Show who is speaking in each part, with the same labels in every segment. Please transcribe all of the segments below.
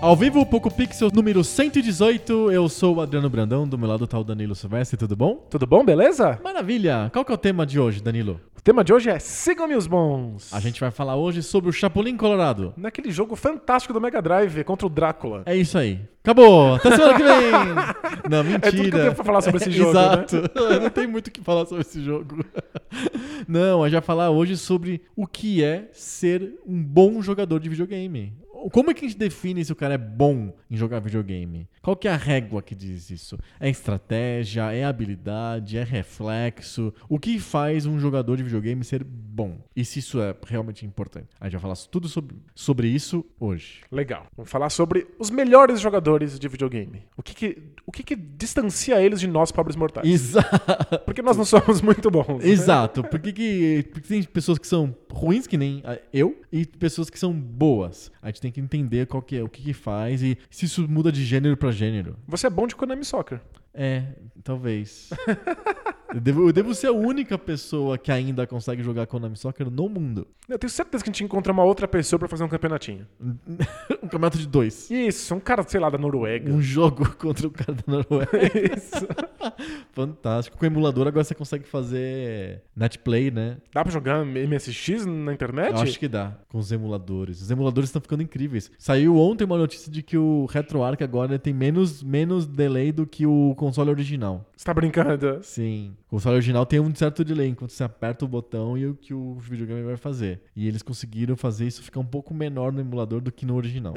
Speaker 1: Ao vivo, Poco Pixel número 118, eu sou o Adriano Brandão, do meu lado tá o Danilo Silvestre, tudo bom?
Speaker 2: Tudo bom, beleza?
Speaker 1: Maravilha! Qual que é o tema de hoje, Danilo?
Speaker 2: O tema de hoje é Sigam-me os bons.
Speaker 1: A gente vai falar hoje sobre o Chapolin Colorado.
Speaker 2: Naquele jogo fantástico do Mega Drive contra o Drácula.
Speaker 1: É isso aí. Acabou! Até semana que vem! Não, mentira.
Speaker 2: É tudo que eu tenho pra falar sobre esse jogo,
Speaker 1: Exato. É,
Speaker 2: né?
Speaker 1: Não tem muito o que falar sobre esse jogo. Não, a gente vai falar hoje sobre o que é ser um bom jogador de videogame. Como é que a gente define se o cara é bom em jogar videogame? Qual que é a régua que diz isso? É estratégia, é habilidade, é reflexo? O que faz um jogador de videogame ser bom? E se isso é realmente importante? A gente vai falar tudo sobre, sobre isso hoje.
Speaker 2: Legal. Vamos falar sobre os melhores jogadores de videogame. O que que, o que, que distancia eles de nós, pobres mortais?
Speaker 1: Exato.
Speaker 2: Porque nós não somos muito bons. né?
Speaker 1: Exato. Por que, que, por que tem pessoas que são ruins, que nem a- eu, e pessoas que são boas? A gente tem que entender qual que é, o que, que faz e se isso muda de gênero pra gênero.
Speaker 2: Você é bom de Konami Soccer.
Speaker 1: É, talvez. Eu devo, eu devo ser a única pessoa que ainda consegue jogar Konami Soccer no mundo.
Speaker 2: Eu tenho certeza que a gente encontra uma outra pessoa pra fazer um campeonatinho.
Speaker 1: Um campeonato de dois.
Speaker 2: Isso, um cara, sei lá, da Noruega.
Speaker 1: Um jogo contra o cara da Noruega.
Speaker 2: Isso.
Speaker 1: Fantástico. Com o emulador agora você consegue fazer netplay, né?
Speaker 2: Dá pra jogar MSX na internet?
Speaker 1: Eu acho que dá, com os emuladores. Os emuladores estão ficando incríveis. Saiu ontem uma notícia de que o RetroArch agora tem menos, menos delay do que o console original.
Speaker 2: Você tá brincando?
Speaker 1: Sim. O console original tem um certo delay enquanto você aperta o botão e o que o videogame vai fazer. E eles conseguiram fazer isso ficar um pouco menor no emulador do que no original.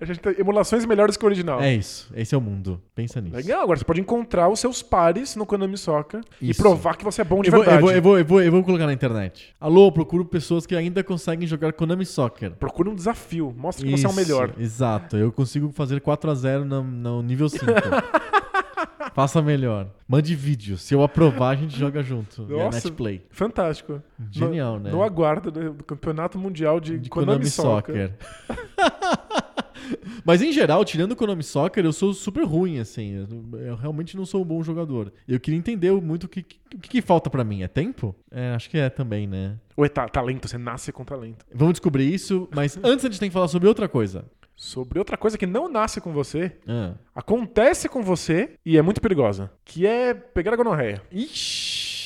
Speaker 2: A gente tem emulações melhores que o original.
Speaker 1: é isso. Esse é o mundo. Pensa nisso.
Speaker 2: Legal, agora você pode encontrar os seus pares no Konami Soccer e
Speaker 1: Isso.
Speaker 2: provar que você é bom de
Speaker 1: Eu vou, eu,
Speaker 2: verdade.
Speaker 1: vou, eu, vou, eu, vou, eu vou colocar na internet. Alô, procuro pessoas que ainda conseguem jogar Konami Soccer.
Speaker 2: Procura um desafio, mostra que você é o
Speaker 1: Isso,
Speaker 2: melhor.
Speaker 1: Exato. Eu consigo fazer 4x0 no, no nível 5. Faça melhor. Mande vídeo. Se eu aprovar, a gente joga junto. É
Speaker 2: Nossa.
Speaker 1: netplay.
Speaker 2: Fantástico.
Speaker 1: Genial,
Speaker 2: no,
Speaker 1: né?
Speaker 2: No aguardo do, do Campeonato Mundial de,
Speaker 1: De
Speaker 2: Konami, Soccer.
Speaker 1: Mas em geral, tirando o Konami Soccer, eu sou super ruim, assim. Eu, não- eu realmente não sou um bom jogador. Eu queria entender muito o que, o que, que falta pra mim. É tempo? É, acho que é também, né?
Speaker 2: Ou é ta- talento, você nasce com talento.
Speaker 1: Vamos descobrir isso, mas antes a gente tem que falar sobre outra coisa.
Speaker 2: Sobre outra coisa que não nasce com você,
Speaker 1: Ah.
Speaker 2: acontece com você e é muito perigosa, que é pegar a gonorreia.
Speaker 1: Ixi!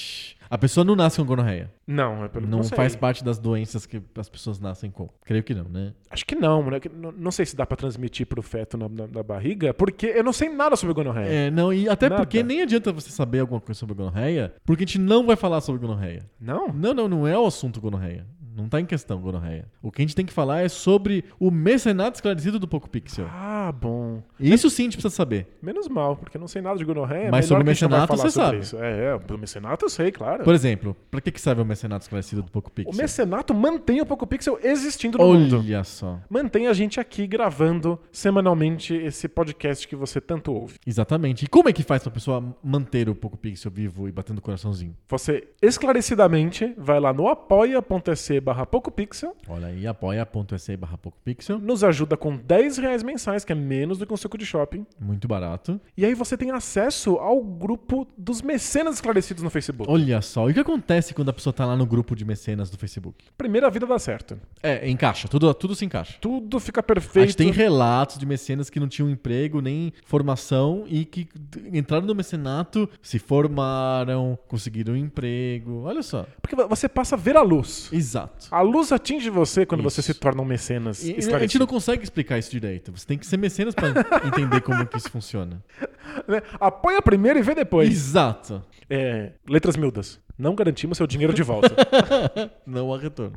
Speaker 1: A pessoa não nasce com gonorreia.
Speaker 2: Não, é pelo que
Speaker 1: Não
Speaker 2: eu sei.
Speaker 1: faz parte das doenças que as pessoas nascem com. Creio que não, né?
Speaker 2: Acho que não, né? Que Não, não sei se dá pra transmitir pro feto na, na- na barriga, porque eu não sei nada sobre gonorreia.
Speaker 1: É, não, e até
Speaker 2: Nada.
Speaker 1: porque nem adianta você saber alguma coisa sobre gonorreia, porque a gente não vai falar sobre gonorreia.
Speaker 2: Não?
Speaker 1: Não, não, não é o assunto gonorreia. Não tá em questão gonorreia. O que a gente tem que falar é sobre o mercenário esclarecido do Poco Pixel.
Speaker 2: Ah, bom.
Speaker 1: Isso sim a gente precisa saber.
Speaker 2: Menos mal, porque eu não sei nada de gonorreia. é
Speaker 1: Mas
Speaker 2: melhor
Speaker 1: sobre
Speaker 2: que a gente não vai
Speaker 1: mecenato,
Speaker 2: falar
Speaker 1: você
Speaker 2: sobre
Speaker 1: sabe.
Speaker 2: Isso. É, é, do mecenato eu sei, claro.
Speaker 1: Por exemplo, pra que, que serve o mercenário esclarecido do Poco Pixel?
Speaker 2: É. o mecenato mantém o PocoPixel existindo no mundo.
Speaker 1: Olha só.
Speaker 2: Mantém a gente aqui gravando semanalmente esse podcast que você tanto ouve.
Speaker 1: Exatamente. E como é que faz pra pessoa manter o Poco Pixel vivo e batendo coraçãozinho?
Speaker 2: Você esclarecidamente vai lá no apoia.se barra PocoPixel,
Speaker 1: Olha aí, apoia.se barra PocoPixel.
Speaker 2: nos ajuda com 10 reais mensais, que é menos do que um suco de shopping.
Speaker 1: Muito barato.
Speaker 2: E aí você tem acesso ao grupo dos mecenas esclarecidos no Facebook.
Speaker 1: Olha só, e o que acontece quando a pessoa tá lá no grupo de mecenas do Facebook?
Speaker 2: Primeira vida dá certo.
Speaker 1: É, encaixa, tudo, tudo se encaixa.
Speaker 2: Tudo fica
Speaker 1: A
Speaker 2: perfeito.
Speaker 1: gente tem relatos de mecenas que não tinham emprego nem formação e que d- entraram no mecenato, se formaram, conseguiram um emprego. Olha só.
Speaker 2: Porque você passa a ver a luz.
Speaker 1: Exato.
Speaker 2: A luz atinge você quando você
Speaker 1: Isso.
Speaker 2: se torna um mecenas
Speaker 1: E- e a gente
Speaker 2: esclarecido.
Speaker 1: não consegue explicar isso direito. Você tem que ser mecenas pra entender como que isso funciona.
Speaker 2: Né? Apoia primeiro e vê depois.
Speaker 1: Exato.
Speaker 2: É, letras miúdas. Não garantimos seu dinheiro de volta.
Speaker 1: Não há retorno.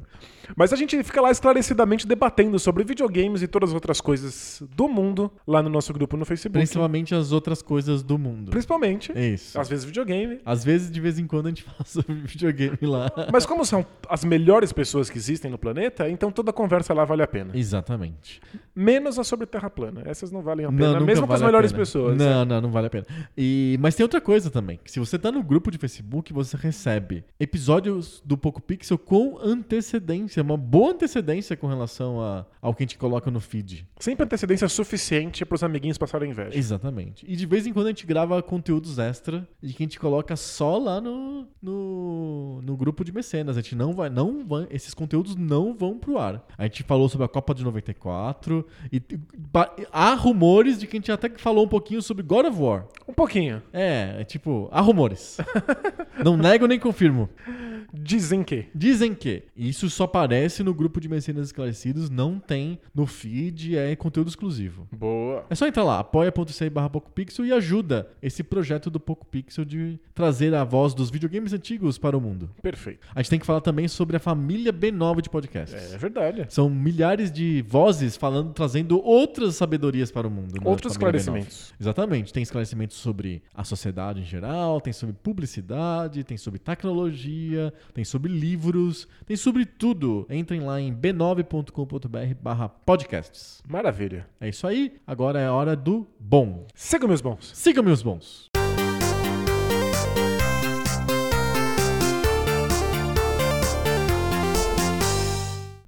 Speaker 2: Mas a gente fica lá esclarecidamente debatendo sobre videogames e todas as outras coisas do mundo lá no nosso grupo no Facebook.
Speaker 1: Principalmente as outras coisas do mundo.
Speaker 2: Principalmente.
Speaker 1: Isso.
Speaker 2: Às vezes videogame.
Speaker 1: Às vezes, de vez em quando, a gente fala sobre videogame lá.
Speaker 2: Mas como são as melhores pessoas que existem no planeta, então toda conversa lá vale a pena.
Speaker 1: Exatamente.
Speaker 2: Menos a sobre Terra plana. Essas não valem a
Speaker 1: Não,
Speaker 2: pena,
Speaker 1: nunca
Speaker 2: mesmo com as
Speaker 1: vale a
Speaker 2: melhores
Speaker 1: pena.
Speaker 2: pessoas. né?
Speaker 1: Não, não, não vale a pena. E, mas tem outra coisa também. que Se você tá no grupo de Facebook, você recebe episódios do Poco Pixel com antecedência, uma boa antecedência com relação a, ao que a gente coloca no feed.
Speaker 2: Sempre antecedência suficiente pros amiguinhos passarem inveja.
Speaker 1: Exatamente. E de vez em quando a gente grava conteúdos extra e que a gente coloca só lá no, no, no grupo de mecenas. A gente não vai, não vai, esses conteúdos não vão pro ar. A gente falou sobre a Copa de 94 e t- pa- há rumores de que a gente até que falou um pouquinho sobre God of War.
Speaker 2: Um pouquinho.
Speaker 1: É, é tipo, há rumores. não nego nem confirmo.
Speaker 2: Dizem que.
Speaker 1: Dizem que isso só aparece no grupo de mecenas esclarecidos, não tem no feed, é conteúdo exclusivo.
Speaker 2: Boa.
Speaker 1: É só entrar lá, apoia.se barra PocoPixel e ajuda esse projeto do PocoPixel de trazer a voz dos videogames antigos para o mundo.
Speaker 2: Perfeito.
Speaker 1: A gente tem que falar também sobre a família B9 de podcasts.
Speaker 2: É verdade.
Speaker 1: São milhares de vozes falando, trazendo outras sabedorias para o mundo. né,
Speaker 2: Outros
Speaker 1: da família
Speaker 2: esclarecimentos.
Speaker 1: B9. Exatamente. Tem esclarecimentos sobre a sociedade em geral, tem sobre publicidade, tem sobre tecnologia, tem sobre livros, tem sobre tudo. Entrem lá em b9.com.br barra podcasts.
Speaker 2: Maravilha.
Speaker 1: É isso aí. Agora é a hora do bom.
Speaker 2: Siga meus bons.
Speaker 1: Siga meus bons.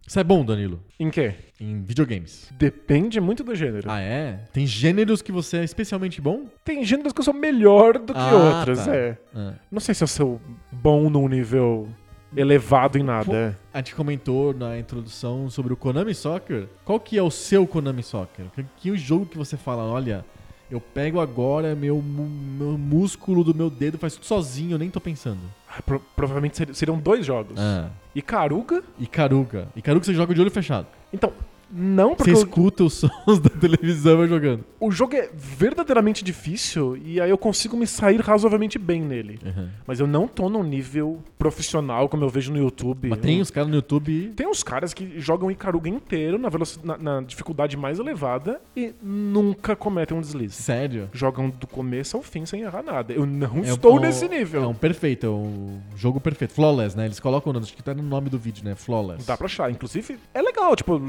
Speaker 1: Isso é bom, Danilo,
Speaker 2: Em quê?
Speaker 1: em videogames.
Speaker 2: Depende muito do gênero.
Speaker 1: Ah, é? Tem gêneros que você é especialmente bom?
Speaker 2: Tem gêneros que eu sou melhor do que
Speaker 1: Ah,
Speaker 2: outros,
Speaker 1: tá.
Speaker 2: é.
Speaker 1: Ah.
Speaker 2: Não sei se eu sou bom num nível elevado em nada.
Speaker 1: A gente comentou na introdução sobre o Konami Soccer. Qual que é o seu Konami Soccer? Que, que o jogo que você fala, olha, eu pego agora, meu, mu- meu músculo do meu dedo faz tudo sozinho, eu nem tô pensando.
Speaker 2: Ah, pro- provavelmente ser- seriam dois jogos.
Speaker 1: Ah.
Speaker 2: E Caruga?
Speaker 1: Icaruga. Icaruga você joga de olho fechado.
Speaker 2: Então, não,
Speaker 1: Você
Speaker 2: porque o,
Speaker 1: escuta os sons da televisão eu jogando.
Speaker 2: o jogo é verdadeiramente difícil e aí eu consigo me sair razoavelmente bem nele. Mas eu não tô num nível profissional como eu vejo no YouTube.
Speaker 1: Mas tem
Speaker 2: Eu-
Speaker 1: os caras no YouTube.
Speaker 2: Tem uns caras que jogam Icaruga inteiro na, veloci- na- na dificuldade mais elevada e nunca cometem um deslize.
Speaker 1: Sério.
Speaker 2: Jogam do começo ao fim sem errar nada. Eu não
Speaker 1: É
Speaker 2: estou
Speaker 1: um-
Speaker 2: nesse
Speaker 1: É
Speaker 2: nível.
Speaker 1: um perfeito, é um jogo perfeito. Flawless, né? Eles colocam, acho que tá no nome do vídeo, né? Flawless.
Speaker 2: Dá pra achar. Inclusive, é legal. Tipo,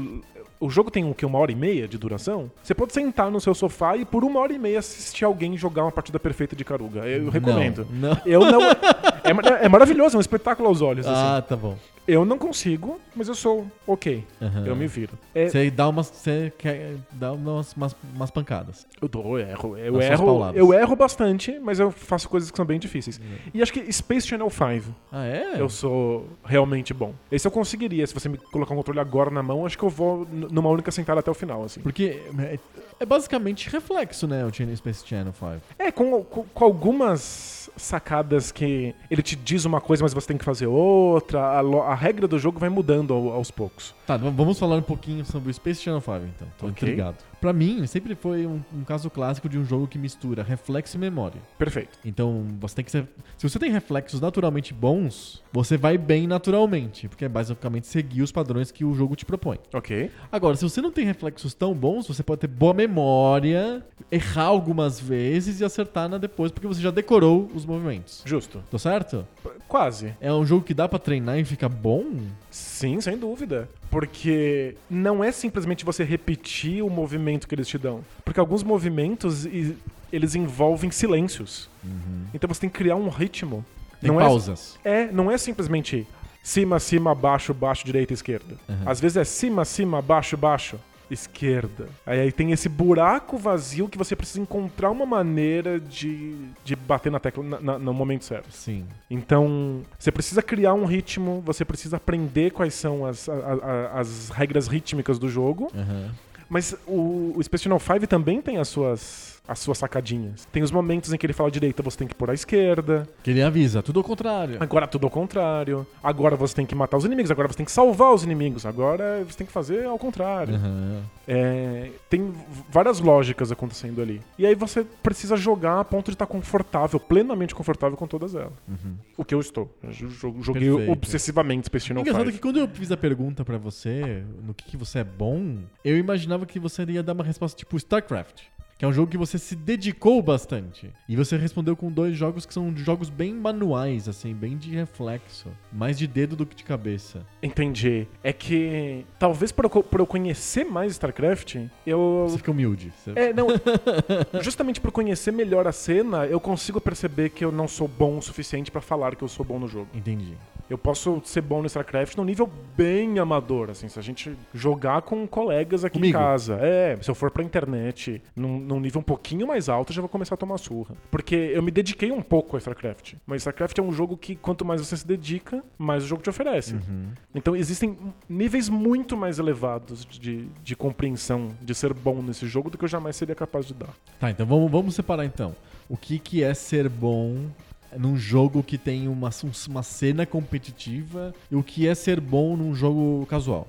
Speaker 2: o jogo tem o quê? Uma hora e meia de duração? Você pode sentar no seu sofá e por uma hora e meia assistir alguém jogar uma partida perfeita de Caruga. Eu recomendo.
Speaker 1: Não. não.
Speaker 2: Eu não. É, ma- é maravilhoso, é um espetáculo aos olhos. assim.
Speaker 1: Ah, tá bom.
Speaker 2: Eu não consigo, mas eu sou ok.
Speaker 1: Aham.
Speaker 2: Eu me viro. É,
Speaker 1: Você dá umas. Você quer dá umas, umas, umas pancadas.
Speaker 2: Eu dou, eu erro. Eu
Speaker 1: Nas suas
Speaker 2: erro,
Speaker 1: pauladas.
Speaker 2: eu erro bastante, mas eu faço coisas que são bem difíceis. E acho que Space Channel 5
Speaker 1: Ah, é?
Speaker 2: eu sou realmente bom. Esse eu conseguiria. Se você me colocar um controle agora na mão, acho que eu vou n- numa única sentada até o final, assim.
Speaker 1: Porque é, é basicamente reflexo, né? O Channel Space Channel 5.
Speaker 2: É, com, com, com algumas sacadas que ele te diz uma coisa, mas você tem que fazer outra. A, lo- a regra do jogo vai mudando ao- aos poucos.
Speaker 1: Tá, v- vamos falar um pouquinho sobre o Space Channel 5, então. Tô
Speaker 2: Ok.
Speaker 1: intrigado. Pra mim, sempre foi um, um caso clássico de um jogo que mistura reflexo e memória.
Speaker 2: Perfeito.
Speaker 1: Então, você tem que ser... Se você tem reflexos naturalmente bons, você vai bem naturalmente, porque é basicamente seguir os padrões que o jogo te propõe.
Speaker 2: Ok.
Speaker 1: Agora, se você não tem reflexos tão bons, você pode ter boa memória, errar algumas vezes e acertar na depois, porque você já decorou os movimentos.
Speaker 2: Justo.
Speaker 1: Tô certo?
Speaker 2: P- Quase.
Speaker 1: É um jogo que dá pra treinar e ficar bom?
Speaker 2: Sim, sem dúvida. Porque não é simplesmente você repetir o movimento que eles te dão. Porque alguns movimentos e- eles envolvem silêncios. Então você tem que criar um ritmo.
Speaker 1: Tem
Speaker 2: não
Speaker 1: pausas.
Speaker 2: É, é, não é simplesmente cima, cima, baixo, baixo, direita, esquerda. Às vezes é cima, cima, baixo, baixo, esquerda. Aí, aí tem esse buraco vazio que você precisa encontrar uma maneira de, de bater na tecla na- na- no momento certo.
Speaker 1: Sim.
Speaker 2: Então, você precisa criar um ritmo, você precisa aprender quais são as, a- a- as regras rítmicas do jogo.
Speaker 1: Aham.
Speaker 2: Mas o, o Space Channel 5 também tem as suas as suas sacadinhas. Tem os momentos em que ele fala direita, você tem que pôr à esquerda.
Speaker 1: Que ele avisa, tudo ao contrário.
Speaker 2: Agora tudo ao contrário. Agora você tem que matar os inimigos. Agora você tem que salvar os inimigos. Agora você tem que fazer ao contrário.
Speaker 1: Aham.
Speaker 2: É, tem várias lógicas acontecendo ali. E aí você precisa jogar a ponto de estar confortável, plenamente confortável com todas elas. O que eu estou. Eu jo- jo- joguei
Speaker 1: Uhum. Perfeito.
Speaker 2: obsessivamente Space Channel
Speaker 1: Engraçado
Speaker 2: 5.
Speaker 1: que quando eu fiz a pergunta pra você, no que, que você é bom, eu imaginava que você ia dar uma resposta tipo StarCraft. Que é um jogo que você se dedicou bastante. E você respondeu com dois jogos que são jogos bem manuais, assim, bem de reflexo. Mais de dedo do que de cabeça.
Speaker 2: Entendi. É que talvez por eu, co- por eu conhecer mais StarCraft, eu
Speaker 1: Você fica humilde. Você...
Speaker 2: É, não. justamente por conhecer melhor a cena, eu consigo perceber que eu não sou bom o suficiente pra falar que eu sou bom no jogo.
Speaker 1: Entendi.
Speaker 2: Eu posso ser bom no StarCraft num nível bem amador, assim, se a gente jogar com colegas aqui
Speaker 1: Comigo.
Speaker 2: em casa. É, se eu for pra internet, num, num nível um pouquinho mais alto, eu já vou começar a tomar surra. Porque eu me dediquei um pouco a StarCraft. Mas StarCraft é um jogo que quanto mais você se dedica, mais o jogo te oferece. Então existem níveis muito mais elevados de, de compreensão de ser bom nesse jogo do que eu jamais seria capaz de dar.
Speaker 1: Tá, então vamos, vamos separar então. O que, que é ser bom num jogo que tem uma, uma cena competitiva e o que é ser bom num jogo casual?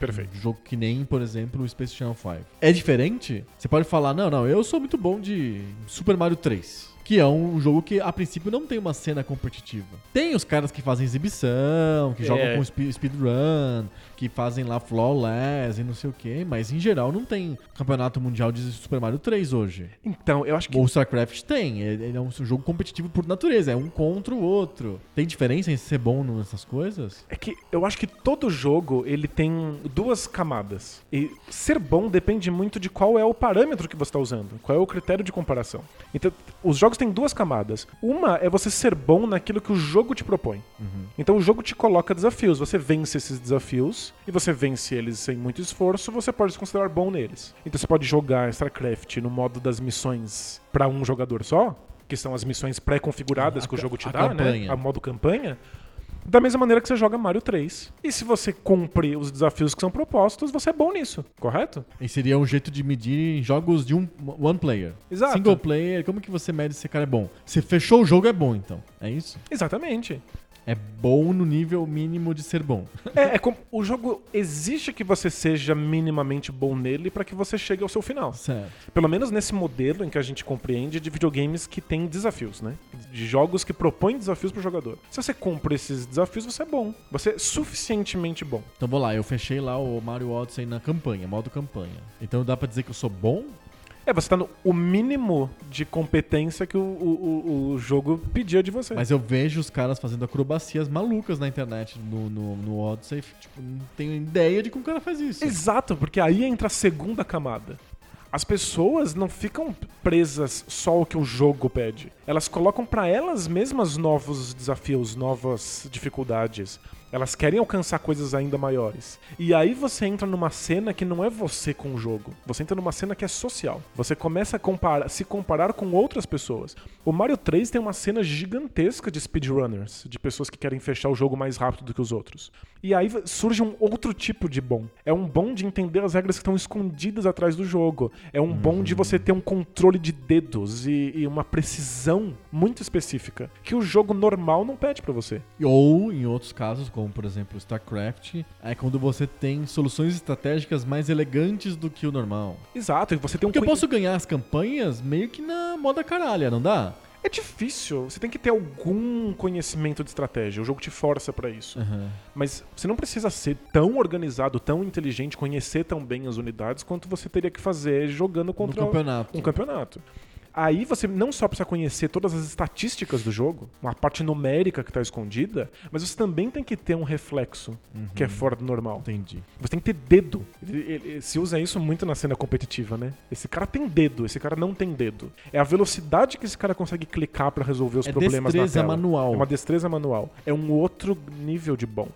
Speaker 2: Perfeito.
Speaker 1: Um jogo que nem, por exemplo, o Space Channel 5. É diferente? Você pode falar, não, não, eu sou muito bom de Super Mario 3. Que é um jogo que, a princípio, não tem uma cena competitiva. Tem os caras que fazem exibição, que
Speaker 2: É.
Speaker 1: jogam com spe- speedrun, que fazem lá flawless e não sei o quê, mas em geral não tem campeonato mundial de Super Mario 3 hoje.
Speaker 2: Então, eu acho que
Speaker 1: O StarCraft tem, ele ele é um jogo competitivo por natureza, é um contra o outro. Tem diferença em ser bom nessas coisas?
Speaker 2: É que eu acho que todo jogo ele tem duas camadas. E ser bom depende muito de qual é o parâmetro que você está usando, qual é o critério de comparação. Então, os jogos têm duas camadas. Uma é você ser bom naquilo que o jogo te propõe.
Speaker 1: Uhum.
Speaker 2: Então, o jogo te coloca desafios, você vence esses desafios e você vence eles sem muito esforço, você pode se considerar bom neles. Então, você pode jogar StarCraft no modo das missões para um jogador só, que são as missões pré-configuradas que o
Speaker 1: ca-
Speaker 2: jogo te
Speaker 1: a
Speaker 2: dá, né?
Speaker 1: campanha.
Speaker 2: A modo campanha. Da mesma maneira que você joga Mario 3. E se você cumpre os desafios que são propostos, você é bom nisso, correto?
Speaker 1: E seria um jeito de medir em jogos de um one player.
Speaker 2: Exato.
Speaker 1: Single player, como que você mede se esse cara é bom? Você fechou o jogo, é bom então. É isso?
Speaker 2: Exatamente.
Speaker 1: É bom no nível mínimo de ser bom.
Speaker 2: É, é como, o jogo exige que você seja minimamente bom nele pra que você chegue ao seu final.
Speaker 1: Certo.
Speaker 2: Pelo menos nesse modelo em que a gente compreende de videogames que tem desafios, né? De jogos que propõem desafios pro jogador. Se você cumpre esses desafios, você é bom. Você é suficientemente bom.
Speaker 1: Então vou lá, eu fechei lá o Mario Odyssey na campanha, modo campanha. Então dá pra dizer que eu sou bom?
Speaker 2: É, você tá no o mínimo de competência que o, o, o- o jogo pedia de você.
Speaker 1: Mas eu vejo os caras fazendo acrobacias malucas na internet no, no, no Odyssey. Tipo, não tenho ideia de como o cara faz isso.
Speaker 2: Exato, porque aí entra a segunda camada. As pessoas não ficam presas só ao que o jogo pede. Elas colocam pra elas mesmas novos desafios, novas dificuldades. Elas querem alcançar coisas ainda maiores. E aí você entra numa cena que não é você com o jogo. Você entra numa cena que é social. Você começa a comparar- se comparar com outras pessoas. O Mario 3 tem uma cena gigantesca de speedrunners, de pessoas que querem fechar o jogo mais rápido do que os outros. E aí v- surge um outro tipo de bom. É um bom de entender as regras que estão escondidas atrás do jogo. É um bom de você ter um controle de dedos e, e uma precisão muito específica que o jogo normal não pede pra você.
Speaker 1: Ou, em outros casos, como por exemplo o StarCraft, é quando você tem soluções estratégicas mais elegantes do que o normal.
Speaker 2: Exato, e você tem um
Speaker 1: Porque eu
Speaker 2: conhe-
Speaker 1: posso ganhar as campanhas meio que na moda caralha, não dá?
Speaker 2: É difícil, você tem que ter algum conhecimento de estratégia, o jogo te força pra isso. Mas você não precisa ser tão organizado, tão inteligente, conhecer tão bem as unidades quanto você teria que fazer jogando contra
Speaker 1: no campeonato.
Speaker 2: um campeonato. Aí você não só precisa conhecer todas as estatísticas do jogo, uma parte numérica que está escondida, mas você também tem que ter um reflexo que é fora do normal.
Speaker 1: Uhum. Entendi.
Speaker 2: Você tem que ter dedo. Ele- ele- ele- se usa isso muito na cena competitiva, né? Esse cara tem dedo, esse cara não tem dedo. É a velocidade que esse cara consegue clicar pra resolver os
Speaker 1: É
Speaker 2: problemas na
Speaker 1: destreza
Speaker 2: tela.
Speaker 1: manual.
Speaker 2: É uma destreza manual. É um outro nível de bom.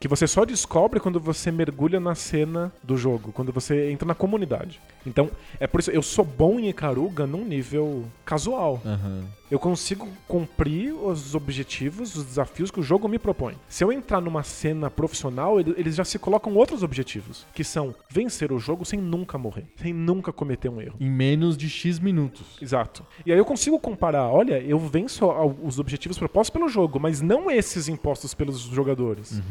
Speaker 2: Que você só descobre quando você mergulha na cena do jogo, quando você entra na comunidade. Então, é por isso, eu sou bom em Ikaruga num nível nível casual.
Speaker 1: Aham.
Speaker 2: Eu consigo cumprir os objetivos, os desafios que o jogo me propõe. Se eu entrar numa cena profissional, ele- eles já se colocam outros objetivos, que são vencer o jogo sem nunca morrer, sem nunca cometer um erro.
Speaker 1: Em menos de X minutos.
Speaker 2: Exato. E aí eu consigo comparar, olha, eu venço a- os objetivos propostos pelo jogo, mas não esses impostos pelos jogadores.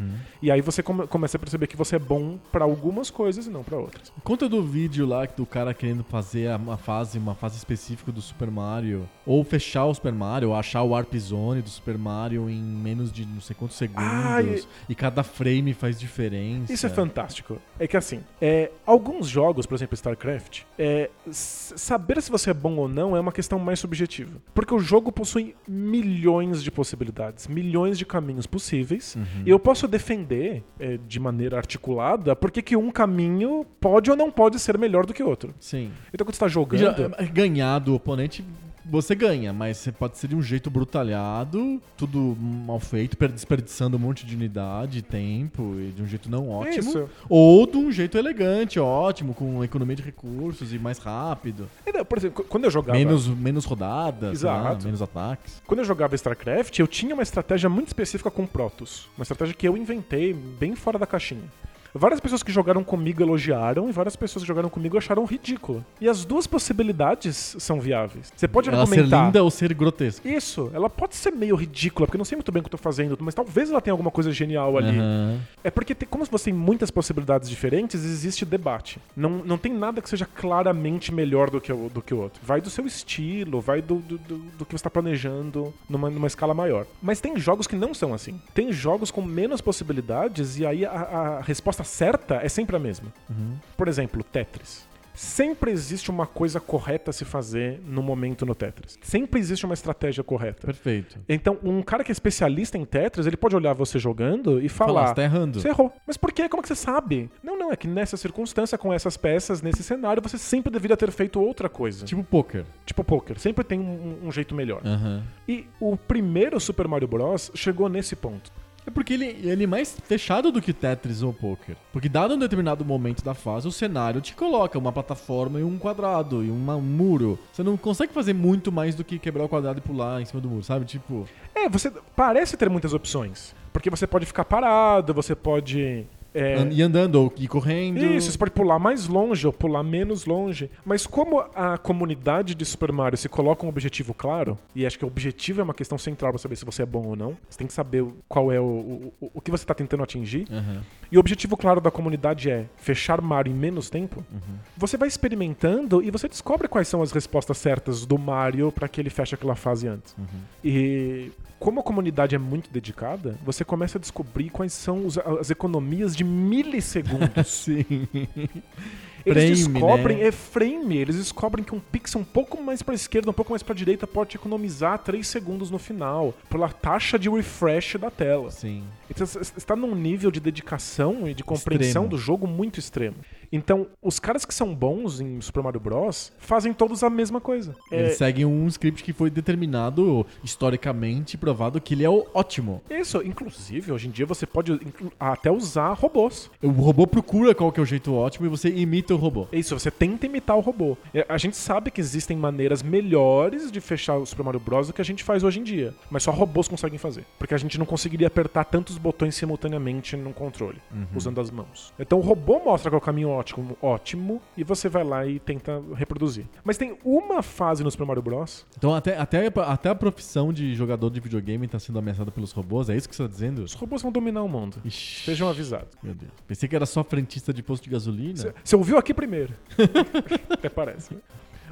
Speaker 2: E aí você come- começa a perceber que você é bom pra algumas coisas e não pra outras.
Speaker 1: Conta do vídeo lá do cara querendo fazer a- uma fase, uma fase específica do Super Mario. Ou fechar o Super Mario, ou achar o Warp Zone do Super Mario em menos de não sei quantos segundos.
Speaker 2: Ah, e-
Speaker 1: e... cada frame faz diferença.
Speaker 2: Isso é fantástico. É que assim, é, alguns jogos, por exemplo, StarCraft, é, s- saber se você é bom ou não é uma questão mais subjetiva. Porque o jogo possui milhões de possibilidades, milhões de caminhos possíveis, e eu posso defender é, de maneira articulada porque que um caminho pode ou não pode ser melhor do que outro.
Speaker 1: Sim.
Speaker 2: Então quando você tá jogando.
Speaker 1: Já- ganhar do oponente, você ganha, mas você pode ser de um jeito brutalhado, tudo mal feito, per- desperdiçando um monte de unidade, tempo, e de um jeito não
Speaker 2: É
Speaker 1: ótimo.
Speaker 2: isso.
Speaker 1: Ou de um jeito elegante, ótimo, com economia de recursos e mais rápido.
Speaker 2: É, não, Por exemplo, quando eu jogava.
Speaker 1: Menos, menos rodadas, sei lá,
Speaker 2: Exato.
Speaker 1: menos ataques.
Speaker 2: Quando eu jogava StarCraft, eu tinha uma estratégia muito específica com Protoss. Uma estratégia que eu inventei bem fora da caixinha. Várias pessoas que jogaram comigo elogiaram e várias pessoas que jogaram comigo acharam ridícula. E as duas possibilidades são viáveis. Você pode
Speaker 1: Ela ser
Speaker 2: argumentar.
Speaker 1: linda ou ser grotesca.
Speaker 2: Isso, ela pode ser meio ridícula, porque eu não sei muito bem o que eu tô fazendo, mas talvez ela tenha alguma coisa genial ali.
Speaker 1: Aham.
Speaker 2: É porque, tem- como você tem muitas possibilidades diferentes, existe debate. Não, não tem nada que seja claramente melhor do que o, do que o outro. Vai do seu estilo, vai do, do, do- do que você está planejando numa, numa escala maior. Mas tem jogos que não são assim. Tem jogos com menos possibilidades e aí a, a resposta certa é sempre a mesma. Por exemplo, Tetris. Sempre existe uma coisa correta a se fazer no momento no Tetris. Sempre existe uma estratégia correta.
Speaker 1: Perfeito.
Speaker 2: Então, um cara que é especialista em Tetris, ele pode olhar você jogando e falar.
Speaker 1: Falar, "Você tá errando."
Speaker 2: Você errou. Mas por quê? Como que você sabe? Não, não, é que nessa circunstância, com essas peças, nesse cenário, você sempre deveria ter feito outra coisa. Tipo,
Speaker 1: Tipo poker.
Speaker 2: tipo poker, sempre tem um, um jeito melhor.
Speaker 1: Aham.
Speaker 2: E o primeiro Super Mario Bros. chegou nesse ponto.
Speaker 1: É porque ele, ele é mais fechado do que Tetris ou Poker. Porque dado um determinado momento da fase, o cenário te coloca uma plataforma e um quadrado e uma- um muro. Você não consegue fazer muito mais do que quebrar o quadrado e pular em cima do muro, sabe? Tipo,
Speaker 2: É, você parece ter muitas opções. Porque você pode ficar parado, você pode. é,
Speaker 1: an- ir andando ou ir correndo.
Speaker 2: Isso, você pode pular mais longe ou pular menos longe. Mas como a comunidade de Super Mario se coloca um objetivo claro, e acho que o objetivo é uma questão central pra saber se você é bom ou não, você tem que saber qual é o, o, o- o que você tá tentando atingir.
Speaker 1: Aham.
Speaker 2: E o objetivo claro da comunidade é fechar Mario em menos tempo. Você vai experimentando e você descobre quais são as respostas certas do Mario pra que ele feche aquela fase antes. E como a comunidade é muito dedicada, você começa a descobrir quais são os- as economias de milissegundos.
Speaker 1: Sim.
Speaker 2: Eles
Speaker 1: Frame,
Speaker 2: descobrem,
Speaker 1: né?
Speaker 2: é frame, eles descobrem que um pixel um pouco mais pra esquerda, um pouco mais pra direita pode te economizar 3 segundos no final, pela taxa de refresh da tela.
Speaker 1: Sim.
Speaker 2: Então você está num nível de dedicação e de compreensão
Speaker 1: Extremo.
Speaker 2: do jogo muito extremo. Então, os caras que são bons em Super Mario Bros. fazem todos a mesma coisa.
Speaker 1: Eles
Speaker 2: É,
Speaker 1: seguem um script que foi determinado historicamente provado que ele é o ótimo.
Speaker 2: isso, inclusive, hoje em dia você pode inclu- até usar robôs.
Speaker 1: O robô procura qual que é o jeito ótimo e você imita o robô.
Speaker 2: É Isso, você tenta imitar o robô. É, A gente sabe que existem maneiras melhores de fechar o Super Mario Bros. do que a gente faz hoje em dia. Mas só robôs conseguem fazer. Porque a gente não conseguiria apertar tantos botões simultaneamente num controle, usando as mãos. Então o robô mostra qual é o caminho ótimo, ótimo e você vai lá e tenta reproduzir. Mas tem uma fase no Super Mario Bros.
Speaker 1: Então até, até, até a profissão de jogador de videogame tá sendo ameaçada pelos robôs, é isso que você tá dizendo?
Speaker 2: Os robôs vão dominar o mundo.
Speaker 1: Ixi.
Speaker 2: Sejam avisados.
Speaker 1: Meu Deus. Pensei que era só frentista de posto de gasolina.
Speaker 2: Você- Você ouviu aqui primeiro. Até parece.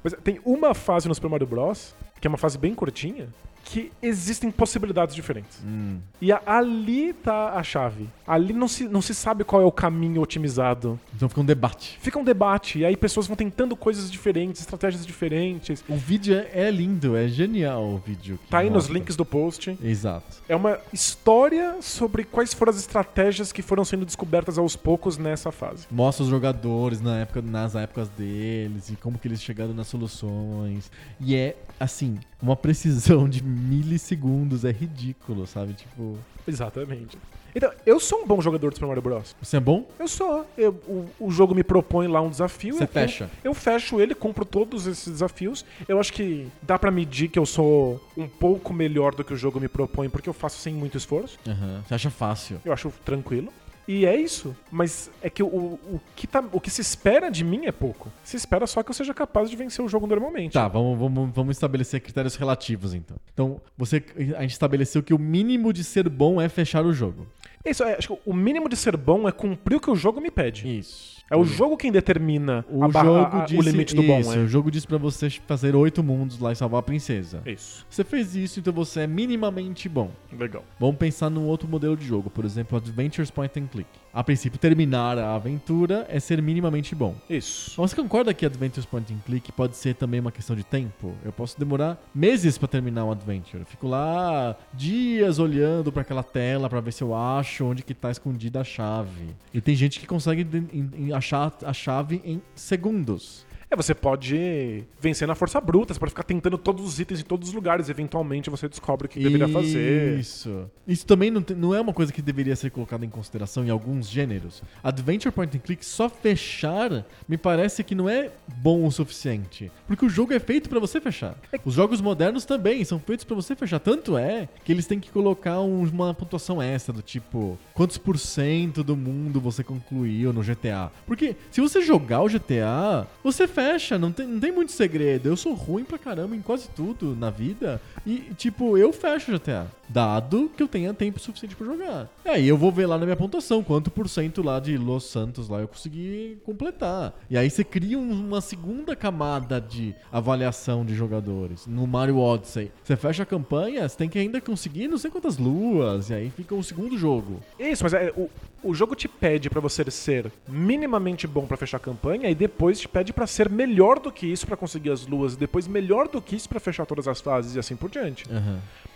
Speaker 2: Mas tem uma fase no Super Mario Bros., que é uma fase bem curtinha, que existem possibilidades diferentes.
Speaker 1: Hum.
Speaker 2: E a- ali tá a chave. Ali não se, não se sabe qual é o caminho otimizado.
Speaker 1: Então fica um debate.
Speaker 2: Fica um debate, e aí pessoas vão tentando coisas diferentes, estratégias diferentes.
Speaker 1: O vídeo é, é lindo, é genial o vídeo. que
Speaker 2: Tá aí nos
Speaker 1: mostra.
Speaker 2: links do post.
Speaker 1: Exato.
Speaker 2: É uma história sobre quais foram as estratégias que foram sendo descobertas aos poucos nessa fase.
Speaker 1: Mostra os jogadores na época, nas épocas deles e como que eles chegaram nas soluções. E é, assim, uma precisão de milissegundos. É ridículo, sabe? Tipo,
Speaker 2: Exatamente. Então, eu sou um bom jogador do Super Mario Bros.
Speaker 1: Você é bom?
Speaker 2: Eu sou. Eu- o, o jogo me propõe lá um desafio.
Speaker 1: Você
Speaker 2: eu-
Speaker 1: fecha.
Speaker 2: Eu, fecho ele, compro todos esses desafios. Eu acho que dá pra medir que eu sou um pouco melhor do que o jogo me propõe, porque eu faço sem muito esforço.
Speaker 1: Aham. Você acha fácil.
Speaker 2: Eu acho tranquilo. E é isso. Mas é que o, o, que tá, o que se espera de mim é pouco. Se espera só que eu seja capaz de vencer o jogo normalmente.
Speaker 1: Tá, vamos, vamos, vamos estabelecer critérios relativos, então. Então, você, a gente estabeleceu que o mínimo de ser bom é fechar o jogo.
Speaker 2: É Isso, é, acho que o mínimo de ser bom é cumprir o que o jogo me pede.
Speaker 1: Isso.
Speaker 2: É o jogo quem determina
Speaker 1: O
Speaker 2: a barra-
Speaker 1: jogo
Speaker 2: a-
Speaker 1: disse,
Speaker 2: o limite do bom.
Speaker 1: isso, é. O jogo disse pra você fazer oito mundos lá e salvar a princesa.
Speaker 2: É. Isso.
Speaker 1: Você fez isso, então você é minimamente bom.
Speaker 2: Legal.
Speaker 1: Vamos pensar num outro modelo de jogo, por exemplo, Adventures Point and Click. A princípio, terminar a aventura é ser minimamente bom.
Speaker 2: Isso.
Speaker 1: Mas Você concorda que Adventures Point and Click pode ser também uma questão de tempo? Eu posso demorar meses pra terminar um adventure. Eu fico lá dias olhando pra aquela tela pra ver se eu acho onde que tá escondida a chave. E tem gente que consegue de- em- em achar a chave em segundos.
Speaker 2: É, você pode vencer na força bruta, você pode ficar tentando todos os itens em todos os lugares, eventualmente você descobre o que deveria fazer.
Speaker 1: Isso. Isso também não, te- não é uma coisa que deveria ser colocada em consideração em alguns gêneros. Adventure Point and Click só fechar me parece que não é bom o suficiente. Porque o jogo é feito pra você fechar. Os jogos modernos também são feitos pra você fechar. Tanto é que eles têm que colocar um- uma pontuação extra do tipo quantos por cento do mundo você concluiu no GTA. Porque se você jogar o GTA, você fecha, não tem, não tem muito segredo. Eu sou ruim pra caramba em quase tudo na vida. E, tipo, eu fecho o GTA. Dado que eu tenha tempo suficiente pra jogar. E aí eu vou ver lá na minha pontuação quanto por cento lá de Los Santos lá eu consegui completar. E aí você cria um- uma segunda camada de avaliação de jogadores. No Mario Odyssey, você fecha a campanha, você tem que ainda conseguir não sei quantas luas. E aí fica o segundo jogo.
Speaker 2: Isso, mas é, o, o jogo te pede pra você ser minimamente bom pra fechar a campanha e depois te pede pra ser melhor do que isso pra conseguir as luas, e depois melhor do que isso pra fechar todas as fases e assim por diante.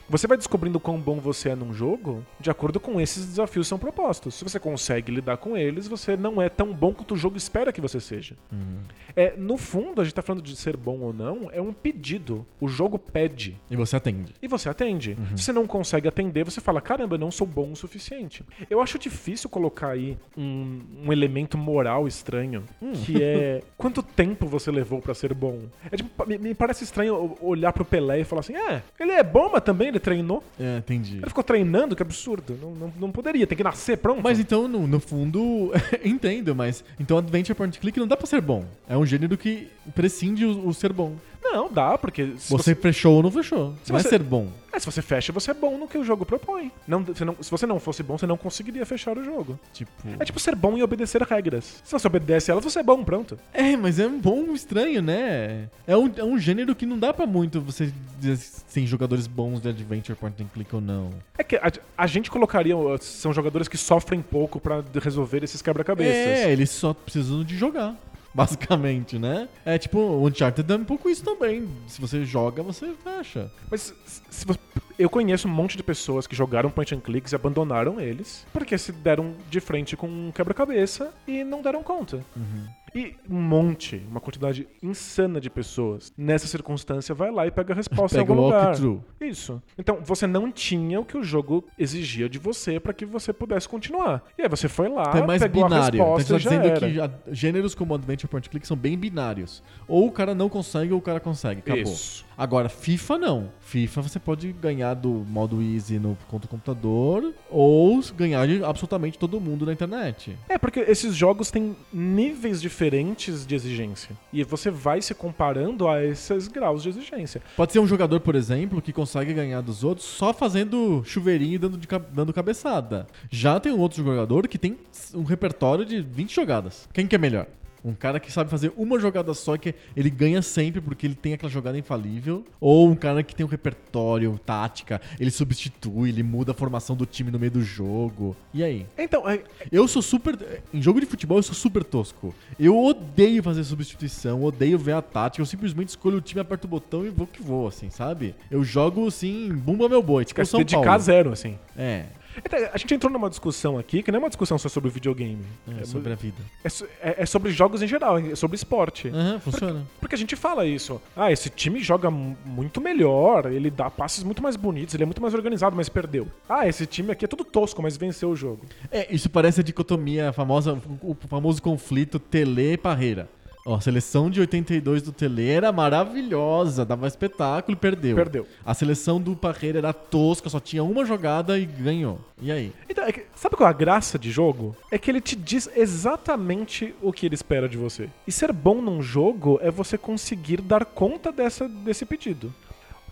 Speaker 2: Você vai descobrindo quão bom você é num jogo de acordo com esses desafios que são propostos. Se você consegue lidar com eles, você não é tão bom quanto o jogo espera que você seja. É, no fundo, a gente tá falando de ser bom ou não, é um pedido. O jogo pede
Speaker 1: E você atende.
Speaker 2: e você atende.
Speaker 1: Uhum.
Speaker 2: Se você não consegue atender, você fala: caramba, eu não sou bom o suficiente. Eu acho difícil colocar aí um, um elemento moral estranho,
Speaker 1: Hum.
Speaker 2: que é quanto tempo você levou pra ser bom. É tipo, pa- me, me parece estranho o- olhar pro Pelé e falar assim: é, ele é bom, mas também ele treinou.
Speaker 1: É, entendi.
Speaker 2: Ele ficou treinando, que absurdo. Não, não, não poderia, tem que nascer pronto.
Speaker 1: Mas então, no, no fundo, entendo, mas então Adventure Point and Click não dá pra ser bom. É um gênero que prescinde o, o ser bom.
Speaker 2: não, dá, porque se
Speaker 1: Você fechou ou não fechou.
Speaker 2: Se
Speaker 1: não
Speaker 2: você-
Speaker 1: é ser bom.
Speaker 2: É, se você fecha, você é bom no que o jogo propõe. Não, você não- se você não fosse bom, você não conseguiria fechar o jogo.
Speaker 1: Tipo.
Speaker 2: É tipo ser bom e obedecer regras. Se você obedece elas, você é bom, pronto.
Speaker 1: É, mas é um bom estranho, né? É um, é um gênero que não dá pra muito você dizer se tem jogadores bons de Adventure Point and Click ou não.
Speaker 2: É que a, a gente colocaria. uh, São jogadores que sofrem pouco pra de- resolver esses quebra-cabeças.
Speaker 1: É, eles só precisam de jogar. Basicamente, né? É tipo, o Uncharted é um pouco isso também. Se você joga, você fecha.
Speaker 2: Mas se- se você- eu conheço um monte de pessoas que jogaram point and clicks e abandonaram eles porque se deram de frente com um quebra-cabeça e não deram conta.
Speaker 1: Uhum.
Speaker 2: E um monte, uma quantidade insana de pessoas nessa circunstância vai lá e pega a resposta
Speaker 1: Pega
Speaker 2: em algum
Speaker 1: o
Speaker 2: lugar.
Speaker 1: walkthrough.
Speaker 2: Isso. Então, você não tinha o que o jogo exigia de você pra que você pudesse continuar. E aí você foi lá,
Speaker 1: Então é mais
Speaker 2: Ah, pegou
Speaker 1: binário.
Speaker 2: a
Speaker 1: Então
Speaker 2: resposta
Speaker 1: a
Speaker 2: e
Speaker 1: gente
Speaker 2: já
Speaker 1: tá dizendo
Speaker 2: era.
Speaker 1: que já- gêneros como Adventure Point and Click são bem binários. Ou o cara não consegue ou o cara consegue. Acabou.
Speaker 2: Isso.
Speaker 1: Agora, FIFA não. FIFA você pode ganhar do modo easy no contra o computador ou ganhar de absolutamente todo mundo na internet.
Speaker 2: É, porque esses jogos têm níveis diferentes de exigência. E você vai se comparando a esses graus de exigência.
Speaker 1: Pode ser um jogador, por exemplo, que consegue ganhar dos outros só fazendo chuveirinho e dando, de ca- dando cabeçada. Já tem um outro jogador que tem um repertório de 20 jogadas. Quem que é melhor? Um cara que sabe fazer uma jogada só que ele ganha sempre porque ele tem aquela jogada infalível. Ou um cara que tem um repertório, tática, ele substitui, ele muda a formação do time no meio do jogo. E aí?
Speaker 2: Então, é-
Speaker 1: Eu sou super. Em jogo de futebol, eu sou super tosco. Eu odeio fazer substituição, odeio ver a tática. Eu simplesmente escolho o time, aperto o botão e vou que vou, assim, sabe? Eu jogo assim, bumba meu boi, tipo
Speaker 2: quer
Speaker 1: o
Speaker 2: se
Speaker 1: São
Speaker 2: é dedicar
Speaker 1: Paulo.
Speaker 2: a zero, assim.
Speaker 1: É.
Speaker 2: Até A gente entrou numa discussão aqui que não é uma discussão só sobre videogame.
Speaker 1: É, sobre a vida.
Speaker 2: É, so- é- é sobre jogos em geral, é sobre esporte.
Speaker 1: Aham, funciona.
Speaker 2: Porque a gente fala isso. Ah, esse time joga mu- muito melhor, ele dá passes muito mais bonitos, ele é muito mais organizado, mas perdeu. Ah, esse time aqui é todo tosco, mas venceu o jogo.
Speaker 1: É, isso parece a dicotomia, a famosa, o famoso conflito Tele e Parreira. Ó, a seleção de 82 do Tele era maravilhosa, dava espetáculo e perdeu.
Speaker 2: Perdeu.
Speaker 1: A seleção do Parreira era tosca, só tinha uma jogada e ganhou. E aí?
Speaker 2: Então, é que- sabe qual é a graça de jogo? É que ele te diz exatamente o que ele espera de você. E ser bom num jogo é você conseguir dar conta dessa, desse pedido.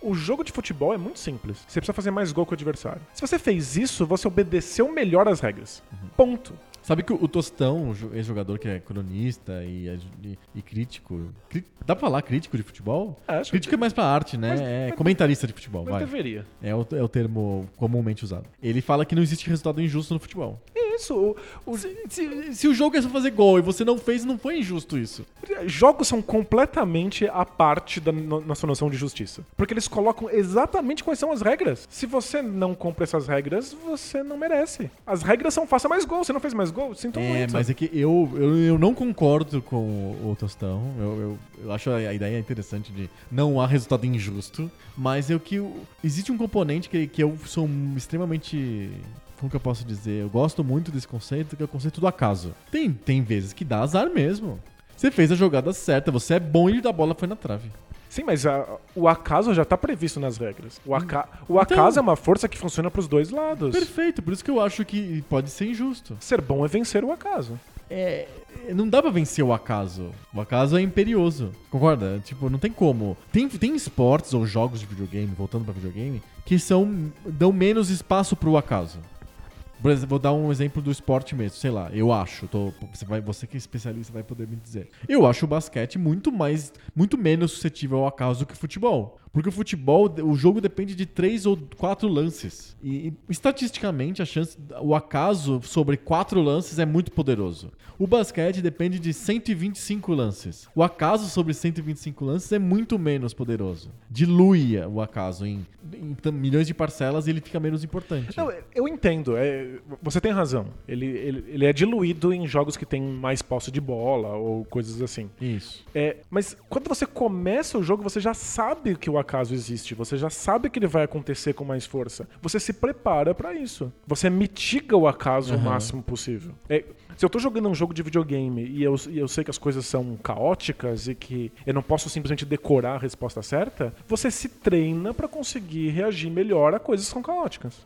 Speaker 2: O jogo de futebol é muito simples. Você precisa fazer mais gol que o adversário. Se você fez isso, você obedeceu melhor às regras. Ponto.
Speaker 1: Sabe que o Tostão, o jo- ex-jogador que é cronista e, e- e crítico. cri- dá pra falar crítico de futebol?
Speaker 2: É, acho
Speaker 1: crítico é mais pra arte, né?
Speaker 2: Mas-
Speaker 1: é
Speaker 2: mas-
Speaker 1: comentarista de futebol,
Speaker 2: Mas
Speaker 1: vai.
Speaker 2: deveria.
Speaker 1: É o, é o termo comumente usado. Ele fala que não existe resultado injusto no futebol.
Speaker 2: É isso. O- o-
Speaker 1: Se, se o jogo é só fazer gol e você não fez, não foi injusto isso.
Speaker 2: Jogos são completamente à parte da no- nossa noção de justiça. Porque eles colocam exatamente quais são as regras. Se você não cumpre essas regras, você não merece. As regras são faça mais gol. Você não fez mais gol, sinto
Speaker 1: é,
Speaker 2: muito.
Speaker 1: mas é que eu, eu, eu não concordo com o, o Tostão. Eu, eu, eu acho a, a ideia interessante de não há resultado injusto. Mas é o que. o- Existe um componente que, que eu sou extremamente. Como que eu posso dizer? Eu gosto muito desse conceito, que é o conceito do acaso. Tem, tem vezes que dá azar mesmo. Você fez a jogada certa, você é bom e a bola foi na trave.
Speaker 2: Sim, mas a- o acaso já tá previsto nas regras.
Speaker 1: Hum.
Speaker 2: O, aca-
Speaker 1: Então-
Speaker 2: o acaso é uma força que funciona pros dois lados.
Speaker 1: Perfeito, por isso que eu acho que pode ser injusto.
Speaker 2: Ser bom é vencer o acaso.
Speaker 1: É, não dá pra vencer o acaso. O acaso é imperioso. Concorda? Tipo, não tem como. Tem, tem esportes ou jogos de videogame, voltando pra videogame, que são dão menos espaço pro acaso. Por exemplo, vou dar um exemplo do esporte mesmo, sei lá, eu acho, tô- você, vai, você que é especialista vai poder me dizer. Eu acho o basquete muito mais, muito menos suscetível ao acaso que o futebol. Porque o futebol, o jogo depende de três ou quatro lances. E, e, estatisticamente, a chance, o acaso sobre quatro lances é muito poderoso. O basquete depende de 125 lances. O acaso sobre 125 lances é muito menos poderoso. Dilui o acaso em, em tam- milhões de parcelas e ele fica menos importante.
Speaker 2: Não, eu entendo. é- você tem razão. Ele, ele, ele é diluído em jogos que tem mais posse de bola ou coisas assim.
Speaker 1: Isso.
Speaker 2: É, mas quando você começa o jogo, você já sabe que o acaso existe, você já sabe que ele vai acontecer com mais força. Você se prepara pra isso. Você mitiga o acaso o máximo possível. É, se eu tô jogando um jogo de videogame e eu, e eu sei que as coisas são caóticas e que eu não posso simplesmente decorar a resposta certa, você se treina pra conseguir reagir melhor a coisas que são caóticas.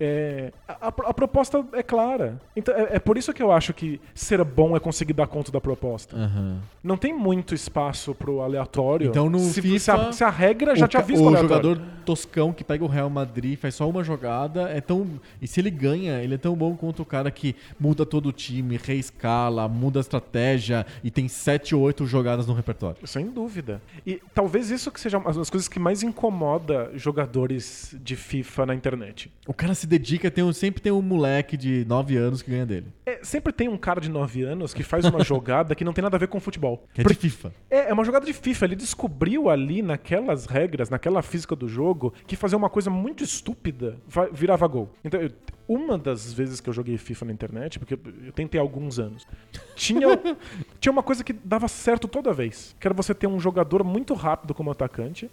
Speaker 2: É, a, a- a proposta é clara. Então, é, é por isso que eu acho que ser bom é conseguir dar conta da proposta.
Speaker 1: Aham.
Speaker 2: Não tem muito espaço pro aleatório.
Speaker 1: Então, no
Speaker 2: se,
Speaker 1: FIFA,
Speaker 2: se a, se a regra já
Speaker 1: o,
Speaker 2: te
Speaker 1: ca-
Speaker 2: avisa
Speaker 1: o
Speaker 2: do aleatório.
Speaker 1: jogador toscão que pega o Real Madrid, faz só uma jogada, é tão e se ele ganha, ele é tão bom quanto o cara que muda todo o time, reescala, muda a estratégia e tem sete ou oito jogadas no repertório.
Speaker 2: Sem dúvida. E talvez isso que seja uma das coisas que mais incomoda jogadores de FIFA na internet.
Speaker 1: O cara se dedica, tem um- sempre tem um moleque de nove anos que ganha dele.
Speaker 2: É, sempre tem um cara de 9 anos que faz uma jogada que não tem nada a ver com futebol.
Speaker 1: Que é
Speaker 2: Por-
Speaker 1: de FIFA.
Speaker 2: É, é uma jogada de FIFA. Ele descobriu ali, naquelas regras, naquela física do jogo, que fazer uma coisa muito estúpida va- virava gol. Então, eu- uma das vezes que eu joguei FIFA na internet, porque eu eu tentei há alguns anos, tinha, tinha uma coisa que dava certo toda vez. Que era você ter um jogador muito rápido como atacante,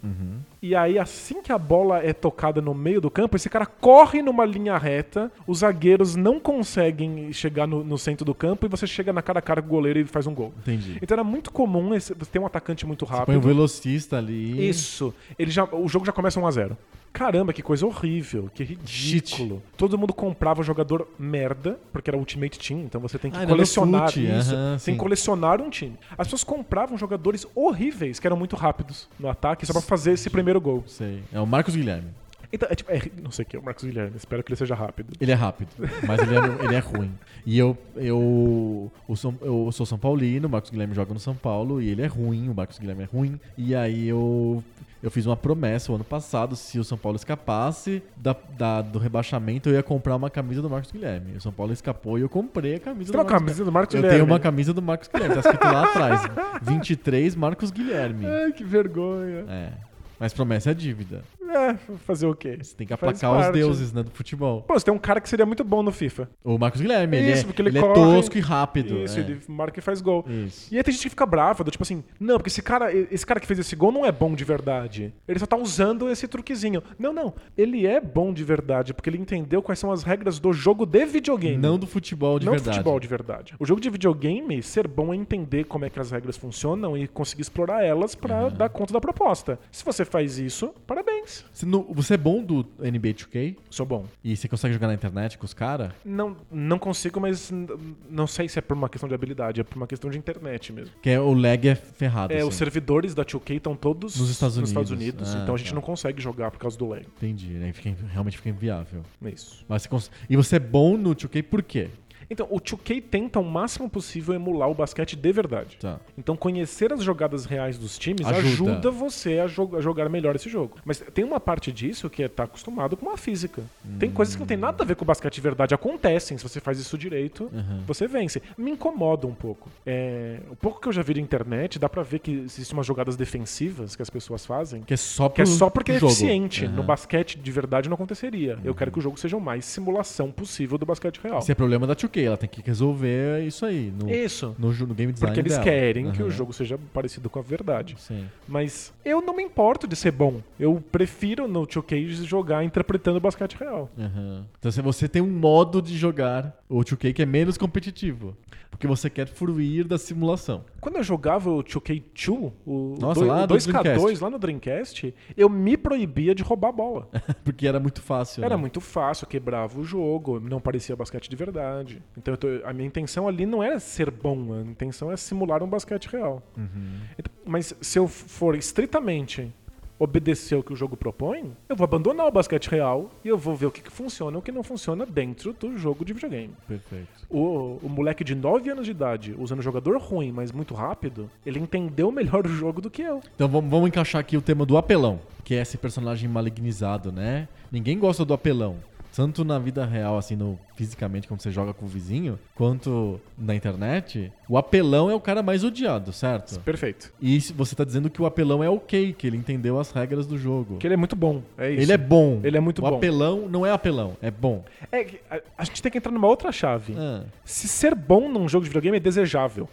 Speaker 2: e aí assim que a bola é tocada no meio do campo, esse cara corre numa linha reta, os zagueiros não conseguem chegar no, no centro do campo, e você chega na cara a cara com o goleiro e faz um gol.
Speaker 1: Entendi.
Speaker 2: Então era muito comum esse- você ter um atacante muito
Speaker 1: Põe o
Speaker 2: rápido.
Speaker 1: velocista ali.
Speaker 2: Isso. Ele já, o jogo já começa 1 a 0 Caramba, que coisa horrível, que ridículo. Todo mundo comprava jogador merda, porque era Ultimate Team, então você tem que
Speaker 1: Ah, era no
Speaker 2: colecionar
Speaker 1: fute,
Speaker 2: isso.
Speaker 1: aham,
Speaker 2: tem
Speaker 1: sim.
Speaker 2: que colecionar um time. As pessoas compravam jogadores horríveis, que eram muito rápidos no ataque, só pra fazer esse primeiro gol.
Speaker 1: Sei. É o Marcos Guilherme.
Speaker 2: Então, é tipo, é, não sei o que, o Marcos Guilherme, espero que ele seja rápido.
Speaker 1: Ele é rápido, mas ele é, ele é ruim. E eu, eu, o São- eu sou São Paulino, o Marcos Guilherme joga no São Paulo e ele é ruim, o Marcos Guilherme é ruim. E aí eu, eu fiz uma promessa o ano passado: se o São Paulo escapasse da, da- do rebaixamento, eu ia comprar uma camisa do Marcos Guilherme. O São Paulo escapou e eu comprei a camisa do
Speaker 2: Você tem uma
Speaker 1: Marcos
Speaker 2: camisa do Marcos
Speaker 1: Guilherme. Eu
Speaker 2: Guilherme?
Speaker 1: tenho uma camisa do Marcos Guilherme, tá escrito lá atrás: 23 Marcos Guilherme.
Speaker 2: Ai, que vergonha.
Speaker 1: É. Mas promessa é dívida.
Speaker 2: É, fazer o quê?
Speaker 1: Você tem que
Speaker 2: Faz
Speaker 1: aplacar os
Speaker 2: parte.
Speaker 1: deuses, né, do futebol.
Speaker 2: Pô, você tem um cara que seria muito bom no FIFA.
Speaker 1: O Marcos Guilherme, ele,
Speaker 2: Isso,
Speaker 1: é,
Speaker 2: porque ele
Speaker 1: ele é
Speaker 2: corre.
Speaker 1: tosco e rápido.
Speaker 2: Isso,
Speaker 1: é.
Speaker 2: ele marca e faz gol.
Speaker 1: Isso.
Speaker 2: E aí tem gente que fica brava, do tipo assim, não, porque esse cara, esse cara que fez esse gol não é bom de verdade. Ele só tá usando esse truquezinho. Não, não. Ele é bom de verdade, porque ele entendeu quais são as regras do jogo de videogame.
Speaker 1: Não do futebol de
Speaker 2: Não
Speaker 1: verdade.
Speaker 2: futebol de verdade. O jogo de videogame, ser bom é entender como é que as regras funcionam e conseguir explorar elas pra dar conta da proposta. Se você faz isso, parabéns.
Speaker 1: Você, não- você é bom do NBA 2K?
Speaker 2: Sou bom.
Speaker 1: E você consegue jogar na internet com os caras?
Speaker 2: Não, não consigo, mas n- não sei se é por uma questão de habilidade, é por uma questão de internet mesmo.
Speaker 1: Que é, o lag é ferrado.
Speaker 2: É,
Speaker 1: assim.
Speaker 2: os servidores da 2K estão todos
Speaker 1: Nos Estados Unidos.
Speaker 2: Unidos,
Speaker 1: Ah,
Speaker 2: então a gente
Speaker 1: tá.
Speaker 2: não consegue jogar por causa do lag.
Speaker 1: Entendi, né? Fica, realmente fica inviável.
Speaker 2: É isso.
Speaker 1: Mas você cons... E você é bom no 2K por quê?
Speaker 2: Então, o 2K tenta o máximo possível emular o basquete de verdade.
Speaker 1: Tá.
Speaker 2: Então, conhecer as jogadas reais dos times
Speaker 1: Ajuda.
Speaker 2: ajuda, você a, jo- a jogar melhor esse jogo. Mas tem uma parte disso que é estar acostumado com a física.
Speaker 1: Hum.
Speaker 2: Tem coisas que não tem nada a ver com o basquete de verdade. Acontecem. Se você faz isso direito, você vence. Me incomoda um pouco. É, o pouco que eu já vi na internet, dá pra ver que existem umas jogadas defensivas que as pessoas fazem.
Speaker 1: Que é só,
Speaker 2: Que é
Speaker 1: pro
Speaker 2: só porque é
Speaker 1: jogo.
Speaker 2: eficiente. No
Speaker 1: Aham. Hum.
Speaker 2: basquete de verdade não aconteceria. Eu quero que o jogo seja o mais simulação possível do basquete real.
Speaker 1: Esse é problema da 2K, ela tem que resolver isso aí no,
Speaker 2: Isso.
Speaker 1: no, ju- no game design
Speaker 2: É. Porque eles
Speaker 1: dela.
Speaker 2: querem que
Speaker 1: Aham.
Speaker 2: o jogo seja parecido com a verdade.
Speaker 1: Sim.
Speaker 2: Mas eu não me importo de ser bom. Eu prefiro no 2K jogar interpretando o basquete real.
Speaker 1: Aham. Então se você tem um modo de jogar o 2K que é menos competitivo. Porque você quer fruir da simulação.
Speaker 2: Quando eu jogava o 2K2, o,
Speaker 1: Nossa,
Speaker 2: doi-
Speaker 1: lá
Speaker 2: o
Speaker 1: do
Speaker 2: 2K2
Speaker 1: Dreamcast.
Speaker 2: lá no Dreamcast, eu me proibia de roubar a bola.
Speaker 1: Porque era muito fácil.
Speaker 2: Era
Speaker 1: né?
Speaker 2: muito fácil, quebrava o jogo, não parecia basquete de verdade. Então eu tô- a minha intenção ali não era ser bom, a intenção é simular um basquete real.
Speaker 1: Uhum.
Speaker 2: Então, mas se eu for estritamente obedecer o que o jogo propõe, eu vou abandonar o basquete real e eu vou ver o que, que funciona e o que não funciona dentro do jogo de videogame.
Speaker 1: Perfeito.
Speaker 2: O, o moleque de 9 anos de idade, usando jogador ruim, mas muito rápido, ele entendeu melhor o jogo do que eu.
Speaker 1: Então vamos, vamos encaixar aqui o tema do apelão, que é esse personagem malignizado, né? Ninguém gosta do apelão. Tanto na vida real, assim, no, fisicamente, quando você joga com o vizinho, quanto na internet, o apelão é o cara mais odiado, certo?
Speaker 2: Perfeito.
Speaker 1: E se- você tá dizendo que o apelão é ok, que ele entendeu as regras do jogo.
Speaker 2: Porque ele é muito bom. É isso.
Speaker 1: Ele é bom.
Speaker 2: Ele é muito bom.
Speaker 1: O apelão não é apelão, é bom.
Speaker 2: É que a, a gente tem que entrar numa outra chave.
Speaker 1: Ah.
Speaker 2: Se ser bom num jogo de videogame é desejável.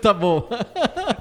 Speaker 1: tá bom.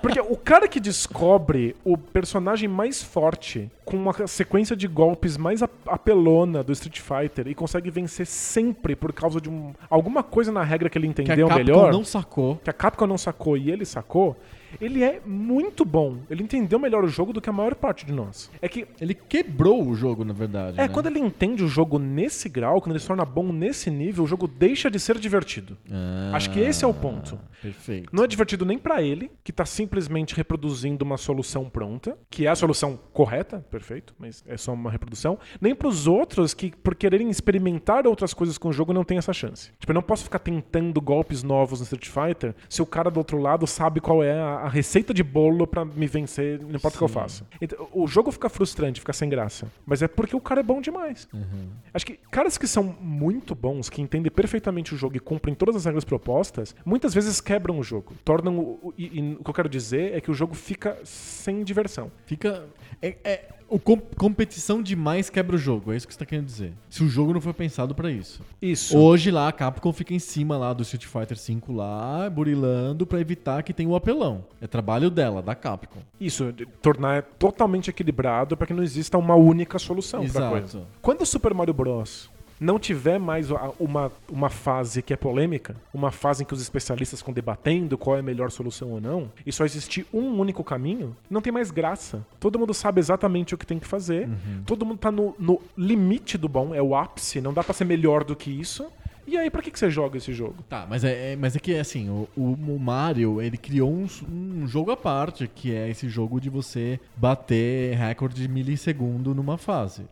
Speaker 2: Porque o cara que descobre o personagem mais forte, com uma sequência de golpes mais ap- apelona do Street Fighter, e consegue vencer sempre por causa de um- alguma coisa na regra que ele
Speaker 1: que a
Speaker 2: entendeu
Speaker 1: Capcom
Speaker 2: melhor,
Speaker 1: não sacou.
Speaker 2: que a Capcom não sacou e ele sacou, ele é muito bom. Ele entendeu melhor o jogo do que a maior parte de nós. É que
Speaker 1: Ele quebrou o jogo, na verdade.
Speaker 2: é,
Speaker 1: né?
Speaker 2: quando ele entende o jogo nesse grau, quando ele se torna bom nesse nível, o jogo deixa de ser divertido.
Speaker 1: Ah,
Speaker 2: Acho que esse é o ponto.
Speaker 1: Perfeito.
Speaker 2: Não é divertido nem pra ele, que tá simplesmente reproduzindo uma solução pronta, que é a solução correta, perfeito, mas é só uma reprodução, nem pros outros que, por quererem experimentar outras coisas com o jogo, não tem essa chance. Tipo, eu não posso ficar tentando golpes novos no Street Fighter se o cara do outro lado sabe qual é a, a receita de bolo pra me vencer, não importa o que eu faça. Então, o jogo fica frustrante, fica sem graça, mas é porque o cara é bom demais. Acho que caras que são muito bons, que entendem perfeitamente o jogo e cumprem todas as regras propostas, muitas vezes quebram o jogo. Tornam. O, o- e, e o que eu quero dizer é que o jogo fica sem diversão.
Speaker 1: Fica. É, é- o com- competição demais quebra o jogo, é isso que você tá querendo dizer. Se o jogo não foi pensado pra isso.
Speaker 2: Isso.
Speaker 1: Hoje lá a Capcom fica em cima lá do Street Fighter V lá, burilando pra evitar que tenha o apelão. É trabalho dela, da Capcom.
Speaker 2: Isso, de- tornar totalmente equilibrado para que não exista uma única solução para
Speaker 1: Exato.
Speaker 2: coisa. Quando o Super Mario Bros. não tiver mais a- uma, uma fase que é polêmica, uma fase em que os especialistas ficam debatendo qual é a melhor solução ou não, e só existir um único caminho, não tem mais graça. Todo mundo sabe exatamente o que tem que fazer, todo mundo tá no, no limite do bom, é o ápice, não dá para ser melhor do que isso. E aí, pra que, que você joga esse jogo?
Speaker 1: Tá, mas é, é- mas é que assim, o, o- o Mario, ele criou um, s- um jogo à parte, que é esse jogo de você bater recorde de milissegundo numa fase.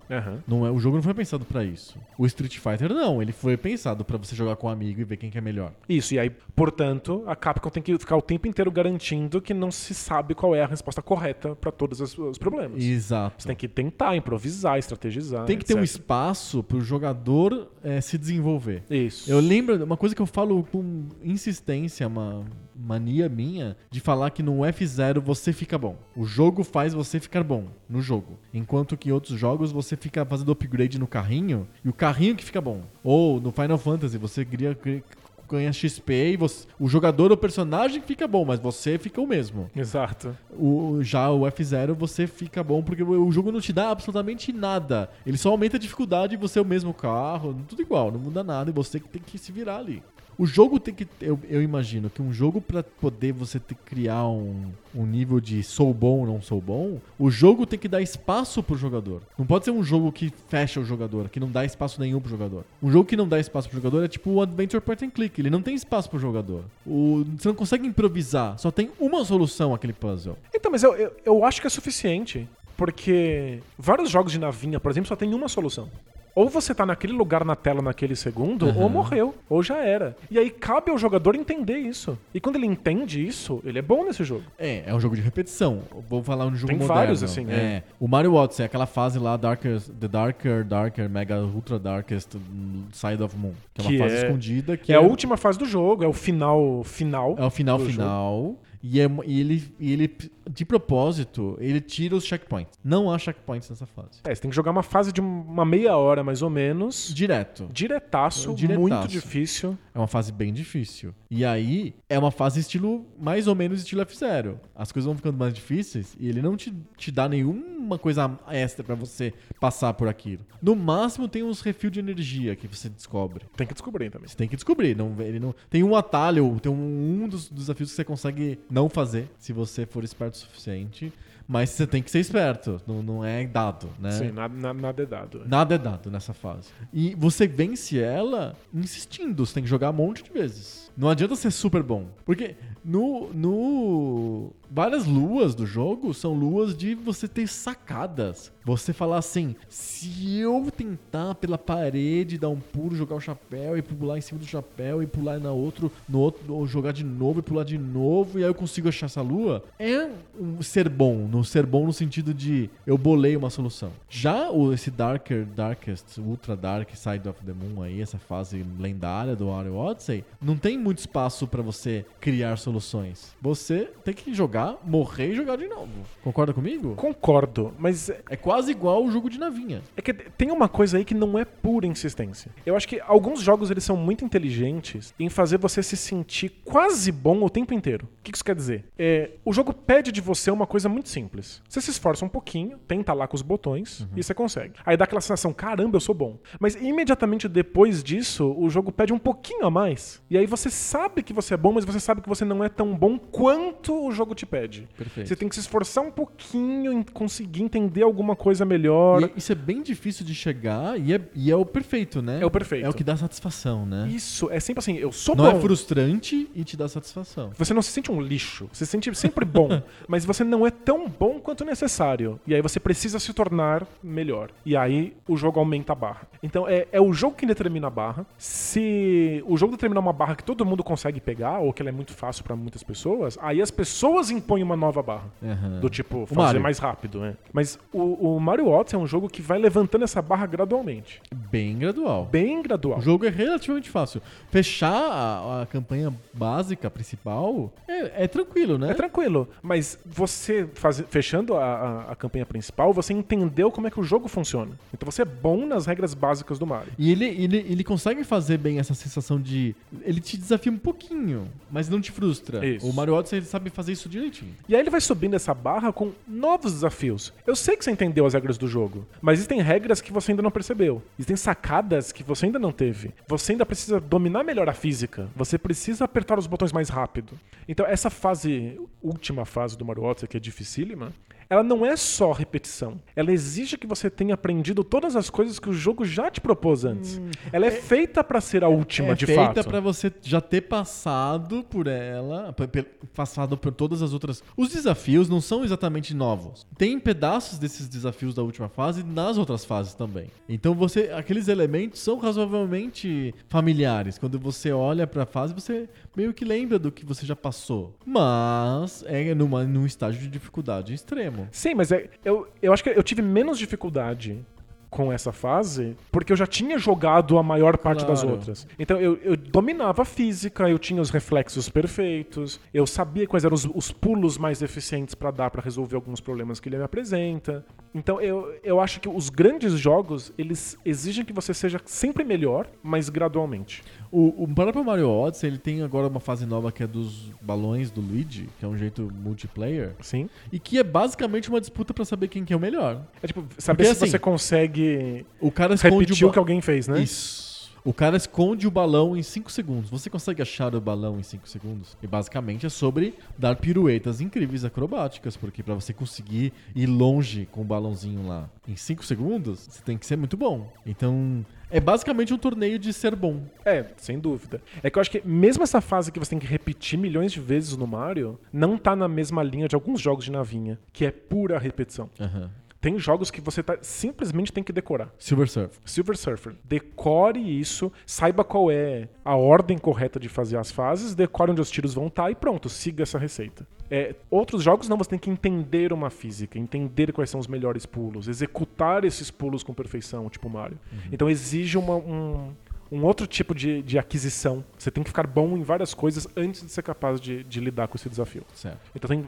Speaker 1: Não é, o jogo não foi pensado pra isso. O Street Fighter não, ele foi pensado pra você jogar com um amigo e ver quem que é melhor.
Speaker 2: Isso, e aí, portanto, a Capcom tem que ficar o tempo inteiro garantindo que não se sabe qual é a resposta correta para todos os- os problemas.
Speaker 1: Exato.
Speaker 2: Você tem que tentar, improvisar, estrategizar.
Speaker 1: Tem que ter um
Speaker 2: etc.
Speaker 1: espaço pro jogador eh, se desenvolver.
Speaker 2: Isso.
Speaker 1: Eu lembro, uma coisa que eu falo com insistência, uma mania minha, de falar que no F0 você fica bom. O jogo faz você ficar bom no jogo. Enquanto que em outros jogos você fica fazendo upgrade no carrinho e o carrinho que fica bom. Ou no Final Fantasy você cria. cria- ganha XP e você- o jogador ou personagem que fica bom, mas você fica o mesmo.
Speaker 2: Exato.
Speaker 1: O, já o F0 você fica bom porque o o jogo não te dá absolutamente nada. Ele só aumenta a dificuldade e você é o mesmo carro, tudo igual, não muda nada e você que tem que se virar ali. O jogo tem que. Eu, eu imagino que um jogo pra poder você ter- criar um, um nível de sou bom ou não sou bom, o jogo tem que dar espaço pro jogador. Não pode ser um jogo que fecha o jogador, que não dá espaço nenhum pro jogador. Um jogo que não dá espaço pro jogador é tipo o Adventure Point and Click, ele não tem espaço pro jogador. O, você não consegue improvisar, só tem uma solução aquele puzzle.
Speaker 2: Então, mas eu, eu, eu acho que é suficiente. Porque vários jogos de navinha, por exemplo, só tem uma solução. Ou você tá naquele lugar na tela naquele segundo, ou morreu, ou já era. E aí cabe ao jogador entender isso. E quando ele entende isso, ele é bom nesse jogo.
Speaker 1: É, é um jogo de repetição. Vou falar um jogo
Speaker 2: Tem
Speaker 1: moderno.
Speaker 2: vários, assim,
Speaker 1: é.
Speaker 2: é.
Speaker 1: O Mario Odyssey, aquela fase lá, Darker, The Darker, Darker, Mega Ultra Darkest hum, Side of Moon. Que é uma
Speaker 2: Que
Speaker 1: fase
Speaker 2: é-
Speaker 1: escondida. Que
Speaker 2: é a última fase do jogo, é o final final.
Speaker 1: É o final
Speaker 2: do jogo.
Speaker 1: final. E, é mu- e ele, e ele, de propósito, ele tira os checkpoints. Não há checkpoints nessa fase.
Speaker 2: É, você tem que jogar uma fase de uma meia hora, mais ou menos.
Speaker 1: Direto.
Speaker 2: Diretaço,
Speaker 1: Um Diretaço.
Speaker 2: muito difícil.
Speaker 1: É uma fase bem difícil. E aí, é uma fase estilo, mais ou menos estilo F0. As coisas vão ficando mais difíceis e ele não te, te dá nenhuma coisa extra pra você passar por aquilo. No máximo, tem uns refil de energia que você descobre.
Speaker 2: Tem que descobrir também.
Speaker 1: Você tem que descobrir. Não, ele não, tem um atalho, tem um, um dos dos desafios que você consegue não fazer se você for esperto o suficiente. Mas você tem que ser esperto. Não, não é dado, né?
Speaker 2: Sim, nada, nada- nada é dado.
Speaker 1: Nada é dado nessa fase. E você vence ela insistindo. Você tem que jogar um monte de vezes. Não adianta ser super bom. Porque no. no várias luas do jogo são luas de você ter sacadas. Você falar assim: se eu tentar pela parede dar um pulo, jogar o chapéu e pular em cima do chapéu e pular na outro, no outro, ou jogar de novo e pular de novo, e aí eu consigo achar essa lua, é um ser bom. No ser bom no sentido de eu bolei uma solução. Já o, esse Darker, Darkest, Ultra Dark Side of the Moon aí, essa fase lendária do Mario Odyssey, não tem muito espaço pra você criar soluções. Você tem que jogar, morrer e jogar de novo. Concorda comigo?
Speaker 2: Concordo, mas é-
Speaker 1: É quase igual o jogo de navinha.
Speaker 2: é que tem uma coisa aí que não é pura insistência. Eu acho que alguns jogos eles são muito inteligentes em fazer você se sentir quase bom o tempo inteiro. O que que isso quer dizer? É, o jogo pede de você uma coisa muito simples. Você se esforça um pouquinho, tenta lá com os botões e você consegue. Aí dá aquela sensação, caramba, eu sou bom. Mas imediatamente depois disso, o jogo pede um pouquinho a mais. E aí você sabe que você é bom, mas você sabe que você não é tão bom quanto o jogo te pede.
Speaker 1: Perfeito.
Speaker 2: Você tem que se esforçar um pouquinho em conseguir entender alguma coisa melhor.
Speaker 1: E isso é bem difícil de chegar e é, e é o perfeito, né?
Speaker 2: É o perfeito.
Speaker 1: É o que dá satisfação, né?
Speaker 2: Isso, é sempre assim, eu sou
Speaker 1: não
Speaker 2: bom.
Speaker 1: é frustrante e te dá satisfação.
Speaker 2: Você não se sente um lixo, você se sente sempre bom, mas você não é tão bom quanto necessário. E aí você precisa se tornar melhor. E aí o jogo aumenta a barra. Então é, é o jogo que determina a barra. Se o jogo determinar uma barra que todo mundo consegue pegar, ou que ela é muito fácil pra muitas pessoas, aí as pessoas impõem uma nova barra.
Speaker 1: Aham.
Speaker 2: Do tipo, fazer
Speaker 1: Mario.
Speaker 2: mais rápido, né? Mas o, o Mario Odyssey é um jogo que vai levantando essa barra gradualmente.
Speaker 1: Bem gradual.
Speaker 2: Bem gradual.
Speaker 1: O jogo é relativamente fácil. Fechar a, a campanha básica, principal, é, é tranquilo, né?
Speaker 2: É tranquilo, mas você faz- fechando a, a- a campanha principal, você entendeu como é que o jogo funciona. Então você é bom nas regras básicas do Mario.
Speaker 1: E ele, ele, ele consegue fazer bem essa sensação de. Ele te desafia um pouquinho, mas não te frustra.
Speaker 2: Isso.
Speaker 1: O Mario Odyssey ele sabe fazer isso direitinho.
Speaker 2: E aí ele vai subindo essa barra com novos desafios. Eu sei que você entendeu as regras do jogo, mas existem regras que você ainda não percebeu. Existem sacadas que você ainda não teve. Você ainda precisa dominar melhor a física. Você precisa apertar os botões mais rápido. Então essa fase, última fase do Mario Odyssey, que é dificílima, ela não é só repetição. Ela exige que você tenha aprendido todas as coisas que o jogo já te propôs antes. ela é, feita pra ser a última,
Speaker 1: Hum. é
Speaker 2: de
Speaker 1: feita
Speaker 2: fato.
Speaker 1: pra você já ter passado por ela, pe- pe- passado por todas as outras. Os desafios não são exatamente novos. Tem pedaços desses desafios da última fase nas outras fases também. Então você, aqueles elementos são razoavelmente familiares. Quando você olha pra fase, você meio que lembra do que você já passou, mas é numa, num estágio de dificuldade extremo.
Speaker 2: Sim, mas é- eu, eu acho que eu tive menos dificuldade com essa fase, porque eu já tinha jogado a maior parte das
Speaker 1: Claro.
Speaker 2: outras. Então eu, eu dominava a física, eu tinha os reflexos perfeitos, eu sabia quais eram os, os pulos mais eficientes pra dar pra resolver alguns problemas que ele me apresenta. Então eu, eu acho que os grandes jogos, eles exigem que você seja sempre melhor, mas gradualmente.
Speaker 1: O, o próprio Mario Odyssey, ele tem agora uma fase nova que é dos balões do Luigi, que é um jeito multiplayer,
Speaker 2: Sim.
Speaker 1: e que é basicamente uma disputa pra saber quem que é o melhor.
Speaker 2: É tipo, saber
Speaker 1: Porque,
Speaker 2: se
Speaker 1: assim,
Speaker 2: você consegue
Speaker 1: O cara esconde
Speaker 2: repetir
Speaker 1: o
Speaker 2: o que
Speaker 1: balão.
Speaker 2: alguém fez, né?
Speaker 1: Isso. O cara esconde o balão em 5 segundos. Você consegue achar o balão em 5 segundos? E basicamente é sobre dar piruetas incríveis acrobáticas, porque pra você conseguir ir longe com o balãozinho lá em 5 segundos, você tem que ser muito bom. Então, é basicamente um torneio de ser bom.
Speaker 2: É, sem dúvida. É que eu acho que mesmo essa fase que você tem que repetir milhões de vezes no Mario, não tá na mesma linha de alguns jogos de navinha, que é pura repetição. Tem jogos que você tá, simplesmente tem que decorar.
Speaker 1: Silver Surf.
Speaker 2: Silver Surfer, decore isso, saiba qual é a ordem correta de fazer as fases, decore onde os tiros vão estar e pronto, siga essa receita. É, outros jogos não, você tem que entender uma física, entender quais são os melhores pulos, executar esses pulos com perfeição, tipo Mario. Então exige uma- um, um outro tipo de, de aquisição. Você tem que ficar bom em várias coisas antes de ser capaz de- de lidar com esse desafio.
Speaker 1: Certo.
Speaker 2: Então tem.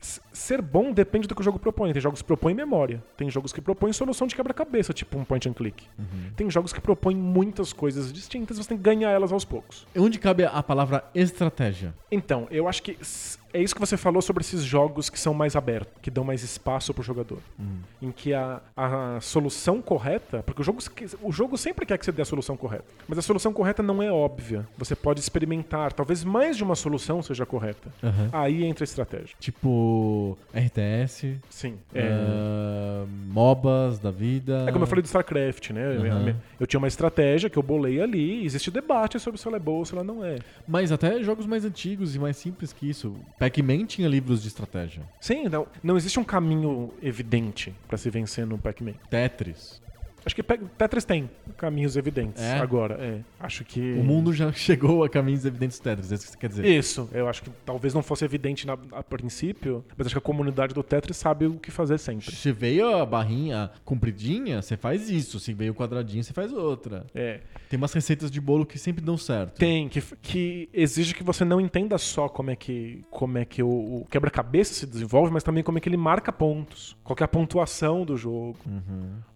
Speaker 2: s- Ser bom depende do que o jogo propõe. Tem jogos que propõem memória. Tem jogos que propõem solução de quebra-cabeça, tipo um point and click.
Speaker 1: Uhum.
Speaker 2: Tem jogos que propõem muitas coisas distintas, você tem que ganhar elas aos poucos.
Speaker 1: Onde cabe a palavra estratégia?
Speaker 2: Então, eu acho que s- é isso que você falou sobre esses jogos que são mais abertos, que dão mais espaço pro jogador.
Speaker 1: Uhum.
Speaker 2: Em que a, a solução correta. Porque o jogo, se- o jogo sempre quer que você dê a solução correta. Mas a solução correta não é óbvia. Você pode experimentar. Talvez mais de uma solução seja correta.
Speaker 1: Aham.
Speaker 2: Aí entra a estratégia.
Speaker 1: Tipo, RTS,
Speaker 2: Sim.
Speaker 1: ah, MOBAs da vida.
Speaker 2: É como eu falei do StarCraft, né?
Speaker 1: Aham.
Speaker 2: Eu tinha uma estratégia que eu bolei ali, existe debate sobre se ela é boa ou se ela não é.
Speaker 1: Mas até jogos mais antigos e mais simples que isso. Pac-Man tinha livros de estratégia.
Speaker 2: Sim, não, não existe um caminho evidente pra se vencer no Pac-Man.
Speaker 1: Tetris.
Speaker 2: Acho que Pe- Tetris tem caminhos evidentes
Speaker 1: É?
Speaker 2: agora. É. Acho que.
Speaker 1: O mundo já chegou a caminhos evidentes do Tetris, é isso que você quer dizer.
Speaker 2: Isso, eu acho que talvez não fosse evidente na- a princípio, mas acho que a comunidade do Tetris sabe o que fazer sempre.
Speaker 1: Se veio a barrinha compridinha, você faz isso. Se veio o quadradinho, você faz outra.
Speaker 2: É.
Speaker 1: Tem umas receitas de bolo que sempre dão certo.
Speaker 2: Tem, que, que exige que você não entenda só como é que, como é que o, o quebra-cabeça se desenvolve, mas também como é que ele marca pontos. Qual que é a pontuação do jogo.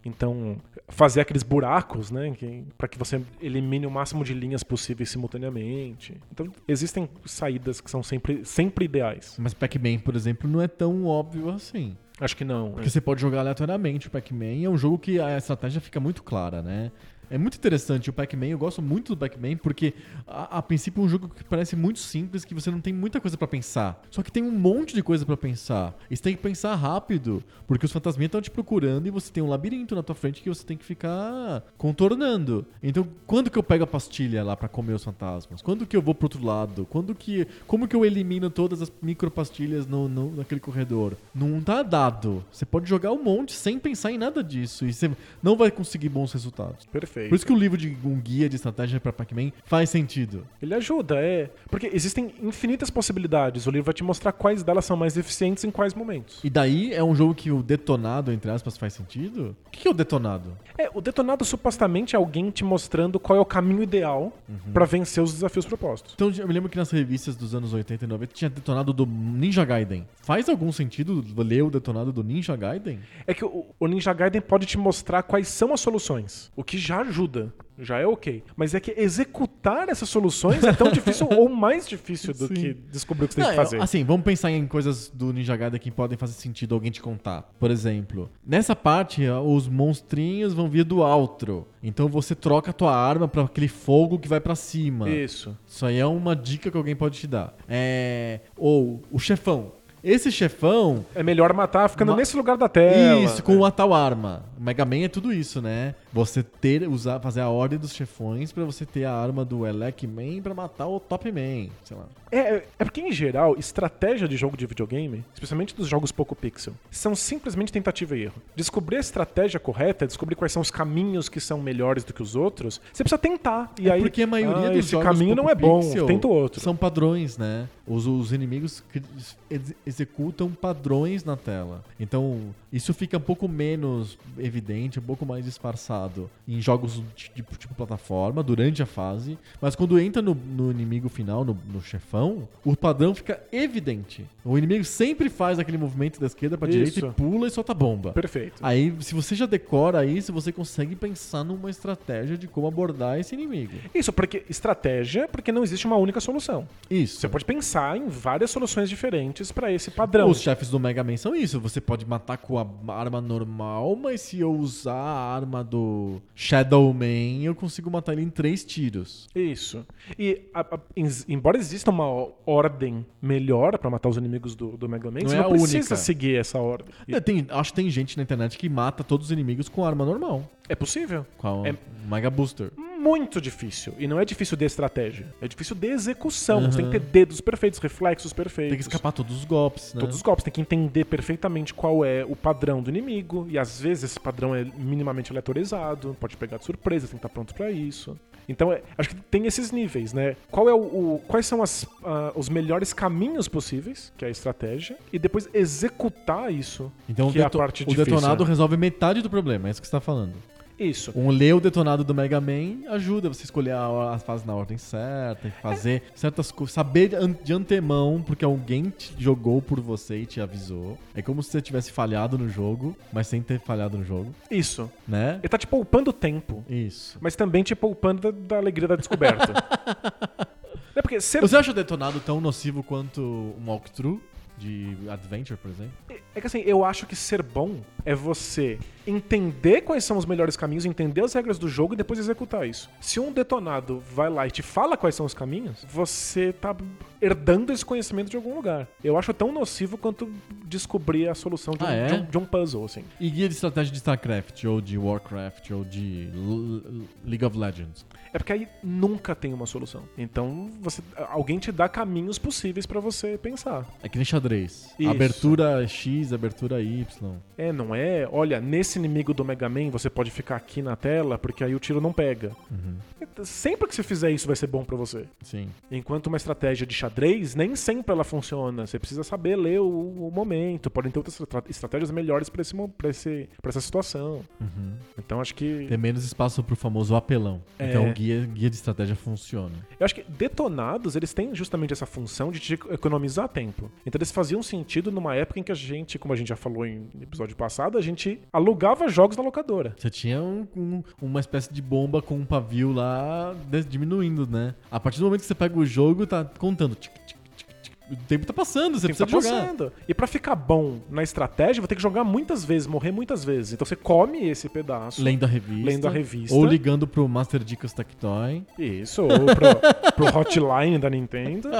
Speaker 2: Então, fazer aqueles buracos, né? Que, para que você elimine o máximo de linhas possíveis simultaneamente. Então, existem saídas que são sempre, sempre ideais.
Speaker 1: Mas Pac-Man, por exemplo, não é tão óbvio assim.
Speaker 2: Acho que não. é.
Speaker 1: Porque você pode jogar aleatoriamente o Pac-Man. É um jogo que a estratégia fica muito clara, né? É muito interessante o Pac-Man. Eu gosto muito do Pac-Man porque, a, a princípio, é um jogo que parece muito simples, que você não tem muita coisa pra pensar. Só que tem um monte de coisa pra pensar. E você tem que pensar rápido, porque os fantasminhas estão te procurando e você tem um labirinto na tua frente que você tem que ficar contornando. Então, quando que eu pego a pastilha lá pra comer os fantasmas? Quando que eu vou pro outro lado? Quando que. Como que eu elimino todas as micropastilhas no, no, naquele corredor? Não tá dado. Você pode jogar um monte sem pensar em nada disso. E você não vai conseguir bons resultados.
Speaker 2: Perfeito.
Speaker 1: Por isso que o livro de um guia de estratégia pra Pac-Man faz sentido.
Speaker 2: Ele ajuda, é. Porque existem infinitas possibilidades. O livro vai te mostrar quais delas são mais eficientes em quais momentos.
Speaker 1: E daí é um jogo que o detonado, entre aspas, faz sentido? O que que é o detonado?
Speaker 2: É, o detonado supostamente é alguém te mostrando qual é o caminho ideal
Speaker 1: Uhum.
Speaker 2: pra vencer os desafios propostos.
Speaker 1: Então eu me lembro que nas revistas dos anos 80 e 90 tinha detonado do Ninja Gaiden. Faz algum sentido ler o detonado do Ninja Gaiden?
Speaker 2: É que o, o Ninja Gaiden pode te mostrar quais são as soluções, o que já ajuda, já é ok. Mas é que executar essas soluções é tão difícil ou mais difícil do
Speaker 1: Sim.
Speaker 2: que descobrir o que você tem
Speaker 1: Não,
Speaker 2: que fazer.
Speaker 1: eu- assim, vamos pensar em coisas do Ninja Gaiden que podem fazer sentido alguém te contar. Por exemplo, nessa parte, ó, os monstrinhos vão vir do outro. Então você troca a tua arma pra aquele fogo que vai pra cima.
Speaker 2: Isso.
Speaker 1: Isso aí é uma dica que alguém pode te dar. É... Ou o chefão. Esse chefão
Speaker 2: É melhor matar ficando
Speaker 1: Ma-
Speaker 2: nesse lugar da tela.
Speaker 1: Isso, com uma tal arma. O Mega Man é tudo isso, né? Você ter, usar, fazer a ordem dos chefões pra você ter a arma do Elec Man pra matar o Top Man, sei lá.
Speaker 2: É, é porque, em geral, estratégia de jogo de videogame, especialmente dos jogos pouco pixel, são simplesmente tentativa e erro. Descobrir a estratégia correta, descobrir quais são os caminhos que são melhores do que os outros, você precisa tentar. E aí,
Speaker 1: É Porque a maioria
Speaker 2: ah,
Speaker 1: dos
Speaker 2: esse
Speaker 1: jogos
Speaker 2: caminho
Speaker 1: pouco
Speaker 2: não é bom,
Speaker 1: pixel
Speaker 2: tenta o outro.
Speaker 1: São padrões, né? Os, os inimigos cri- ex- executam padrões na tela. Então, isso fica um pouco menos evidente, um pouco mais disfarçado em jogos de, de- tipo plataforma, durante a fase. Mas quando entra no, no inimigo final, no, no chefão, o padrão fica evidente. O inimigo sempre faz aquele movimento da esquerda pra direita e
Speaker 2: Isso.
Speaker 1: pula e solta bomba.
Speaker 2: Perfeito.
Speaker 1: Aí, se você já decora isso, você consegue pensar numa estratégia de como abordar esse inimigo.
Speaker 2: Isso, porque estratégia, porque não existe uma única solução.
Speaker 1: Isso.
Speaker 2: Você pode pensar em várias soluções diferentes pra esse padrão.
Speaker 1: Os chefes do Mega Man são isso. Você pode matar com a arma normal, mas se eu usar a arma do Shadow Man, eu consigo matar ele em três tiros.
Speaker 2: Isso. E a- a- ens- embora exista uma o- ordem melhor pra matar os inimigos do, do Mega Man,
Speaker 1: Não
Speaker 2: você
Speaker 1: é
Speaker 2: não
Speaker 1: a
Speaker 2: precisa
Speaker 1: única.
Speaker 2: seguir essa ordem. E
Speaker 1: É, tem- acho que tem gente na internet que mata todos os inimigos com arma normal.
Speaker 2: é possível.
Speaker 1: Com a
Speaker 2: É-
Speaker 1: Mega Booster.
Speaker 2: Muito difícil. E não é difícil de estratégia. É difícil de execução. Você tem que ter dedos perfeitos, reflexos
Speaker 1: Uhum.
Speaker 2: perfeitos.
Speaker 1: Tem que escapar todos os golpes, né?
Speaker 2: Todos os golpes, tem que entender perfeitamente qual é o padrão do inimigo, e às vezes esse padrão é minimamente aleatorizado, pode pegar de surpresa, tem que estar pronto pra isso. Então, é- acho que tem esses níveis, né? Qual é o, o- quais são as, ah, os melhores caminhos possíveis, que é a estratégia, e depois executar isso,
Speaker 1: Então
Speaker 2: que
Speaker 1: o,
Speaker 2: é a
Speaker 1: deto-
Speaker 2: parte
Speaker 1: o
Speaker 2: difícil.
Speaker 1: detonado resolve metade do problema, é isso que você tá falando.
Speaker 2: Isso.
Speaker 1: Um ler o detonado do Mega Man ajuda você a escolher a- as fases na ordem certa e fazer certas coisas. Saber an- de antemão, porque alguém te jogou por você e te avisou. É como se você tivesse falhado no jogo, mas sem ter falhado no jogo,
Speaker 2: Isso.
Speaker 1: né?
Speaker 2: Ele tá te poupando tempo,
Speaker 1: Isso.
Speaker 2: mas também te poupando da, da alegria da descoberta. é porque ser
Speaker 1: Você acha o detonado tão nocivo quanto um walkthrough de Adventure, por exemplo?
Speaker 2: É que assim, eu acho que ser bom é você entender quais são os melhores caminhos, entender as regras do jogo e depois executar isso. Se um detonado vai lá e te fala quais são os caminhos, você tá herdando esse conhecimento de algum lugar. Eu acho tão nocivo quanto descobrir a solução de, um,
Speaker 1: Ah, é?
Speaker 2: de um- de um puzzle, assim.
Speaker 1: E guia de estratégia de StarCraft, ou de Warcraft, ou de L- L- League of Legends.
Speaker 2: É porque aí nunca tem uma solução. Então, você, alguém te dá caminhos possíveis pra você pensar.
Speaker 1: É que nem xadrez.
Speaker 2: Isso.
Speaker 1: Abertura X, abertura Y.
Speaker 2: É, não é? Olha, nesse inimigo do Mega Man você pode ficar aqui na tela porque aí o tiro não pega. Sempre que você fizer isso vai ser bom pra você.
Speaker 1: Sim.
Speaker 2: Enquanto uma estratégia de xadrez, nem sempre ela funciona. Você precisa saber ler o, o momento. Podem ter outras estra- estratégias melhores pra esse, mo- pra esse, pra essa situação. Então acho que.
Speaker 1: Tem menos espaço pro famoso apelão.
Speaker 2: É.
Speaker 1: Então o guia, guia de estratégia funciona.
Speaker 2: Eu acho que detonados, eles têm justamente essa função de te economizar tempo. Então eles faziam sentido numa época em que a gente, como a gente já falou em episódio passado, a gente alugava jogos na locadora.
Speaker 1: Você tinha um- um- uma espécie de bomba com um pavio lá des- diminuindo, né? A partir do momento que você pega o jogo, tá contando. Tic, tic, tic, tic. O tempo tá passando, você
Speaker 2: Tem que
Speaker 1: precisa
Speaker 2: tá
Speaker 1: jogar.
Speaker 2: passando. E pra ficar bom na estratégia, vou ter que jogar muitas vezes, morrer muitas vezes. Então você come esse pedaço.
Speaker 1: Lendo a revista.
Speaker 2: Lendo a revista.
Speaker 1: Ou ligando pro Master Dicas Tectoy.
Speaker 2: Isso, ou pro, pro hotline da Nintendo.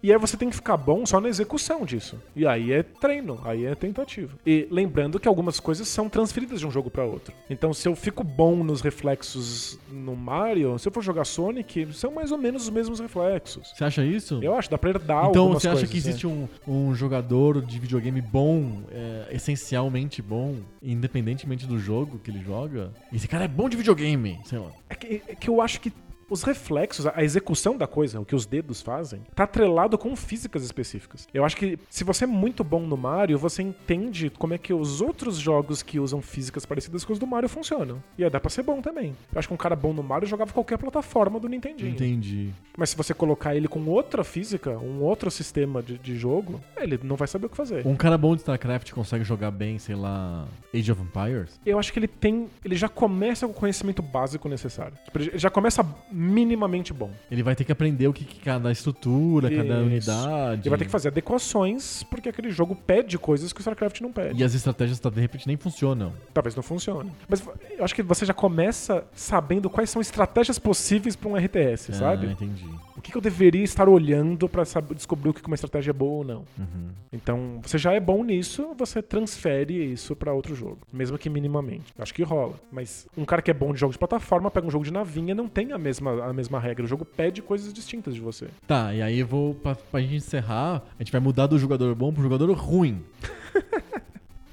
Speaker 2: E aí você tem que ficar bom só na execução disso. E aí é treino, aí é tentativa. E lembrando que algumas coisas são transferidas de um jogo pra outro. Então se eu fico bom nos reflexos no Mario, se eu for jogar Sonic, são mais ou menos os mesmos reflexos.
Speaker 1: Você acha isso?
Speaker 2: Eu acho, dá pra herdar
Speaker 1: então
Speaker 2: algumas
Speaker 1: você acha
Speaker 2: coisas,
Speaker 1: que
Speaker 2: né?
Speaker 1: existe um, um jogador de videogame bom, é, essencialmente bom, independentemente do jogo que ele joga? Esse cara é bom de videogame, sei lá.
Speaker 2: É que, é que eu acho que os reflexos, a- a execução da coisa, o que os dedos fazem, tá atrelado com físicas específicas. Eu acho que se você é muito bom no Mario, você entende como é que os outros jogos que usam físicas parecidas com as do Mario funcionam. E aí dá pra ser bom também. Eu acho que um cara bom no Mario jogava qualquer plataforma do Nintendinho.
Speaker 1: Entendi.
Speaker 2: Mas se você colocar ele com outra física, um outro sistema de, de jogo, ele não vai saber o que fazer.
Speaker 1: Um cara bom de StarCraft consegue jogar bem, sei lá, Age of Empires?
Speaker 2: Eu acho que ele tem. Ele já começa com o conhecimento básico necessário. Tipo, Ele já começa minimamente bom.
Speaker 1: Ele vai ter que aprender o que, que cada estrutura, cada
Speaker 2: Isso.
Speaker 1: unidade.
Speaker 2: Ele vai ter que fazer adequações, porque aquele jogo pede coisas que o StarCraft não pede.
Speaker 1: E as estratégias tá, de repente nem funcionam.
Speaker 2: Talvez não funcione. Mas eu acho que você já começa sabendo quais são estratégias possíveis pra um RTS,
Speaker 1: Ah,
Speaker 2: sabe?
Speaker 1: entendi.
Speaker 2: O que, que eu deveria estar olhando pra saber- descobrir o que que uma estratégia é boa ou não?
Speaker 1: Uhum.
Speaker 2: Então, você já é bom nisso, você transfere isso pra outro jogo, mesmo que minimamente. Acho que rola. Mas um cara que é bom de jogos de plataforma pega um jogo de navinha, não tem a mesma, a mesma regra. O jogo pede coisas distintas de você.
Speaker 1: Tá, e aí eu vou. Pra, pra gente encerrar, a gente vai mudar do jogador bom pro jogador ruim.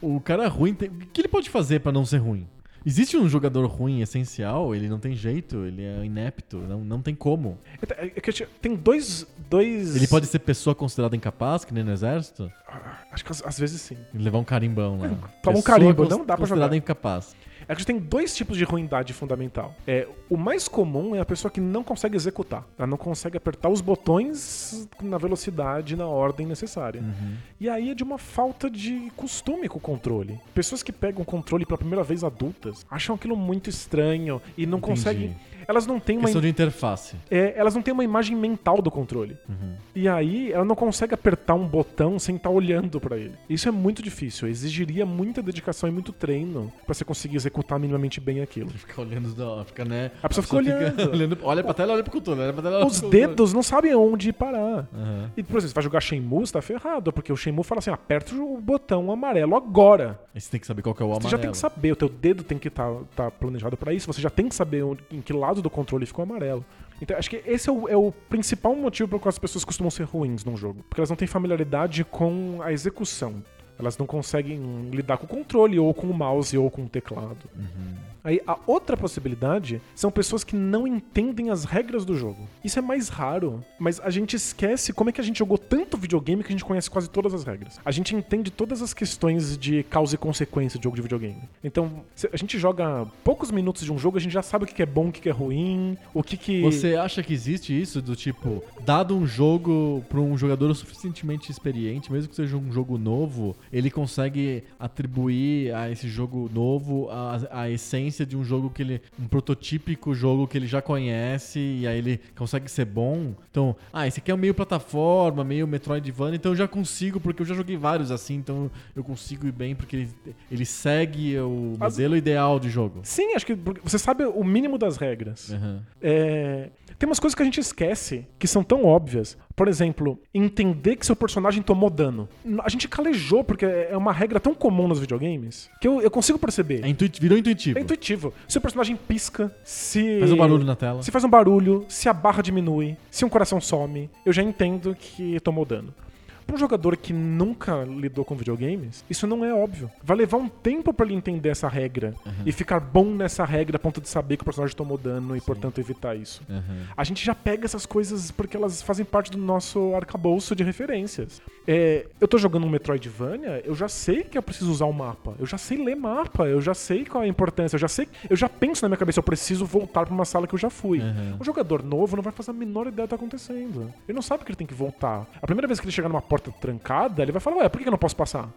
Speaker 1: o cara ruim tem. O que ele pode fazer pra não ser ruim? Existe um jogador ruim essencial, ele não tem jeito, ele é inepto, não, não tem como.
Speaker 2: É que eu tinha- Tem dois. dois...
Speaker 1: Ele pode ser pessoa considerada incapaz, que nem no exército,
Speaker 2: Ah, Acho que às- às vezes sim.
Speaker 1: e levar um carimbão lá.
Speaker 2: Toma um
Speaker 1: Pessoa
Speaker 2: carimbo,
Speaker 1: cons-
Speaker 2: não dá pra
Speaker 1: considerada
Speaker 2: jogar.
Speaker 1: incapaz.
Speaker 2: É que tem dois tipos de ruindade fundamental. É, o mais comum é a pessoa que não consegue executar. Ela não consegue apertar os botões na velocidade, na ordem necessária.
Speaker 1: Uhum.
Speaker 2: E aí é de uma falta de costume com o controle. Pessoas que pegam o controle pela primeira vez adultas acham aquilo muito estranho e não
Speaker 1: Entendi.
Speaker 2: conseguem. Elas não têm uma.
Speaker 1: Questão de interface.
Speaker 2: é, elas não têm uma imagem mental do controle. E aí ela não consegue apertar um botão sem estar olhando pra ele. Isso é muito difícil. Exigiria muita dedicação e muito treino pra você conseguir executar minimamente bem aquilo.
Speaker 1: Fica olhando, da- fica, né?
Speaker 2: A pessoa fica olhando.
Speaker 1: Olha pra tela, olha pro controle, olha pra tela, olha
Speaker 2: Os
Speaker 1: pro controle.
Speaker 2: dedos não sabem onde ir parar.
Speaker 1: Aham.
Speaker 2: E, por exemplo, você vai jogar Shenmue, você tá ferrado, porque o Shenmue fala assim, aperta o botão amarelo agora.
Speaker 1: Aí você tem que saber qual que é o amarelo.
Speaker 2: Você já tem que saber, o teu dedo tem que estar planejado pra isso, você já tem que saber onde- em que lado do controle ficou amarelo. Então, acho que esse é o, é o principal motivo pelo qual as pessoas costumam ser ruins num jogo. Porque elas não têm familiaridade com a execução. Elas não conseguem lidar com o controle, ou com o mouse, ou com o teclado. Aí a outra possibilidade são pessoas que não entendem as regras do jogo. Isso é mais raro, mas a gente esquece como é que a gente jogou tanto videogame que a gente conhece quase todas as regras. A gente entende todas as questões de causa e consequência de jogo de videogame. Então, se a gente joga poucos minutos de um jogo, a gente já sabe o que que é bom, o que que é ruim, o que que
Speaker 1: Você acha que existe isso do tipo, dado um jogo pra um jogador suficientemente experiente, mesmo que seja um jogo novo, ele consegue atribuir a esse jogo novo a, a essência de um jogo que ele. um prototípico jogo que ele já conhece e aí ele consegue ser bom? Então, ah, esse aqui é um meio plataforma, meio Metroidvania, então eu já consigo, porque eu já joguei vários assim, então eu consigo ir bem, porque ele, ele segue o
Speaker 2: As-
Speaker 1: modelo ideal de jogo.
Speaker 2: Sim, acho que porque você sabe o mínimo das regras.
Speaker 1: Aham.
Speaker 2: É, Tem umas coisas que a gente esquece, que são tão óbvias. Por exemplo, entender que seu personagem tomou dano. N- A gente calejou, porque é uma regra tão comum nos videogames, que eu, eu consigo perceber.
Speaker 1: É intuit- virou intuitivo.
Speaker 2: É intuitivo. Se o personagem pisca, se.
Speaker 1: Faz um barulho na tela.
Speaker 2: Se faz um barulho, se a barra diminui, se um coração some, eu já entendo que tomou dano. Pra um jogador que nunca lidou com videogames, isso não é óbvio. Vai levar um tempo pra ele entender essa regra e ficar bom nessa regra a ponto de saber que o personagem tomou dano e, portanto, evitar isso.
Speaker 1: Aham.
Speaker 2: A gente já pega essas coisas porque elas fazem parte do nosso arcabouço de referências. É, eu tô jogando um Metroidvania, eu já sei que eu preciso usar o mapa, eu já sei ler mapa, eu já sei qual é a importância, eu já sei, eu já penso na minha cabeça, eu preciso voltar pra uma sala que eu já fui.
Speaker 1: Uhum.
Speaker 2: Um jogador novo não vai fazer a menor ideia do que tá acontecendo. Ele não sabe que ele tem que voltar. A primeira vez que ele chegar numa porta trancada, ele vai falar, ué, por que que eu não posso passar?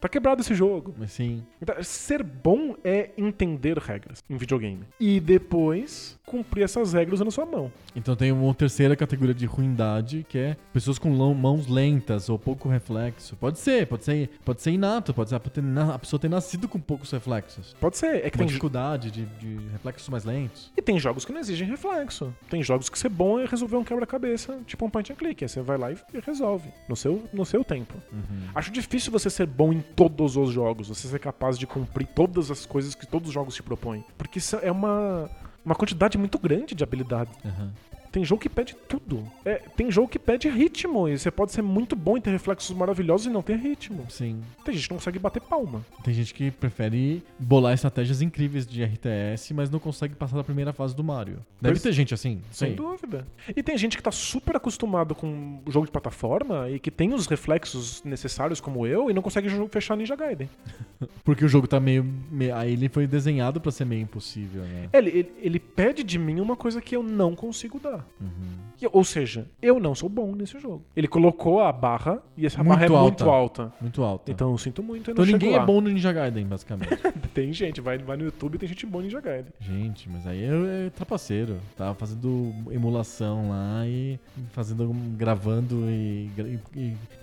Speaker 2: Tá quebrado esse jogo.
Speaker 1: Mas sim.
Speaker 2: Então, ser bom é entender regras em videogame. E depois cumprir essas regras na sua mão.
Speaker 1: Então tem uma terceira categoria de ruindade, que é pessoas com lão- mãos lentas ou pouco reflexo. Pode ser, pode ser, pode ser inato, pode ser pode ter na- a pessoa ter nascido com poucos reflexos.
Speaker 2: Pode ser. É
Speaker 1: Uma
Speaker 2: que tem, jo-
Speaker 1: dificuldade de, de reflexos mais lentos.
Speaker 2: e tem jogos que não exigem reflexo. Tem jogos que ser bom é resolver um quebra-cabeça, tipo um point and click. Aí você vai lá e e resolve. No seu, no seu tempo.
Speaker 1: Uhum.
Speaker 2: Acho difícil você ser bom em todos os jogos. Você ser capaz de cumprir todas as coisas que todos os jogos te propõem. Porque isso é uma. Uma quantidade muito grande de habilidade.
Speaker 1: Aham.
Speaker 2: Tem jogo que pede tudo. É, tem jogo que pede ritmo. E você pode ser muito bom e ter reflexos maravilhosos e não ter ritmo.
Speaker 1: Sim.
Speaker 2: Tem gente que não consegue bater palma.
Speaker 1: Tem gente que prefere bolar estratégias incríveis de RTS, mas não consegue passar da primeira fase do Mario. Deve
Speaker 2: Pois-
Speaker 1: ter gente assim.
Speaker 2: Sem
Speaker 1: Sim.
Speaker 2: dúvida. E tem gente que tá super acostumado com jogo de plataforma e que tem os reflexos necessários, como eu, e não consegue jo- fechar Ninja Gaiden.
Speaker 1: Porque o jogo tá meio, meio. Aí ele foi desenhado pra ser meio impossível, né?
Speaker 2: Ele, ele, ele pede de mim uma coisa que eu não consigo dar.
Speaker 1: Uhum.
Speaker 2: E- ou seja, eu não sou bom nesse jogo. Ele colocou a barra e essa
Speaker 1: Muito
Speaker 2: barra é
Speaker 1: alta.
Speaker 2: muito alta.
Speaker 1: Muito alto.
Speaker 2: Então eu sinto muito, eu não
Speaker 1: então
Speaker 2: chego
Speaker 1: ninguém
Speaker 2: lá.
Speaker 1: é bom no Ninja Gaiden, basicamente.
Speaker 2: Tem gente, vai, vai no YouTube tem gente boa em Ninja Gaiden.
Speaker 1: Gente, mas aí é, é trapaceiro. Tava fazendo emulação lá e fazendo, algum- gravando e, gra- e-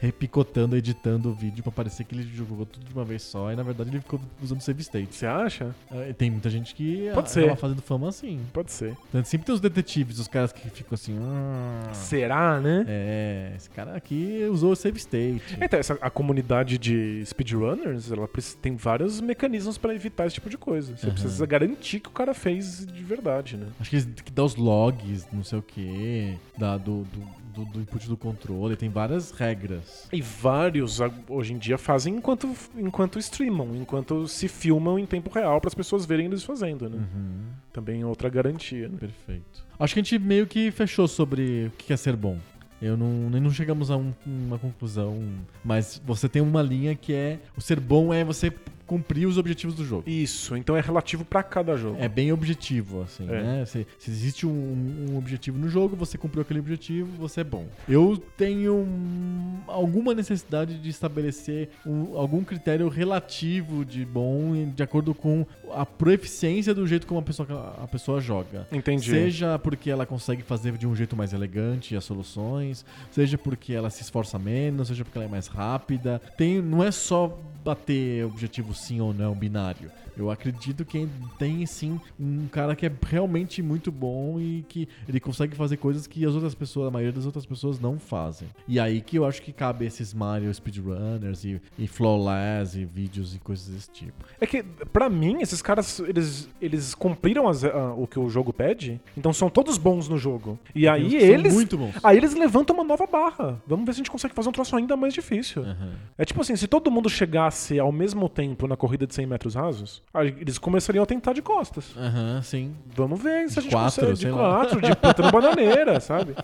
Speaker 1: e repicotando, editando o vídeo pra parecer que ele jogou tudo de uma vez só e na verdade ele ficou usando save states.
Speaker 2: Você acha?
Speaker 1: Ah, e Tem muita gente que
Speaker 2: Pode
Speaker 1: a-
Speaker 2: ser.
Speaker 1: acaba fazendo fama assim.
Speaker 2: Pode ser.
Speaker 1: Então, Sempre tem os detetives, os caras que que ficam assim. "Hum,
Speaker 2: Será, né?
Speaker 1: é, esse cara aqui usou o save state.
Speaker 2: Então, essa, a comunidade de speedrunners, ela preci- tem vários mecanismos pra evitar esse tipo de coisa.
Speaker 1: Uhum.
Speaker 2: Você precisa garantir que o cara fez de verdade, né?
Speaker 1: Acho que eles têm que dá os logs, não sei o quê, da, do, do, do- do input do controle, tem várias regras.
Speaker 2: E vários a- hoje em dia fazem enquanto, enquanto streamam, enquanto se filmam em tempo real para as pessoas verem eles fazendo, né?
Speaker 1: Uhum.
Speaker 2: Também é outra garantia, né?
Speaker 1: Perfeito. Acho que a gente meio que fechou sobre o que é ser bom. Eu não, nem não chegamos a um- uma conclusão, mas você tem uma linha que é o ser bom é você cumprir os objetivos do jogo.
Speaker 2: Isso, então é relativo para cada jogo.
Speaker 1: É bem objetivo, assim,
Speaker 2: É.
Speaker 1: né? Se, se existe um, um objetivo no jogo, você cumpriu aquele objetivo, você é bom. Eu tenho hum, alguma necessidade de estabelecer um- algum critério relativo de bom em- de acordo com a proeficiência do jeito como a pessoa, a pessoa joga.
Speaker 2: Entendi.
Speaker 1: Seja porque ela consegue fazer de um jeito mais elegante as soluções, seja porque ela se esforça menos, seja porque ela é mais rápida. Tem, não é só bater objetivo sim ou não binário. Eu acredito que tem sim um cara que é realmente muito bom e que ele consegue fazer coisas que as outras pessoas, a maioria das outras pessoas não fazem. E aí que eu acho que cabe esses Mario speedrunners e, e flawless e vídeos e coisas desse tipo.
Speaker 2: É que, pra mim, esses caras, eles, eles cumpriram as- a- o que o jogo pede, então são todos bons no jogo. E aí
Speaker 1: uns que são
Speaker 2: eles.
Speaker 1: muito bons.
Speaker 2: Aí eles levantam uma nova barra. Vamos ver se a gente consegue fazer um troço ainda mais difícil. É tipo assim, se todo mundo chegasse ao mesmo tempo na corrida de 100 metros rasos, aí eles começariam a tentar de costas.
Speaker 1: Aham, sim.
Speaker 2: Vamos ver se
Speaker 1: De
Speaker 2: a gente
Speaker 1: quatro,
Speaker 2: consegue. De
Speaker 1: sei lá.
Speaker 2: quatro, de puta na bananeira, sabe?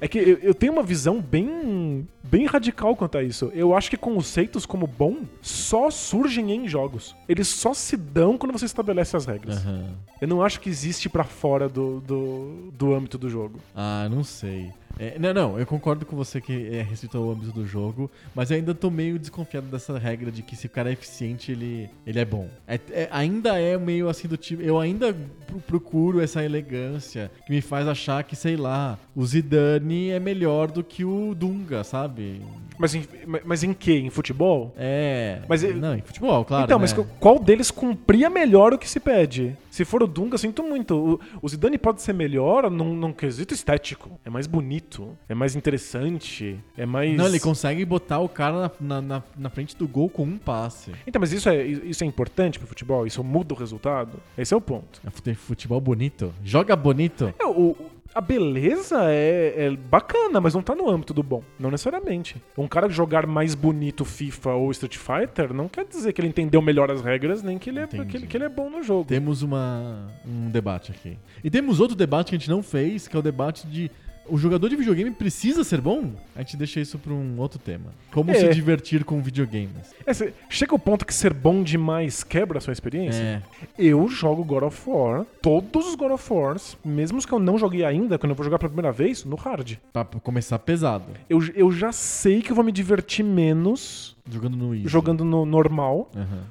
Speaker 2: É que eu, eu tenho uma visão bem, bem radical quanto a isso. Eu acho que conceitos como bom só surgem em jogos. Eles só se dão quando você estabelece as regras.
Speaker 1: Aham.
Speaker 2: Eu não acho que existe pra fora do, do, do âmbito do jogo.
Speaker 1: Ah, não sei. É, não, não, eu concordo com você que é restrito ao âmbito do jogo, mas eu ainda tô meio desconfiado dessa regra de que se o cara é eficiente, ele, ele é bom. É- é- ainda é meio assim do tipo. Eu ainda pro- procuro essa elegância que me faz achar que, sei lá, o Zidane é melhor do que o Dunga, sabe?
Speaker 2: Mas em, mas em que? Em futebol?
Speaker 1: É.
Speaker 2: Mas eu-
Speaker 1: Não, em futebol, claro.
Speaker 2: então,
Speaker 1: né?
Speaker 2: mas qual deles cumpria melhor o que se pede? Se for o Dunga, sinto muito. O- O Zidane pode ser melhor num, num quesito estético. É mais bonito, é mais interessante, é mais.
Speaker 1: Não, ele consegue botar o cara na, na- na, na frente do gol com um passe.
Speaker 2: Então, mas isso é, isso é importante pro futebol? Isso muda o resultado? Esse é o ponto.
Speaker 1: É fute- futebol bonito. Joga bonito.
Speaker 2: É, o- o- a beleza é, é bacana, mas não tá no âmbito do bom. Não necessariamente. Um cara jogar mais bonito FIFA ou Street Fighter não quer dizer que ele entendeu melhor as regras, nem que ele é,
Speaker 1: Entendi.
Speaker 2: que ele- que ele é bom no jogo.
Speaker 1: Temos uma, um debate aqui. E temos outro debate que a gente não fez, que é o debate de o jogador de videogame precisa ser bom? A gente deixa isso para um outro tema. Como
Speaker 2: É.
Speaker 1: se divertir com videogames.
Speaker 2: É, cê- chega o ponto que ser bom demais quebra a sua experiência.
Speaker 1: É.
Speaker 2: Eu jogo God of War, todos os God of Wars, mesmo os que eu não joguei ainda, quando eu vou jogar pela primeira vez, no hard.
Speaker 1: Pra começar pesado.
Speaker 2: Eu, eu já sei que eu vou me divertir menos
Speaker 1: Jogando no Easy.
Speaker 2: jogando no normal,
Speaker 1: Aham.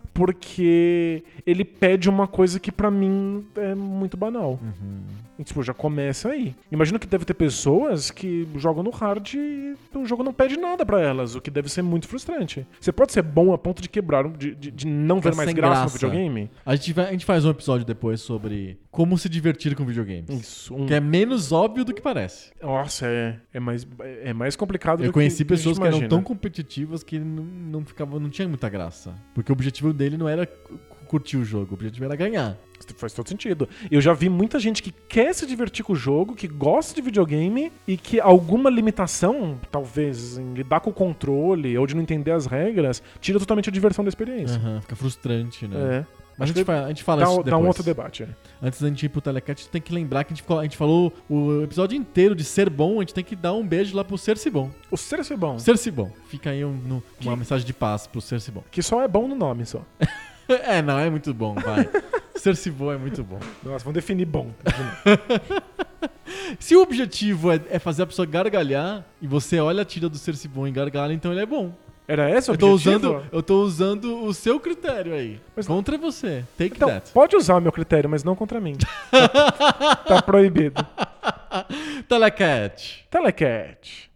Speaker 2: porque ele pede uma coisa que pra mim é muito banal.
Speaker 1: Uhum.
Speaker 2: E, tipo, já começa aí. Imagino que deve ter pessoas que jogam no hard e o jogo não pede nada pra elas, o que deve ser muito frustrante. Você pode ser bom a ponto de quebrar, um- de, de, de não ver
Speaker 1: Fica
Speaker 2: mais
Speaker 1: sem
Speaker 2: graça no
Speaker 1: graça.
Speaker 2: videogame?
Speaker 1: A, gente vai- a gente faz um episódio depois sobre como se divertir com videogames.
Speaker 2: Isso. um-
Speaker 1: Que é menos óbvio do que parece.
Speaker 2: Nossa, é, é, mais, é mais complicado
Speaker 1: Eu
Speaker 2: do
Speaker 1: conheci
Speaker 2: que, que a gente
Speaker 1: pessoas que eram
Speaker 2: imagina.
Speaker 1: tão competitivas que não, não ficava, não tinha muita graça. Porque o objetivo dele não era cu- curtir o jogo, o objetivo era ganhar.
Speaker 2: Isso Faz todo sentido. Eu já vi muita gente que quer se divertir com o jogo, que gosta de videogame e que alguma limitação, talvez, em lidar com o controle ou de não entender as regras, tira totalmente a diversão da experiência.
Speaker 1: Aham, Fica frustrante, né?
Speaker 2: É.
Speaker 1: Mas
Speaker 2: Acho
Speaker 1: a gente,
Speaker 2: que
Speaker 1: fa- a gente fala
Speaker 2: dá,
Speaker 1: isso
Speaker 2: dá um
Speaker 1: depois.
Speaker 2: outro debate. é.
Speaker 1: Antes da gente ir pro Telecat, tem que lembrar que a gente, ficou- a gente falou o episódio inteiro de ser bom, a gente tem que dar um beijo lá pro Ser-se Bom.
Speaker 2: O ser ser bom,
Speaker 1: Ser-se Bom. Fica aí um- no- uma mensagem de paz pro Ser-se Bom.
Speaker 2: que só é bom no nome só.
Speaker 1: É, não, é muito bom, vai. Ser-se Bom é muito bom.
Speaker 2: Nossa, vamos definir bom.
Speaker 1: Se o objetivo é, é fazer a pessoa gargalhar e você olha a tira do Ser-se Bom e gargalha, então ele é bom.
Speaker 2: Era esse o
Speaker 1: Eu tô,
Speaker 2: Então, objetivo?
Speaker 1: usando, eu tô usando o seu critério aí.
Speaker 2: Mas-
Speaker 1: contra você. Take
Speaker 2: Então,
Speaker 1: that.
Speaker 2: pode usar o meu critério, mas não contra mim. tá proibido.
Speaker 1: Telecat.
Speaker 2: Telecat.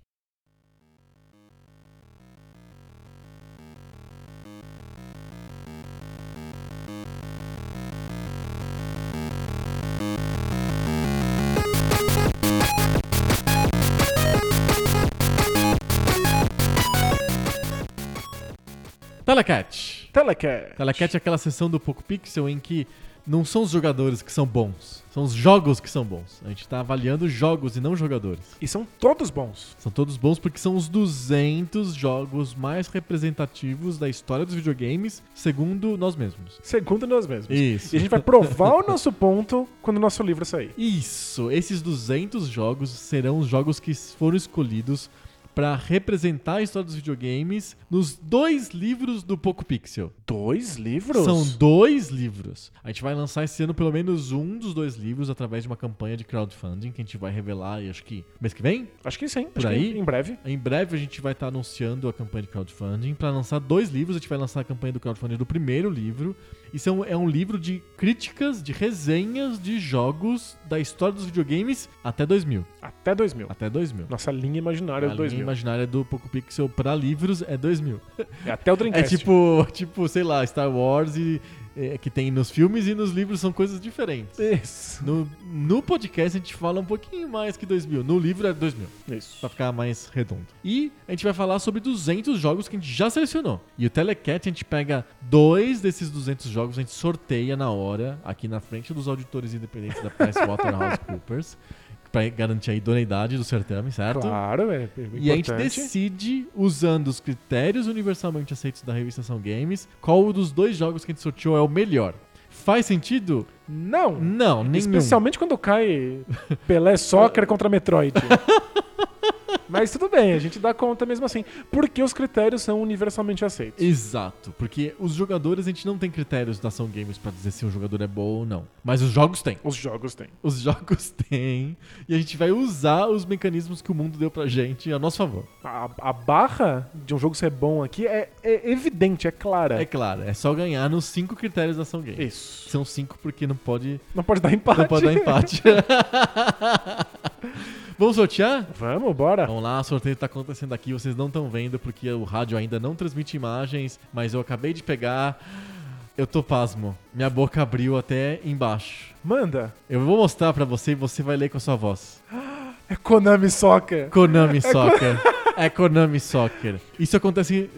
Speaker 1: Telecat.
Speaker 2: Telecat.
Speaker 1: Telecat é aquela sessão do Poco Pixel em que não são os jogadores que são bons, são os jogos que são bons. A gente tá avaliando jogos e não jogadores.
Speaker 2: E são todos bons.
Speaker 1: São todos bons porque são os 200 jogos mais representativos da história dos videogames, segundo nós mesmos.
Speaker 2: Segundo nós mesmos.
Speaker 1: Isso.
Speaker 2: E a gente vai provar o nosso ponto quando o nosso livro sair.
Speaker 1: Isso, esses 200 jogos serão os jogos que foram escolhidos para representar a história dos videogames nos dois livros do Poco Pixel.
Speaker 2: Dois livros?
Speaker 1: São dois livros. A gente vai lançar esse ano pelo menos um dos dois livros através de uma campanha de crowdfunding que a gente vai revelar, e acho que mês que vem.
Speaker 2: Acho que sim.
Speaker 1: Por
Speaker 2: acho que
Speaker 1: aí?
Speaker 2: em breve.
Speaker 1: Em breve a gente vai estar anunciando a campanha de crowdfunding para lançar dois livros. A gente vai lançar a campanha do crowdfunding do primeiro livro. Isso é um, é um livro de críticas, de resenhas de jogos da história dos videogames até 2000.
Speaker 2: Até 2000.
Speaker 1: Até 2000.
Speaker 2: Nossa linha imaginária é
Speaker 1: A
Speaker 2: do
Speaker 1: linha
Speaker 2: 2000.
Speaker 1: imaginária do Poco Pixel pra livros é 2000.
Speaker 2: É até o
Speaker 1: É
Speaker 2: Dreamcast.
Speaker 1: tipo, tipo, sei lá, Star Wars e, é, que tem nos filmes e nos livros são coisas diferentes.
Speaker 2: Isso.
Speaker 1: No, no podcast a gente fala um pouquinho mais que 2000. No livro é 2000,
Speaker 2: Isso.
Speaker 1: pra ficar mais redondo. E a gente vai falar sobre 200 jogos que a gente já selecionou. E o Telecat a gente pega dois desses 200 jogos, a gente sorteia na hora, aqui na frente dos auditores independentes da PricewaterhouseCoopers, pra garantir a idoneidade do certame, certo?
Speaker 2: Claro, é importante.
Speaker 1: E a gente decide, usando os critérios universalmente aceitos da revista São Games, qual dos dois jogos que a gente sorteou é o melhor. Faz sentido?
Speaker 2: Não.
Speaker 1: Não, nenhum.
Speaker 2: É. Especialmente quando cai Pelé Soccer contra Metroid. Mas tudo bem, a gente dá conta mesmo assim. Porque os critérios são universalmente aceitos.
Speaker 1: Exato, porque os jogadores a gente não tem critérios da Ação Games pra dizer se um jogador é bom ou não. Mas os jogos têm.
Speaker 2: Os jogos têm.
Speaker 1: Os jogos têm. E a gente vai usar os mecanismos que o mundo deu pra gente a nosso favor.
Speaker 2: A, a barra de um jogo ser bom aqui é, é evidente, é clara.
Speaker 1: É claro, é só ganhar nos cinco critérios da Ação Games.
Speaker 2: Isso.
Speaker 1: São cinco porque não pode,
Speaker 2: Não pode dar empate.
Speaker 1: não pode dar empate. Vamos sortear?
Speaker 2: Vamos, bora.
Speaker 1: Vamos lá, o sorteio tá acontecendo aqui, vocês não estão vendo porque o rádio ainda não transmite imagens, mas eu acabei de pegar. Eu tô pasmo. Minha boca abriu até embaixo.
Speaker 2: Manda.
Speaker 1: Eu vou mostrar pra você e você vai ler com a sua voz.
Speaker 2: É Konami Soccer.
Speaker 1: Konami Soccer. É Konami Soccer. Isso acontece.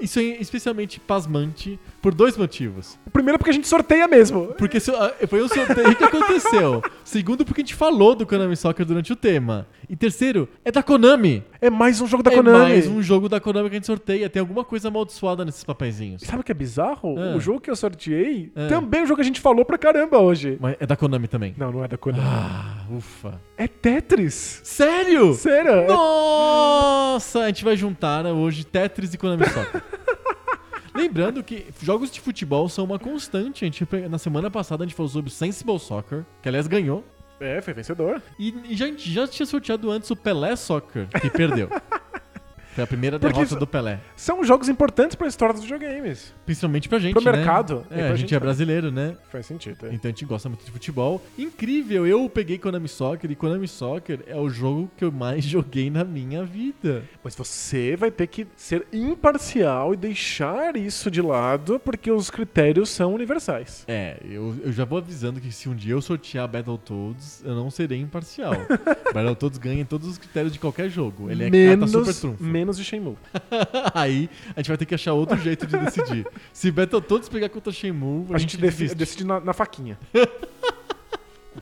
Speaker 1: Isso é especialmente pasmante por dois motivos.
Speaker 2: O primeiro é porque a gente sorteia mesmo.
Speaker 1: Porque so- ah, foi um sorteio que aconteceu. Segundo, porque a gente falou do Konami Soccer durante o tema. E terceiro, é da Konami.
Speaker 2: É mais um jogo da
Speaker 1: é
Speaker 2: Konami.
Speaker 1: mais um jogo da Konami que a gente sorteia. Tem alguma coisa amaldiçoada nesses papeizinhos.
Speaker 2: Sabe o que é bizarro?
Speaker 1: Ah.
Speaker 2: O jogo que eu sorteei
Speaker 1: Ah.
Speaker 2: também é um jogo que a gente falou pra caramba hoje.
Speaker 1: Mas é da Konami também.
Speaker 2: Não, não é da Konami.
Speaker 1: Ah, ufa.
Speaker 2: É Tetris.
Speaker 1: Sério?
Speaker 2: Sério? É-
Speaker 1: Nossa, a gente vai juntar né, hoje Tetris e Konami Soccer. Lembrando que jogos de futebol são uma constante. A gente, na semana passada a gente falou sobre Sensible Soccer, que aliás ganhou.
Speaker 2: É, foi vencedor.
Speaker 1: E, e já, a gente já tinha sorteado antes o Pelé Soccer, que perdeu. Foi a primeira
Speaker 2: Porque
Speaker 1: derrota
Speaker 2: isso-
Speaker 1: do Pelé.
Speaker 2: São jogos importantes pra história dos videogames.
Speaker 1: Principalmente pra gente,
Speaker 2: Pro
Speaker 1: né?
Speaker 2: mercado e
Speaker 1: É,
Speaker 2: pra
Speaker 1: a gente
Speaker 2: gente,
Speaker 1: é
Speaker 2: né?
Speaker 1: brasileiro, né?
Speaker 2: Faz sentido. é.
Speaker 1: Então a gente gosta muito de futebol. Incrível, eu peguei Konami Soccer e Konami Soccer é o jogo que eu mais joguei na minha vida.
Speaker 2: Mas você vai ter que ser imparcial e deixar isso de lado, porque os critérios são universais.
Speaker 1: É, eu, eu já vou avisando que se um dia eu sortear Battletoads, eu não serei imparcial. Battletoads ganha em todos os critérios de qualquer jogo. Ele é
Speaker 2: menos,
Speaker 1: cata super trunfo.
Speaker 2: menos de Shenmue.
Speaker 1: Aí a gente vai ter que achar outro jeito de decidir. se Battletoads pegar contra Shenmue, a,
Speaker 2: A, gente, defi-
Speaker 1: desiste.
Speaker 2: decide na, na faquinha.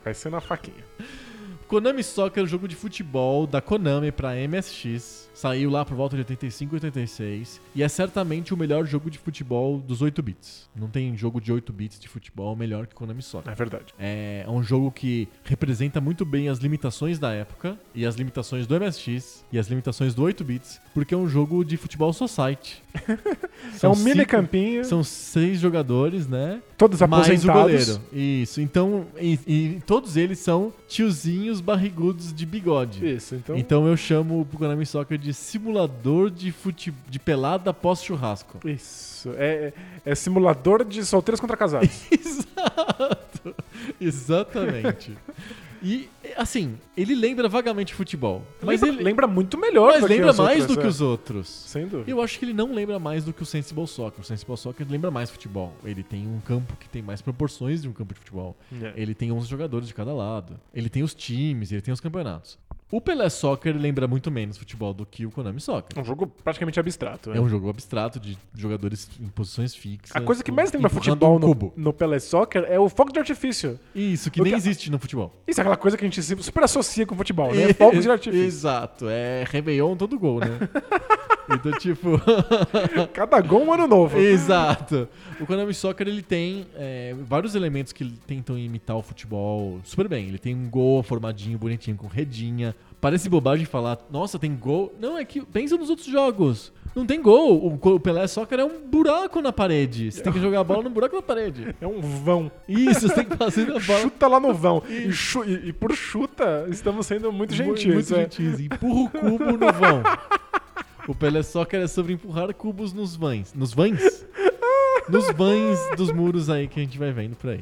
Speaker 2: vai ser na faquinha.
Speaker 1: Konami Soccer é um jogo de futebol da Konami pra MSX. Saiu lá por volta de 85 e 86. E é certamente o melhor jogo de futebol dos 8 bits. Não tem jogo de 8 bits de futebol melhor que Konami Soccer.
Speaker 2: É verdade.
Speaker 1: É é um jogo que representa muito bem as limitações da época, e as limitações do MSX, e as limitações do 8 bits, porque é um jogo de futebol society.
Speaker 2: é
Speaker 1: São
Speaker 2: um mini
Speaker 1: cinco-
Speaker 2: campinho,
Speaker 1: São seis jogadores, né?
Speaker 2: todos
Speaker 1: Mais o
Speaker 2: aposentados.
Speaker 1: goleiro. Isso. Então, e, e todos eles são tiozinhos barrigudos de bigode.
Speaker 2: Isso, então.
Speaker 1: Então eu chamo o Konami Soccer de simulador de, fute... de pelada pós-churrasco.
Speaker 2: Isso. É, é simulador de solteiros contra casados.
Speaker 1: Exato! Exatamente. E, assim, ele lembra vagamente futebol. Mas
Speaker 2: lembra,
Speaker 1: ele
Speaker 2: lembra muito melhor
Speaker 1: mas
Speaker 2: do que
Speaker 1: lembra
Speaker 2: os
Speaker 1: mais
Speaker 2: outros,
Speaker 1: do
Speaker 2: é.
Speaker 1: que os outros.
Speaker 2: Sem dúvida.
Speaker 1: Eu acho que ele não lembra mais do que o Sensible Soccer. O Sensible Soccer lembra mais futebol. Ele tem um campo que tem mais proporções de um campo de futebol.
Speaker 2: É.
Speaker 1: Ele tem 11 jogadores de cada lado. Ele tem os times, ele tem os campeonatos. O Pelé Soccer lembra muito menos futebol do que o Konami Soccer.
Speaker 2: É um jogo praticamente abstrato. né?
Speaker 1: É um jogo abstrato de jogadores em posições fixas.
Speaker 2: A coisa que mais lembra
Speaker 1: empurrando
Speaker 2: futebol
Speaker 1: um
Speaker 2: no,
Speaker 1: cubo.
Speaker 2: no Pelé Soccer é o fogo de artifício.
Speaker 1: Isso, que
Speaker 2: O
Speaker 1: nem
Speaker 2: que-
Speaker 1: existe no futebol.
Speaker 2: Isso é aquela coisa que a gente sempre super associa com futebol, né? Fogo de artifício.
Speaker 1: Exato, é Réveillon todo gol, né? então, tipo.
Speaker 2: Cada gol um ano novo.
Speaker 1: Exato. O Konami Soccer ele tem é, vários elementos que tentam imitar o futebol super bem. Ele tem um gol formadinho, bonitinho, com redinha. Parece bobagem falar, nossa, tem gol. Não, é que pensa nos outros jogos. Não tem gol. O co- o Pelé Soccer é um buraco na parede. Você tem que jogar a bola num buraco na parede.
Speaker 2: É um vão.
Speaker 1: Isso, você tem que fazer a bola.
Speaker 2: Chuta lá no vão. E, chu- e- e por chuta, estamos sendo muito gentis.
Speaker 1: Muito
Speaker 2: é.
Speaker 1: gentis. Empurra o cubo no vão. O Pelé Soccer é sobre empurrar cubos nos vães. Nos vães? Nos vães dos muros aí que a gente vai vendo por aí.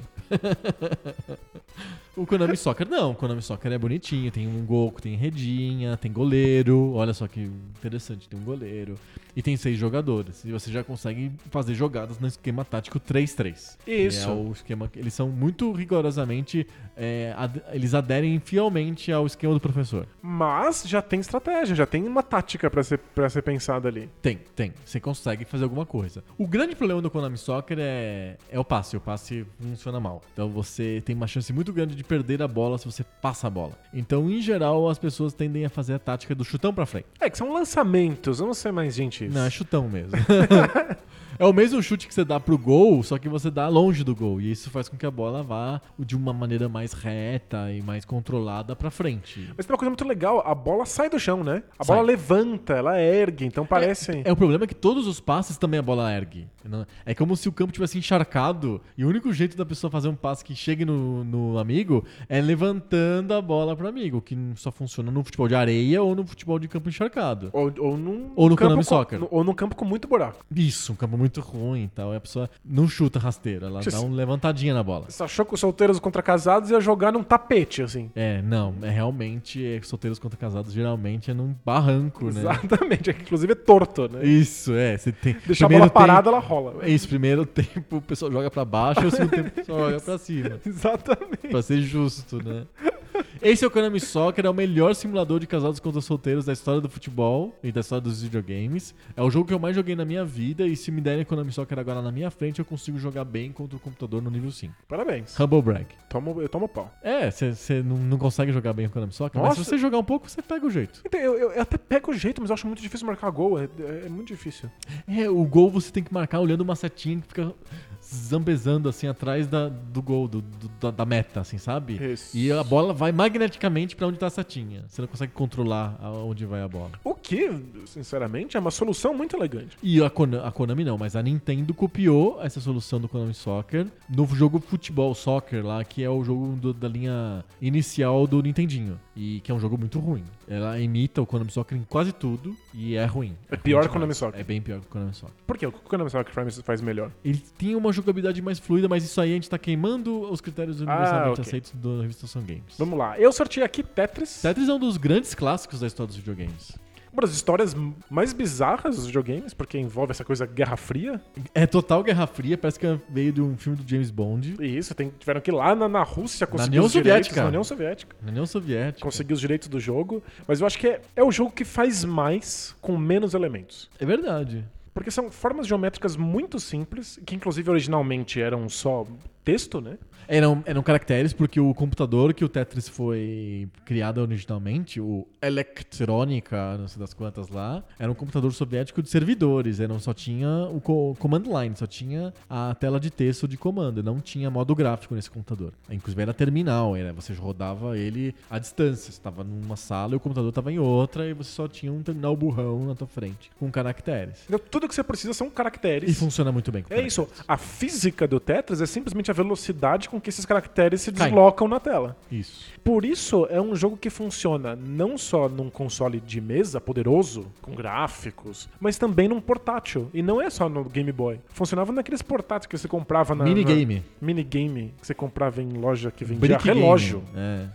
Speaker 1: O Konami Soccer não. O Konami Soccer é bonitinho. Tem um gol, tem redinha, tem goleiro. Olha só que interessante. Tem um goleiro. E tem seis jogadores. E você já consegue fazer jogadas no esquema tático 3-3. que
Speaker 2: Isso.
Speaker 1: É o esquema que eles são muito rigorosamente... é, ad- eles aderem fielmente ao esquema do professor.
Speaker 2: Mas já tem estratégia, já tem uma tática pra ser, pra ser pensada ali.
Speaker 1: Tem, tem. Você consegue fazer alguma coisa. O grande problema do Konami Soccer é, é o passe. O passe funciona mal. Então você tem uma chance muito grande de perder a bola se você passa a bola. Então, em geral, as pessoas tendem a fazer a tática do chutão pra frente.
Speaker 2: É que são lançamentos, vamos ser mais gentis.
Speaker 1: Não, é chutão mesmo. É o mesmo chute que você dá pro gol, só que você dá longe do gol. E isso faz com que a bola vá de uma maneira mais reta e mais controlada pra frente.
Speaker 2: Mas tem uma coisa muito legal, a bola sai do chão, né? A
Speaker 1: Sai.
Speaker 2: bola levanta, ela ergue, então parece...
Speaker 1: É, o problema é que todos os passes também a bola ergue. né? É como se o campo tivesse encharcado e o único jeito da pessoa fazer um passe que chegue no, no amigo é levantando a bola pro amigo, que só funciona no futebol de areia ou no futebol de campo encharcado.
Speaker 2: Ou, ou num
Speaker 1: Ou no Konami
Speaker 2: campo com-
Speaker 1: Soccer.
Speaker 2: Ou num campo com muito buraco.
Speaker 1: Isso, um campo muito ruim e tal. E a pessoa não chuta rasteira, ela dá uma levantadinha na bola.
Speaker 2: Você achou que os solteiros contra casados ia jogar num tapete, assim.
Speaker 1: É, não, é realmente é, solteiros contra casados geralmente é num barranco, né?
Speaker 2: Exatamente, é que inclusive é torto, né?
Speaker 1: Isso, é. Você tem.
Speaker 2: Deixar a
Speaker 1: primeiro
Speaker 2: bola parada,
Speaker 1: tempo-
Speaker 2: ela rola.
Speaker 1: É isso, primeiro tempo o pessoal joga pra baixo, o segundo tempo o pessoal joga pra cima.
Speaker 2: Exatamente.
Speaker 1: Pra ser justo, né? Esse é o Konami Soccer, é o melhor simulador de casados contra solteiros da história do futebol e da história dos videogames. É o jogo que eu mais joguei na minha vida e se me derem Konami Soccer agora na minha frente, eu consigo jogar bem contra o computador no nível 5.
Speaker 2: Parabéns.
Speaker 1: Humble brag.
Speaker 2: Tomo, eu tomo pau.
Speaker 1: É, você não, não consegue jogar bem com o Konami Soccer, mas se
Speaker 2: Nossa.
Speaker 1: você jogar um pouco, você pega o jeito.
Speaker 2: Então, eu, eu- eu até pego o jeito, mas eu acho muito difícil marcar gol. É, é- é muito difícil.
Speaker 1: É, o gol você tem que marcar olhando uma setinha que fica zambezando assim atrás da, do gol, do- do- da, da meta, assim, sabe?
Speaker 2: Isso.
Speaker 1: E a bola vai magneticamente pra onde tá a setinha. Você não consegue controlar aonde vai a bola.
Speaker 2: O que, sinceramente, é uma solução muito elegante.
Speaker 1: E a, Kona- a Konami não, mas a Nintendo copiou essa solução do Konami Soccer no jogo futebol soccer lá, que é o jogo do- da linha inicial do Nintendinho. E que é um jogo muito ruim. Ela imita o Konami Soccer em quase tudo e é ruim.
Speaker 2: É
Speaker 1: ruim
Speaker 2: pior que o
Speaker 1: demais.
Speaker 2: Konami Soccer.
Speaker 1: É bem pior que o Konami Soccer.
Speaker 2: Por quê? O que o Konami Soccer Prime faz melhor?
Speaker 1: Ele tem uma jogabilidade mais fluida, mas isso aí a gente tá queimando os critérios universalmente
Speaker 2: Ah, ok.
Speaker 1: aceitos da revista São Games.
Speaker 2: Vamos lá. Eu sorteei aqui Tetris.
Speaker 1: Tetris é um dos grandes clássicos da história dos videogames.
Speaker 2: Uma das histórias mais bizarras dos videogames, porque envolve essa coisa Guerra Fria.
Speaker 1: É total Guerra Fria, parece que veio de um filme do James Bond,
Speaker 2: E isso, tem- tiveram que ir lá na, na Rússia conseguir
Speaker 1: União
Speaker 2: os direitos.
Speaker 1: Soviética.
Speaker 2: Na União Soviética.
Speaker 1: na União Soviética.
Speaker 2: Conseguir os direitos do jogo. Mas eu acho que é, é o jogo que faz mais com menos elementos.
Speaker 1: É verdade.
Speaker 2: Porque são formas geométricas muito simples, que inclusive originalmente eram só texto, né?
Speaker 1: Eram, eram caracteres, porque o computador que o Tetris foi criado originalmente, o Electrônica, não sei das quantas lá, era um computador soviético de servidores. Era, um- só tinha o co- command line, só tinha a tela de texto de comando. Não tinha modo gráfico nesse computador. Inclusive era terminal, era, você rodava ele à distância. Você estava numa sala e o computador estava em outra, e você só tinha um terminal burrão na tua frente, com caracteres.
Speaker 2: Então, tudo que você precisa são
Speaker 1: E
Speaker 2: caracteres.
Speaker 1: funciona muito bem com
Speaker 2: É
Speaker 1: caracteres.
Speaker 2: isso. A física do Tetris é simplesmente a velocidade com que esses caracteres se
Speaker 1: Caem.
Speaker 2: deslocam na tela.
Speaker 1: Isso.
Speaker 2: Por isso, é um jogo que funciona não só num console de mesa poderoso, com gráficos, mas também num portátil. E não é só no Game Boy. Funcionava naqueles portáteis que você comprava na.
Speaker 1: Minigame.
Speaker 2: Na minigame que você comprava em loja que vendia
Speaker 1: Brick game,
Speaker 2: relógio.
Speaker 1: É.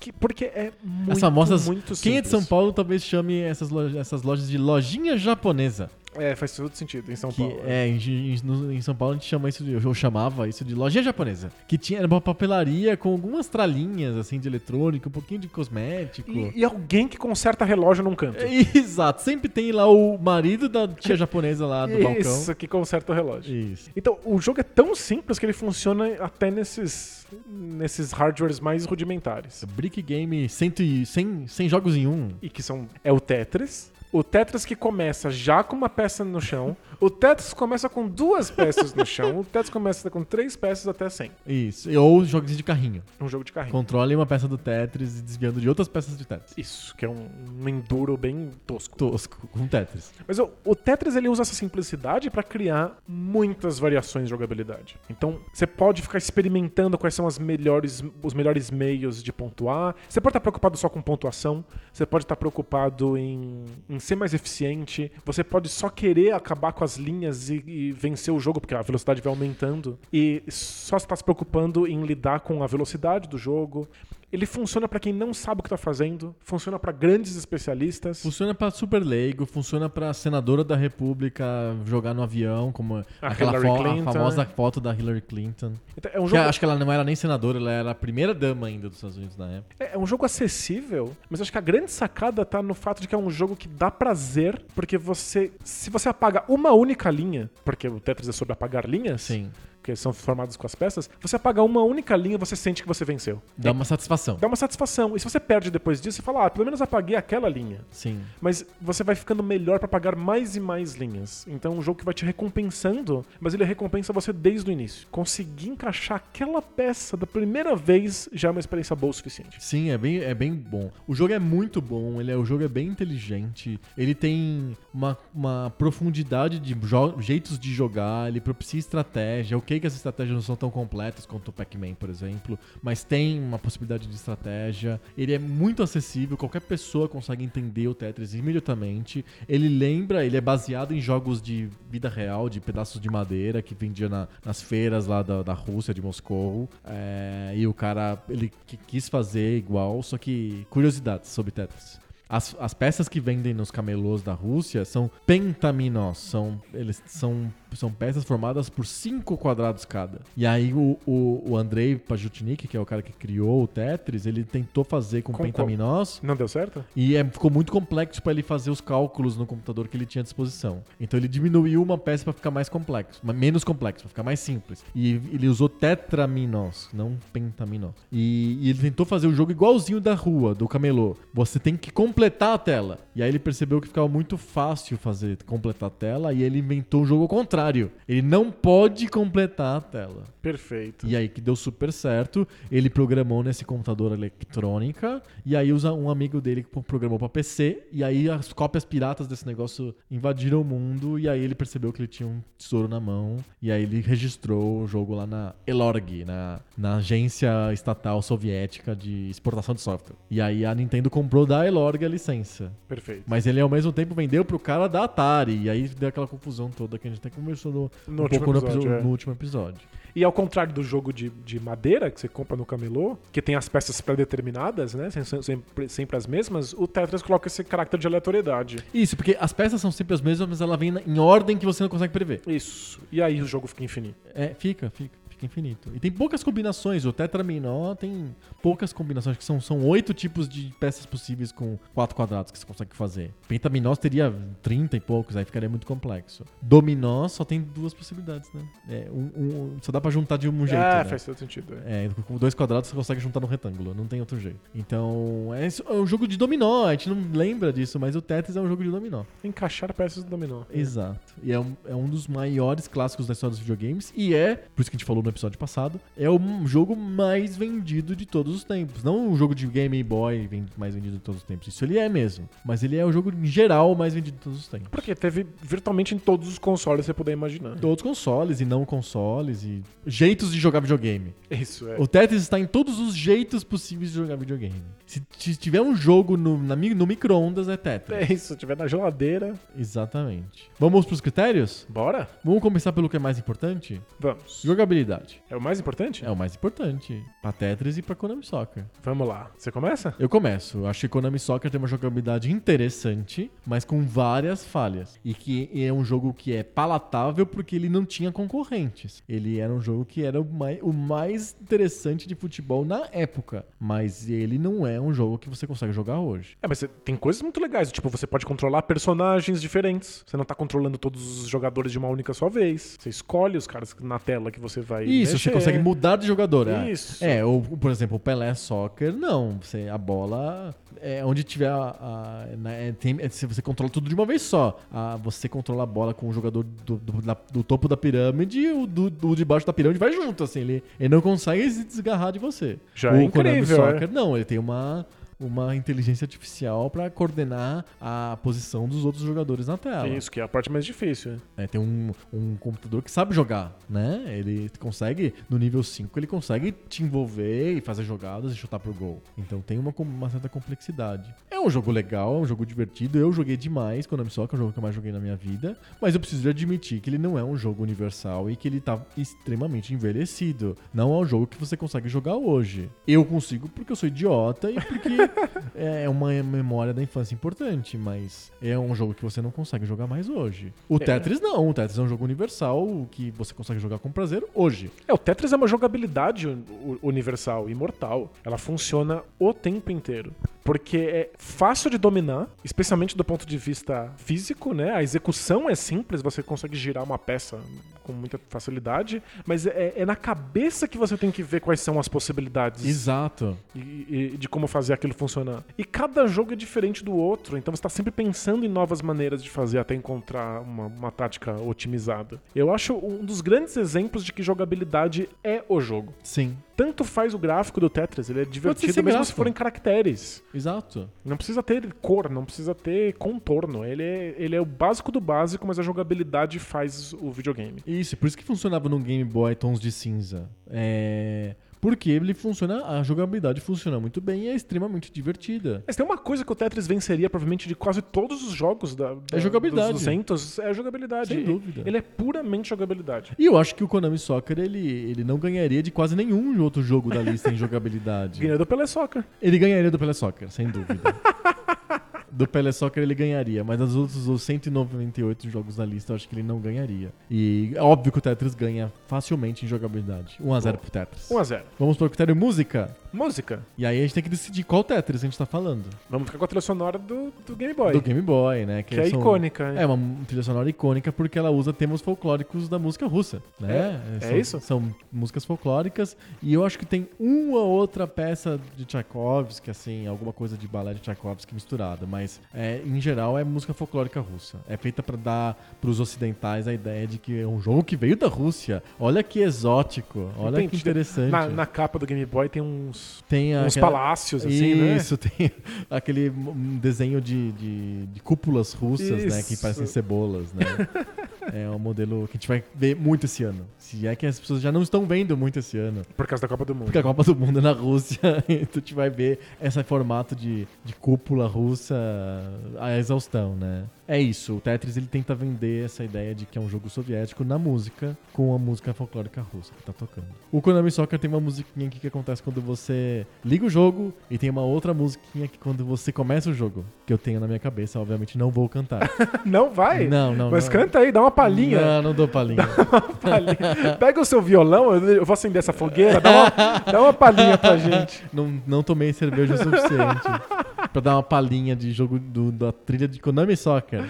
Speaker 2: Que- porque é muito,
Speaker 1: Essa mostra. é
Speaker 2: muito simples.
Speaker 1: Quem é de São Paulo talvez chame essas lojas, essas lojas de lojinha japonesa.
Speaker 2: É, faz todo sentido em São
Speaker 1: Que
Speaker 2: Paulo. né?
Speaker 1: é, em, em- no- em São Paulo a gente chama isso de, eu chamava isso de lojinha japonesa. Que tinha era uma papelaria com algumas tralinhas assim de eletrônica, um pouquinho de cosmético.
Speaker 2: E, e alguém que conserta relógio num canto.
Speaker 1: Exato, sempre tem lá o marido da tia japonesa lá do
Speaker 2: Isso, que conserta o
Speaker 1: balcão.
Speaker 2: relógio.
Speaker 1: Isso.
Speaker 2: Então, o jogo é tão simples que ele funciona até nesses, nesses hardwares mais rudimentares.
Speaker 1: Brick Game 100, e- 100, 100 jogos em um.
Speaker 2: E que são. É o Tetris. O Tetris que começa já com uma peça no chão. O Tetris começa com duas peças no chão. O Tetris começa com três peças até 100.
Speaker 1: Isso. Ou jogos de carrinho.
Speaker 2: Um jogo de carrinho.
Speaker 1: Controle uma peça do Tetris e desviando de outras peças de Tetris.
Speaker 2: Isso, que é um, um enduro bem tosco.
Speaker 1: Tosco, com Tetris.
Speaker 2: Mas o, o Tetris ele usa essa simplicidade pra criar muitas variações de jogabilidade. Então, você pode ficar experimentando quais são as melhores, os melhores meios de pontuar. Você pode estar preocupado só com pontuação, você pode estar preocupado em, em ser mais eficiente, você pode só querer acabar com as linhas e, e vencer o jogo, porque a velocidade vai aumentando, e só está se preocupando em lidar com a velocidade do jogo. Ele funciona pra quem não sabe o que tá fazendo, funciona pra grandes especialistas.
Speaker 1: Funciona pra super leigo, funciona pra senadora da república jogar no avião, como aquela
Speaker 2: Hillary
Speaker 1: fo- a
Speaker 2: Clinton,
Speaker 1: famosa
Speaker 2: né?
Speaker 1: foto da Hillary Clinton.
Speaker 2: Então, é um
Speaker 1: Que
Speaker 2: jogo...
Speaker 1: acho que ela não era nem senadora, ela era a primeira dama ainda dos Estados Unidos na época.
Speaker 2: É é um jogo acessível, mas acho que a grande sacada tá no fato de que é um jogo que dá prazer, porque você. Se você apaga uma única linha, porque o Tetris é sobre apagar linhas,
Speaker 1: Sim.
Speaker 2: que são formadas com as peças, você apaga uma única linha, você sente que você venceu.
Speaker 1: Dá uma satisfação.
Speaker 2: Dá uma satisfação. E se você perde depois disso, você fala, ah, pelo menos apaguei aquela linha.
Speaker 1: Sim.
Speaker 2: Mas você vai ficando melhor pra pagar mais e mais linhas. Então é um jogo que vai te recompensando, mas ele recompensa você desde o início. Conseguir encaixar aquela peça da primeira vez já é uma experiência boa o suficiente.
Speaker 1: Sim, é bem, é bem bom. O jogo é muito bom, ele é, o jogo é bem inteligente, ele tem uma, uma profundidade de jo- jeitos de jogar, ele propicia estratégia. Ok que as estratégias não são tão completas quanto o Pac-Man, por exemplo, mas tem uma possibilidade de estratégia. Ele é muito acessível, qualquer pessoa consegue entender o Tetris imediatamente. Ele lembra, ele é baseado em jogos de vida real, de pedaços de madeira que vendia na- nas feiras lá da, da Rússia, de Moscou. É, e o cara, ele qui- quis fazer igual, só que curiosidades sobre Tetris. As, as peças que vendem nos camelôs da Rússia são pentaminós, são, eles são, são peças formadas por cinco quadrados cada. E aí o, o, o Andrei Pajutnik, que é o cara que criou o Tetris, ele tentou fazer com,
Speaker 2: Com qual?
Speaker 1: pentaminós
Speaker 2: Não deu certo?
Speaker 1: e é- ficou muito complexo pra ele fazer os cálculos no computador que ele tinha à disposição. Então ele diminuiu uma peça pra ficar mais complexo, ma- menos complexo, pra ficar mais simples. E ele usou tetraminós, não pentaminós. E, e ele tentou fazer o jogo igualzinho da rua, do camelô. Você tem que completar a tela. E aí ele percebeu que ficava muito fácil fazer completar a tela e ele inventou o jogo ao contrário. Ele não pode completar a tela.
Speaker 2: Perfeito.
Speaker 1: E aí que deu super certo, ele programou nesse computador eletrônica e aí usa um amigo dele que programou pra PC e aí as cópias piratas desse negócio invadiram o mundo e aí ele percebeu que ele tinha um tesouro na mão e aí ele registrou o jogo lá na Elorg, na, na agência estatal soviética de exportação de software. E aí a Nintendo comprou da Elorg a licença.
Speaker 2: Perfeito.
Speaker 1: Mas ele ao mesmo tempo vendeu pro cara da Atari. E aí deu aquela confusão toda que a gente até conversou no, um
Speaker 2: No último
Speaker 1: pouco no
Speaker 2: episódio,
Speaker 1: episo-
Speaker 2: é.
Speaker 1: no último episódio.
Speaker 2: E ao contrário do jogo de, de madeira que você compra no camelô, que tem as peças pré-determinadas, né? sem- sem- Sempre, sempre as mesmas, o Tetris coloca esse caráter de aleatoriedade.
Speaker 1: Isso, porque as peças são sempre as mesmas, mas ela vem na- em ordem que você não consegue prever.
Speaker 2: Isso. E aí o jogo fica infinito.
Speaker 1: É, fica, fica, fica infinito. E tem poucas combinações, o tetraminó tem poucas combinações, que são são oito tipos de peças possíveis com quatro quadrados que você consegue fazer. Pentaminós teria 30 e poucos, aí ficaria muito complexo. Dominó só tem duas possibilidades, né? É, um, um- só dá pra juntar de um jeito,
Speaker 2: é,
Speaker 1: né?
Speaker 2: faz todo sentido. é.
Speaker 1: É, com dois quadrados você consegue juntar num retângulo, não tem outro jeito. Então, é, isso- é um jogo de dominó, a gente não lembra disso, mas o Tetris é um jogo de dominó.
Speaker 2: Encaixar peças do dominó.
Speaker 1: Exato. E é um, é um dos maiores clássicos da história dos videogames. E é, por isso que a gente falou no episódio passado, é o m- jogo mais vendido de todos os tempos. Não o jogo de Game Boy ven- mais vendido de todos os tempos. Isso ele é mesmo. Mas ele é o jogo em geral mais vendido de todos os tempos.
Speaker 2: Porque teve virtualmente em todos os consoles que você puder imaginar.
Speaker 1: Todos consoles e não consoles e jeitos de jogar videogame.
Speaker 2: Isso, é.
Speaker 1: O Tetris está em todos os jeitos possíveis de jogar videogame. Se, t- tiver um jogo no, na mi- no micro-ondas, é Tetris.
Speaker 2: É isso, se tiver na geladeira.
Speaker 1: Exatamente. Vamos pros critérios?
Speaker 2: Bora?
Speaker 1: Vamos começar pelo que é mais importante?
Speaker 2: Vamos.
Speaker 1: Jogabilidade. habilidade.
Speaker 2: É o mais importante?
Speaker 1: É o mais importante. Pra Tetris e pra Konami Soccer.
Speaker 2: Vamos lá. Você começa?
Speaker 1: Eu começo. Eu Acho que Konami Soccer tem uma jogabilidade interessante, mas com várias falhas. E que é um jogo que é palatável porque ele não tinha concorrentes. Ele era um jogo que era o mai- o mais, interessante de futebol na época. Mas ele não é um jogo que você consegue jogar hoje.
Speaker 2: É, mas você- tem coisas muito legais. Tipo, você pode controlar personagens diferentes. Você não tá controlando todos os jogadores de uma única só vez. Você escolhe os caras na tela que você vai.
Speaker 1: Isso,
Speaker 2: mexer.
Speaker 1: você consegue mudar de jogador. é.
Speaker 2: Isso.
Speaker 1: É, ou, por exemplo, o Pelé é Soccer, não. Você, a bola é onde tiver a. a- na- é, tem- é, se você controla tudo de uma vez só. Ah, você controla a bola com o jogador do, do- da- do topo da pirâmide e o do, do de baixo da pirâmide vai junto, assim. Ele, ele não consegue se desgarrar de você.
Speaker 2: Já
Speaker 1: o
Speaker 2: é incrível,
Speaker 1: Konami Soccer, não, ele tem uma. Uma inteligência artificial pra coordenar a posição dos outros jogadores na tela.
Speaker 2: Isso, que é a parte mais difícil. né?
Speaker 1: É, tem um, um computador que sabe jogar, né? Ele consegue, no nível 5, ele consegue te envolver e fazer jogadas e chutar pro gol. Então tem uma, com- uma certa complexidade. É um jogo legal, é um jogo divertido. Eu joguei demais Konami Soccer, é o jogo que eu mais joguei na minha vida. Mas eu preciso admitir que ele não é um jogo universal e que ele tá extremamente envelhecido. Não é um jogo que você consegue jogar hoje. Eu consigo porque eu sou idiota e porque é uma memória da infância importante, mas é um jogo que você não consegue jogar mais hoje. O Tetris não, o Tetris é um jogo universal que você consegue jogar com prazer hoje.
Speaker 2: É, o Tetris é uma jogabilidade u- u- universal, imortal. Ela funciona o tempo inteiro. Porque é fácil de dominar, especialmente do ponto de vista físico, né? A execução é simples, você consegue girar uma peça com muita facilidade, mas é, é na cabeça que você tem que ver quais são as possibilidades.
Speaker 1: Exato.
Speaker 2: e, e de como fazer aquilo funcionar. E cada jogo é diferente do outro, então você tá sempre pensando em novas maneiras de fazer até encontrar uma, uma tática otimizada. Eu acho um dos grandes exemplos de que jogabilidade é o jogo.
Speaker 1: Sim,
Speaker 2: Tanto faz o gráfico do Tetris, ele é divertido
Speaker 1: sem
Speaker 2: mesmo se
Speaker 1: gráfico.
Speaker 2: forem caracteres.
Speaker 1: exato.
Speaker 2: Não precisa ter cor, não precisa ter contorno. Ele é, ele é o básico do básico, mas a jogabilidade faz o videogame.
Speaker 1: Isso, por isso que funcionava no Game Boy tons de cinza. É. Porque ele funciona, a jogabilidade funciona muito bem e é extremamente divertida.
Speaker 2: Mas tem uma coisa que o Tetris venceria, provavelmente, de quase todos os jogos da, da-
Speaker 1: É jogabilidade.
Speaker 2: dos 200, é a jogabilidade.
Speaker 1: Sem dúvida.
Speaker 2: Ele é puramente jogabilidade.
Speaker 1: E eu acho que o Konami Soccer ele, ele não ganharia de quase nenhum outro jogo da lista em jogabilidade.
Speaker 2: Ganhador pela Soccer.
Speaker 1: Ele ganharia do Pelé Soccer, sem dúvida. Do Pelé Soccer ele ganharia, mas dos outros os 198 jogos da lista eu acho que ele não ganharia. E é óbvio que o Tetris ganha facilmente em jogabilidade. 1x0 pro Tetris.
Speaker 2: 1x0.
Speaker 1: Vamos pro critério música.
Speaker 2: Música.
Speaker 1: E aí a gente tem que decidir qual Tetris a gente tá falando.
Speaker 2: Vamos ficar com a trilha sonora do, do Game Boy.
Speaker 1: Do Game Boy, né?
Speaker 2: Que é icônica, né?
Speaker 1: É uma trilha sonora icônica porque ela usa temas folclóricos da música russa, né?
Speaker 2: É? É
Speaker 1: São-
Speaker 2: isso?
Speaker 1: São músicas folclóricas e eu acho que tem uma outra peça de Tchaikovsky, assim, alguma coisa de balé de Tchaikovsky misturada, mas é, em geral é música folclórica russa. É feita pra dar pros ocidentais a ideia de que é um jogo que veio da Rússia. Olha que exótico, olha
Speaker 2: Tem-
Speaker 1: que interessante.
Speaker 2: Na, na capa do Game Boy tem uns,
Speaker 1: Tem
Speaker 2: uns
Speaker 1: aquela-
Speaker 2: palácios, assim, né?
Speaker 1: isso, tem aquele hum, desenho de, de, de cúpulas russas, né? Que
Speaker 2: Isso.
Speaker 1: parecem cebolas, né? é um modelo que a gente vai ver muito esse ano. Se é que as pessoas já não estão vendo muito esse ano.
Speaker 2: Por causa da Copa do Mundo.
Speaker 1: Porque a Copa do Mundo é na Rússia, então a gente vai ver esse formato de, de cúpula russa à exaustão, né? É isso, o Tetris ele tenta vender essa ideia de que é um jogo soviético na música, com a música folclórica russa que tá tocando. O Konami Soccer tem uma musiquinha aqui que acontece quando você liga o jogo, e tem uma outra musiquinha que quando você começa o jogo, que eu tenho na minha cabeça, obviamente não vou cantar.
Speaker 2: Não vai?
Speaker 1: Não, não,
Speaker 2: É Mas
Speaker 1: não.
Speaker 2: canta aí, dá uma palhinha.
Speaker 1: Não, não dou palhinha.
Speaker 2: Palhinha. Pega o seu violão, eu eu vou acender essa fogueira, dá uma, dá uma palhinha pra gente.
Speaker 1: Não, não tomei cerveja o suficiente pra dar uma palhinha de jogo do- da trilha de Konami Soccer.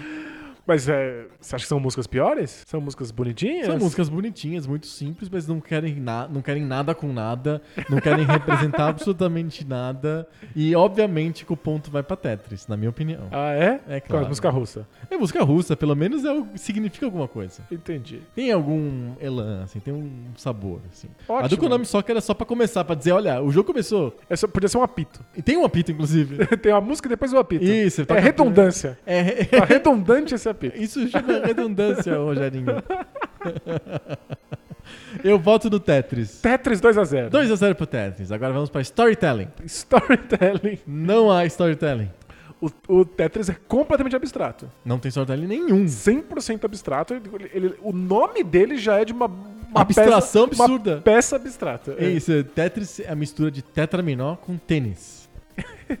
Speaker 2: Mas é, você acha que são músicas piores? São músicas bonitinhas?
Speaker 1: São músicas bonitinhas, muito simples, mas não querem, na, não querem nada com nada, não querem representar absolutamente nada. E obviamente que o ponto vai pra Tetris, na minha opinião.
Speaker 2: Ah, é?
Speaker 1: É
Speaker 2: Com as
Speaker 1: claro.
Speaker 2: músicas russas.
Speaker 1: É música russa, pelo menos é, o- significa alguma coisa.
Speaker 2: Entendi.
Speaker 1: Tem algum elan, assim, tem um sabor, assim. A do
Speaker 2: Ótimo.
Speaker 1: Konami Soccer era só pra começar, pra dizer, olha, o jogo começou.
Speaker 2: É só- podia ser um apito.
Speaker 1: E tem um apito, inclusive.
Speaker 2: Tem uma música e depois o apito.
Speaker 1: Isso,
Speaker 2: é
Speaker 1: toca- né?
Speaker 2: redundância.
Speaker 1: É,
Speaker 2: Tá redundante esse apito.
Speaker 1: Isso chama redundância, Rogerinho. Eu voto no Tetris.
Speaker 2: Tetris 2x0.
Speaker 1: 2 a 0 pro Tetris. Agora vamos pra storytelling.
Speaker 2: Storytelling.
Speaker 1: Não há storytelling.
Speaker 2: O, o Tetris é completamente abstrato.
Speaker 1: Não tem storytelling nenhum.
Speaker 2: 100% abstrato. Ele- ele- o nome dele já é de uma
Speaker 1: Uma abstração absurda.
Speaker 2: Uma peça abstrata.
Speaker 1: É isso, é Tetris é a mistura de tetraminó com tênis.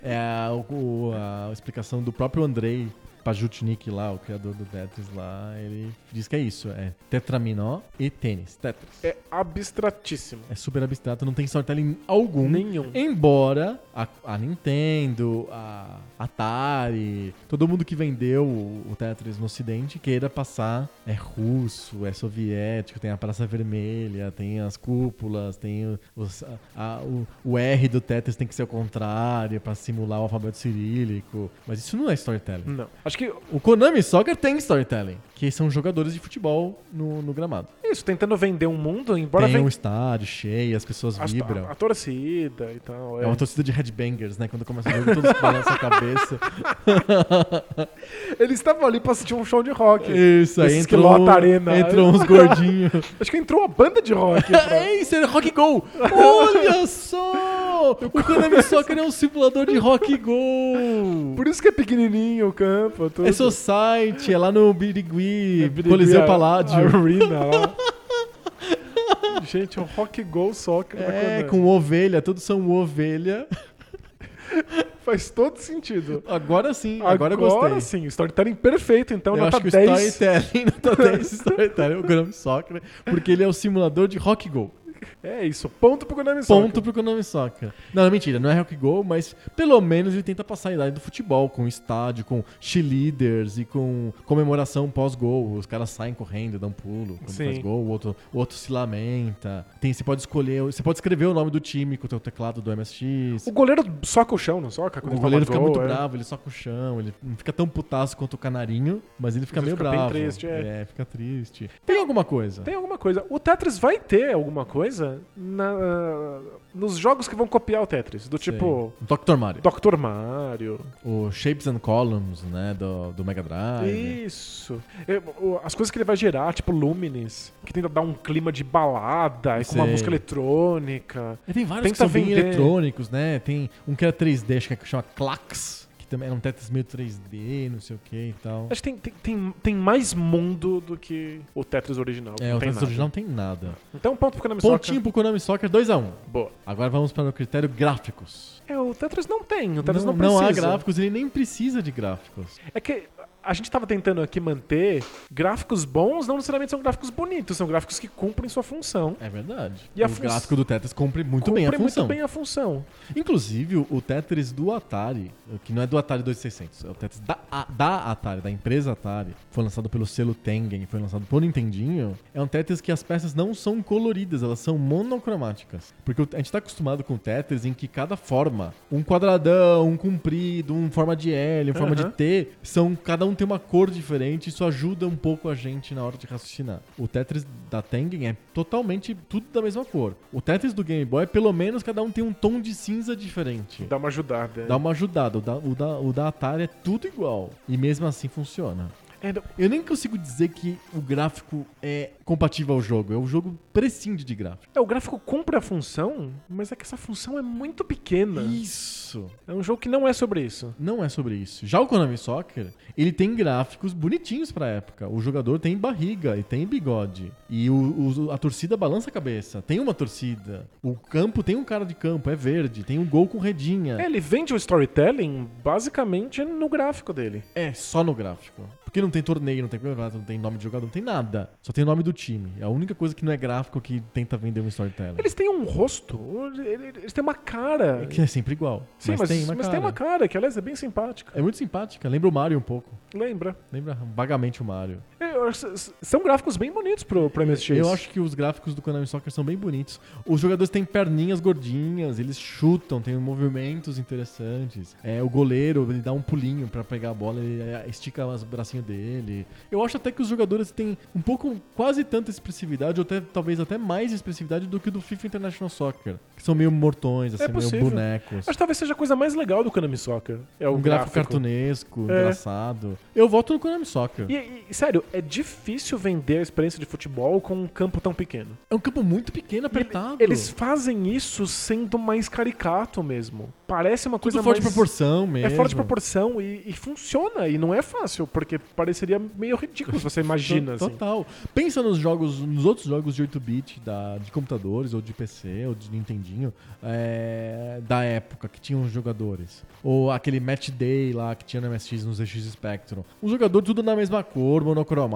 Speaker 1: É a, o- a explicação do próprio Andrei Pajutnik lá, o criador do Tetris lá. Ele diz que é isso, é tetraminó e tênis, Tetris.
Speaker 2: É abstratíssimo.
Speaker 1: É super abstrato, não tem storytelling algum.
Speaker 2: Nenhum.
Speaker 1: Embora a, a Nintendo, a Atari, todo mundo que vendeu o, o Tetris no Ocidente queira passar. É russo, é soviético, tem a Praça Vermelha, tem as cúpulas, tem o, os- a- a- o- o R do Tetris tem que ser o contrário pra simular o alfabeto cirílico. Mas isso não é storytelling.
Speaker 2: Não. Acho que é
Speaker 1: O Konami Soccer tem storytelling, que são jogadores de futebol no, no gramado.
Speaker 2: é isso, tentando vender um mundo, embora
Speaker 1: tem
Speaker 2: venha
Speaker 1: um estádio cheio, as pessoas
Speaker 2: as-
Speaker 1: vibram.
Speaker 2: a, a torcida e tal.
Speaker 1: É uma torcida de headbangers, né? Quando começa o jogo, todos balançam a cabeça.
Speaker 2: Eles estavam ali pra assistir um show de rock.
Speaker 1: Isso, aí
Speaker 2: Esses que
Speaker 1: entrou, um-
Speaker 2: lota a arena.
Speaker 1: entrou uns gordinhos.
Speaker 2: Acho que entrou uma banda de rock. pra-
Speaker 1: é isso, é Rock Go! Olha só! O Konami Soccer é um simulador de Rock Go!
Speaker 2: Por isso que é pequenininho o campo. Tudo.
Speaker 1: É seu site, é lá no É Birigui,
Speaker 2: Birigui,
Speaker 1: Coliseu
Speaker 2: a-
Speaker 1: Paládio.
Speaker 2: a Arena lá. Gente, o Rock Go Soccer. da
Speaker 1: É,
Speaker 2: Konami.
Speaker 1: com ovelha, todos são ovelha.
Speaker 2: Faz todo sentido.
Speaker 1: Agora sim, agora, eu gostei.
Speaker 2: sim, storytelling perfeito, então
Speaker 1: eu
Speaker 2: nota
Speaker 1: acho que
Speaker 2: 10.
Speaker 1: o Storytelling, nota 10 Storytelling, o Konami Soccer, porque ele é o simulador de Rock Go.
Speaker 2: É isso, ponto pro Konami
Speaker 1: ponto pro Konami Soccer. Não, é mentira, não é Rock Go, mas pelo menos ele tenta passar a idade do futebol, com estádio, com cheerleaders e com comemoração pós-gol. Os caras saem correndo, dão pulo quando
Speaker 2: Sim.
Speaker 1: faz gol, o outro, o outro se lamenta. Tem, você pode escolher, você pode escrever o nome do time com o teu teclado do MSX.
Speaker 2: O goleiro soca o chão, não soca? Quando
Speaker 1: O
Speaker 2: ele
Speaker 1: goleiro
Speaker 2: toma
Speaker 1: fica
Speaker 2: gol,
Speaker 1: muito
Speaker 2: é.
Speaker 1: bravo, ele soca o chão, ele não fica tão putaço quanto o canarinho, mas ele fica
Speaker 2: Mas
Speaker 1: meio
Speaker 2: ele fica bem
Speaker 1: bravo.
Speaker 2: triste, é.
Speaker 1: fica triste. Tem alguma coisa?
Speaker 2: Tem alguma coisa. O Tetris vai ter alguma coisa na- nos jogos que vão copiar o Tetris. Do tipo
Speaker 1: Sei. Dr. Mario.
Speaker 2: Dr. Mario.
Speaker 1: O Shapes and Columns, né, do, do Mega Drive.
Speaker 2: Isso. Eu- o- As coisas que ele vai gerar, tipo Lumines, que tenta dar um clima de balada, e com uma
Speaker 1: Sei.
Speaker 2: música eletrônica.
Speaker 1: E É, Tem vários
Speaker 2: Tenta
Speaker 1: que são bem
Speaker 2: vender.
Speaker 1: eletrônicos, né? Tem um que era 3D, acho que é que chama Clax, que também era um Tetris meio 3D, não sei o que e tal.
Speaker 2: Acho que tem, tem, tem, tem mais mundo do que o Tetris original.
Speaker 1: É,
Speaker 2: não
Speaker 1: o
Speaker 2: tem
Speaker 1: Tetris
Speaker 2: nada.
Speaker 1: original não tem nada.
Speaker 2: Então, ponto pro Konami
Speaker 1: Pontinho
Speaker 2: Soca.
Speaker 1: pro Konami Soccer 2x1.
Speaker 2: Boa.
Speaker 1: Agora vamos para o critério gráficos.
Speaker 2: É, o Tetris não tem. O Tetris não,
Speaker 1: não há
Speaker 2: precisa.
Speaker 1: gráficos, ele nem precisa de gráficos.
Speaker 2: É que a gente tava tentando aqui manter gráficos bons, não necessariamente são gráficos bonitos, são gráficos que cumprem sua função.
Speaker 1: É verdade.
Speaker 2: E a
Speaker 1: o
Speaker 2: fun-
Speaker 1: gráfico do Tetris cumpre muito bem a
Speaker 2: Cumprem
Speaker 1: função.
Speaker 2: muito bem a função.
Speaker 1: Inclusive, o Tetris do Atari, que não é do Atari 2600, é o Tetris da, a- da Atari, da empresa Atari, foi lançado pelo selo Tengen, foi lançado por Nintendinho, é um Tetris que as peças não são coloridas, elas são monocromáticas. Porque o- a gente tá acostumado com o Tetris em que cada forma, um quadradão, um comprido, um forma de L, um forma de
Speaker 2: Aham.
Speaker 1: T, são, cada um tem uma cor diferente, isso ajuda um pouco a gente na hora de raciocinar. O Tetris da Tengen é totalmente tudo da mesma cor. O Tetris do Game Boy, pelo menos, cada um tem um tom de cinza diferente.
Speaker 2: Dá uma ajudada. né?
Speaker 1: Dá uma ajudada. O da, o da, o da Atari é tudo igual. E mesmo assim funciona.
Speaker 2: É, não-
Speaker 1: Eu nem consigo dizer que o gráfico é compatível ao jogo. É o jogo prescinde de gráfico.
Speaker 2: é, o gráfico cumpre a função, mas é que essa função é muito pequena.
Speaker 1: Isso!
Speaker 2: É um jogo que não é sobre isso.
Speaker 1: Não é sobre isso. Já o Konami Soccer, ele tem gráficos bonitinhos pra época. O jogador tem barriga e tem bigode. E o- o- a torcida balança a cabeça. Tem uma torcida. O campo tem um cara de campo, é verde. Tem um gol com
Speaker 2: É,
Speaker 1: redinha.
Speaker 2: ele vende o storytelling basicamente no gráfico dele.
Speaker 1: É, só no gráfico. Porque não tem torneio, não tem campeonato, não tem nome de jogador, não tem nada. Só tem o nome do time. É a única coisa que não é gráfico que tenta vender um storytelling.
Speaker 2: Eles têm um rosto, ele- eles têm uma cara.
Speaker 1: Que é sempre igual.
Speaker 2: Sim, mas, mas tem, uma, cara. que aliás é bem simpática.
Speaker 1: É muito simpática. Lembra o Mario um pouco.
Speaker 2: Lembra?
Speaker 1: Lembra vagamente o Mario.
Speaker 2: É, eu acho- s- são gráficos bem bonitos pro, pro MSX.
Speaker 1: Eu acho que os gráficos do Konami Soccer são bem bonitos. Os jogadores têm perninhas gordinhas, eles chutam, têm movimentos interessantes. É, o goleiro, ele dá um pulinho pra pegar a bola, ele é, estica os bracinhos dele. Eu acho até que os jogadores têm um pouco, quase tanta expressividade, ou até, talvez até mais expressividade do que o do FIFA International Soccer. Que são meio mortões, assim, meio
Speaker 2: É possível.
Speaker 1: bonecos.
Speaker 2: Acho que talvez seja a coisa mais legal do Konami Soccer. É o
Speaker 1: Um gráfico cartunesco,
Speaker 2: É.
Speaker 1: engraçado. Eu voto no Konami Soccer.
Speaker 2: E, e, sério, é difícil vender a experiência de futebol com um campo tão pequeno.
Speaker 1: É um campo muito pequeno,
Speaker 2: E ele-
Speaker 1: apertado.
Speaker 2: Eles fazem isso sendo mais caricato mesmo. parece uma coisa
Speaker 1: Tudo fora de
Speaker 2: mais-
Speaker 1: proporção mesmo.
Speaker 2: É fora de proporção e, e funciona, e não é fácil, porque pareceria meio ridículo se você imagina, assim.
Speaker 1: Total. Pensa nos jogos, nos outros jogos de 8-bit da- de computadores, ou de PC, ou de Nintendinho, é, da época, que tinham os jogadores. Ou aquele Match Day lá que tinha no MSX, no ZX Spectrum. Um jogador tudo na mesma cor,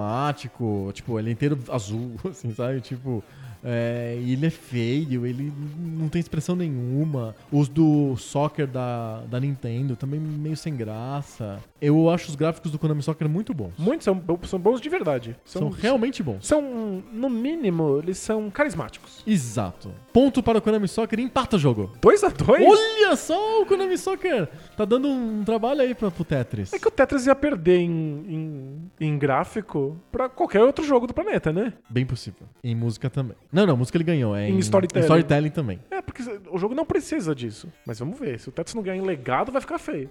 Speaker 1: monocromático, tipo, ele é inteiro azul, assim, sabe? Tipo. é, e ele é feio, ele não tem expressão nenhuma. Os do soccer da, da Nintendo também meio sem graça. Eu acho os gráficos do Konami Soccer muito bons.
Speaker 2: Muitos são, bo- são bons de verdade. São,
Speaker 1: São realmente bons.
Speaker 2: são, no mínimo, eles são carismáticos.
Speaker 1: Exato. Ponto para o Konami Soccer, empata o jogo.
Speaker 2: 2 a 2
Speaker 1: Olha só o Konami Soccer! Tá dando um trabalho aí pra, pro Tetris.
Speaker 2: É que o Tetris ia perder em, em, em gráfico pra qualquer outro jogo do planeta, né?
Speaker 1: Bem possível. Em música também. Não, não, música ele ganhou. É
Speaker 2: Em storytelling.
Speaker 1: storytelling também.
Speaker 2: É, porque o jogo não precisa disso. Mas vamos ver, se o Tetris não ganhar em legado, vai ficar feio.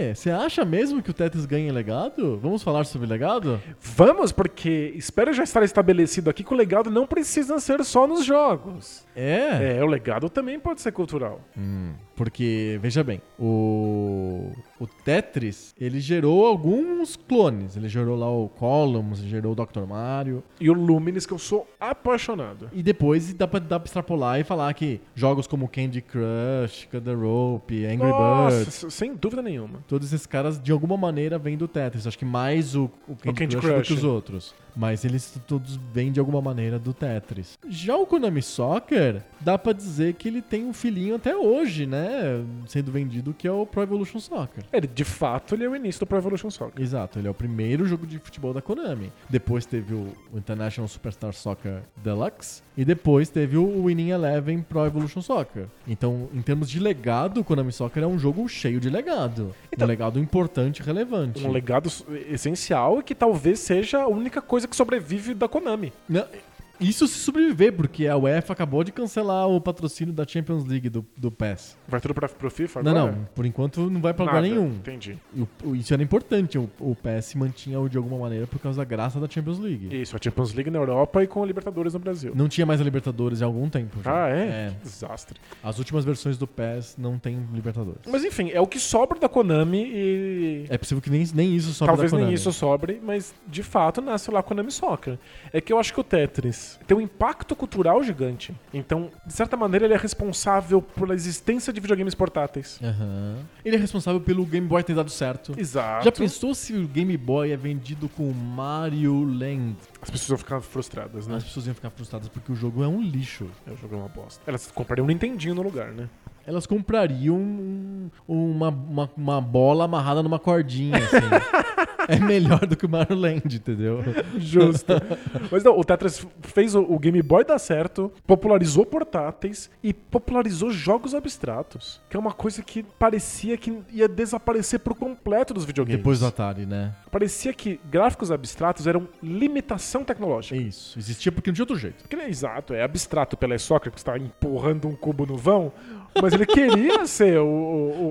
Speaker 1: É, você acha mesmo que o Tetris ganha em legado? Vamos falar sobre legado?
Speaker 2: Vamos, porque espero já estar estabelecido aqui que o legado não precisa ser só nos jogos.
Speaker 1: É.
Speaker 2: É, o legado também pode ser cultural.
Speaker 1: Hum, porque, veja bem, o, o Tetris, ele gerou alguns clones. Ele gerou lá o Columns, ele gerou o Dr. Mario.
Speaker 2: E o Lumines, que eu sou apaixonado.
Speaker 1: E depois dá pra, dá pra extrapolar e falar que jogos como Candy Crush, Cut the Rope, Angry
Speaker 2: Nossa,
Speaker 1: Birds,
Speaker 2: s- sem dúvida nenhuma.
Speaker 1: todos esses caras de alguma maneira vêm do Tetris. Acho que mais o, o Candy,
Speaker 2: Candy
Speaker 1: Crush,
Speaker 2: Crush,
Speaker 1: do que os
Speaker 2: é.
Speaker 1: outros. Mas eles t- todos vêm de alguma maneira do Tetris. Já o Konami Soccer, dá pra dizer que ele tem um filhinho até hoje, né? Sendo vendido que é o Pro Evolution Soccer.
Speaker 2: Ele, de fato, ele é o início do Pro Evolution Soccer.
Speaker 1: Exato, ele é o primeiro jogo de futebol da Konami. Depois teve o International Superstar Soccer Deluxe e depois teve o Winning Eleven Pro Evolution Soccer. Então, em termos de legado, o Konami Soccer é um jogo cheio de legado.
Speaker 2: Então-
Speaker 1: um legado importante e relevante.
Speaker 2: Um legado s- essencial e que talvez seja a única coisa que sobrevive da Konami.
Speaker 1: Não, isso se sobreviver, porque a UEFA acabou de cancelar o patrocínio da Champions League do, do PES.
Speaker 2: Vai tudo pra, pro FIFA
Speaker 1: Não,
Speaker 2: agora?
Speaker 1: não, por enquanto não vai pra lugar
Speaker 2: Nada.
Speaker 1: nenhum.
Speaker 2: Entendi.
Speaker 1: E o- o- Isso era importante, o, o PES mantinha de alguma maneira por causa da graça da Champions League.
Speaker 2: Isso, a Champions League na Europa e com a Libertadores no Brasil.
Speaker 1: Não tinha mais a Libertadores há algum tempo. já.
Speaker 2: Ah, é? Que desastre.
Speaker 1: As últimas versões do PES não tem Libertadores.
Speaker 2: Mas enfim, é o que sobra da Konami e.
Speaker 1: É possível que nem, nem isso só
Speaker 2: Talvez nem isso sobre, mas de fato nasce lá Konami Soccer. É que eu acho que o Tetris tem um impacto cultural gigante. Então, de certa maneira, ele é responsável pela existência de videogames portáteis.
Speaker 1: Ele é responsável pelo Game Boy ter dado certo.
Speaker 2: Exato.
Speaker 1: É. Já pensou se o Game Boy é vendido com o Mario Land?
Speaker 2: As pessoas vão ficar frustradas, né?
Speaker 1: As pessoas iam ficar frustradas porque o jogo é um lixo.
Speaker 2: Eu joguei uma bosta. Elas comprariam um Nintendinho no lugar, né?
Speaker 1: Elas comprariam um- uma, uma, uma bola amarrada numa cordinha, assim. é melhor do que o Mario Land, entendeu?
Speaker 2: É Justo. Mas não, o Tetris fez o- o Game Boy dar certo, popularizou portáteis e popularizou jogos abstratos, que é uma coisa que parecia que ia desaparecer por completo dos videogames.
Speaker 1: Depois do Atari, né?
Speaker 2: Parecia que gráficos abstratos eram limitação
Speaker 1: É
Speaker 2: tecnológica.
Speaker 1: isso. Existia porque não tinha outro jeito.
Speaker 2: Porque ele é exato, é abstrato pela Sócrates, que está empurrando um cubo no vão, mas ele queria ser o, o,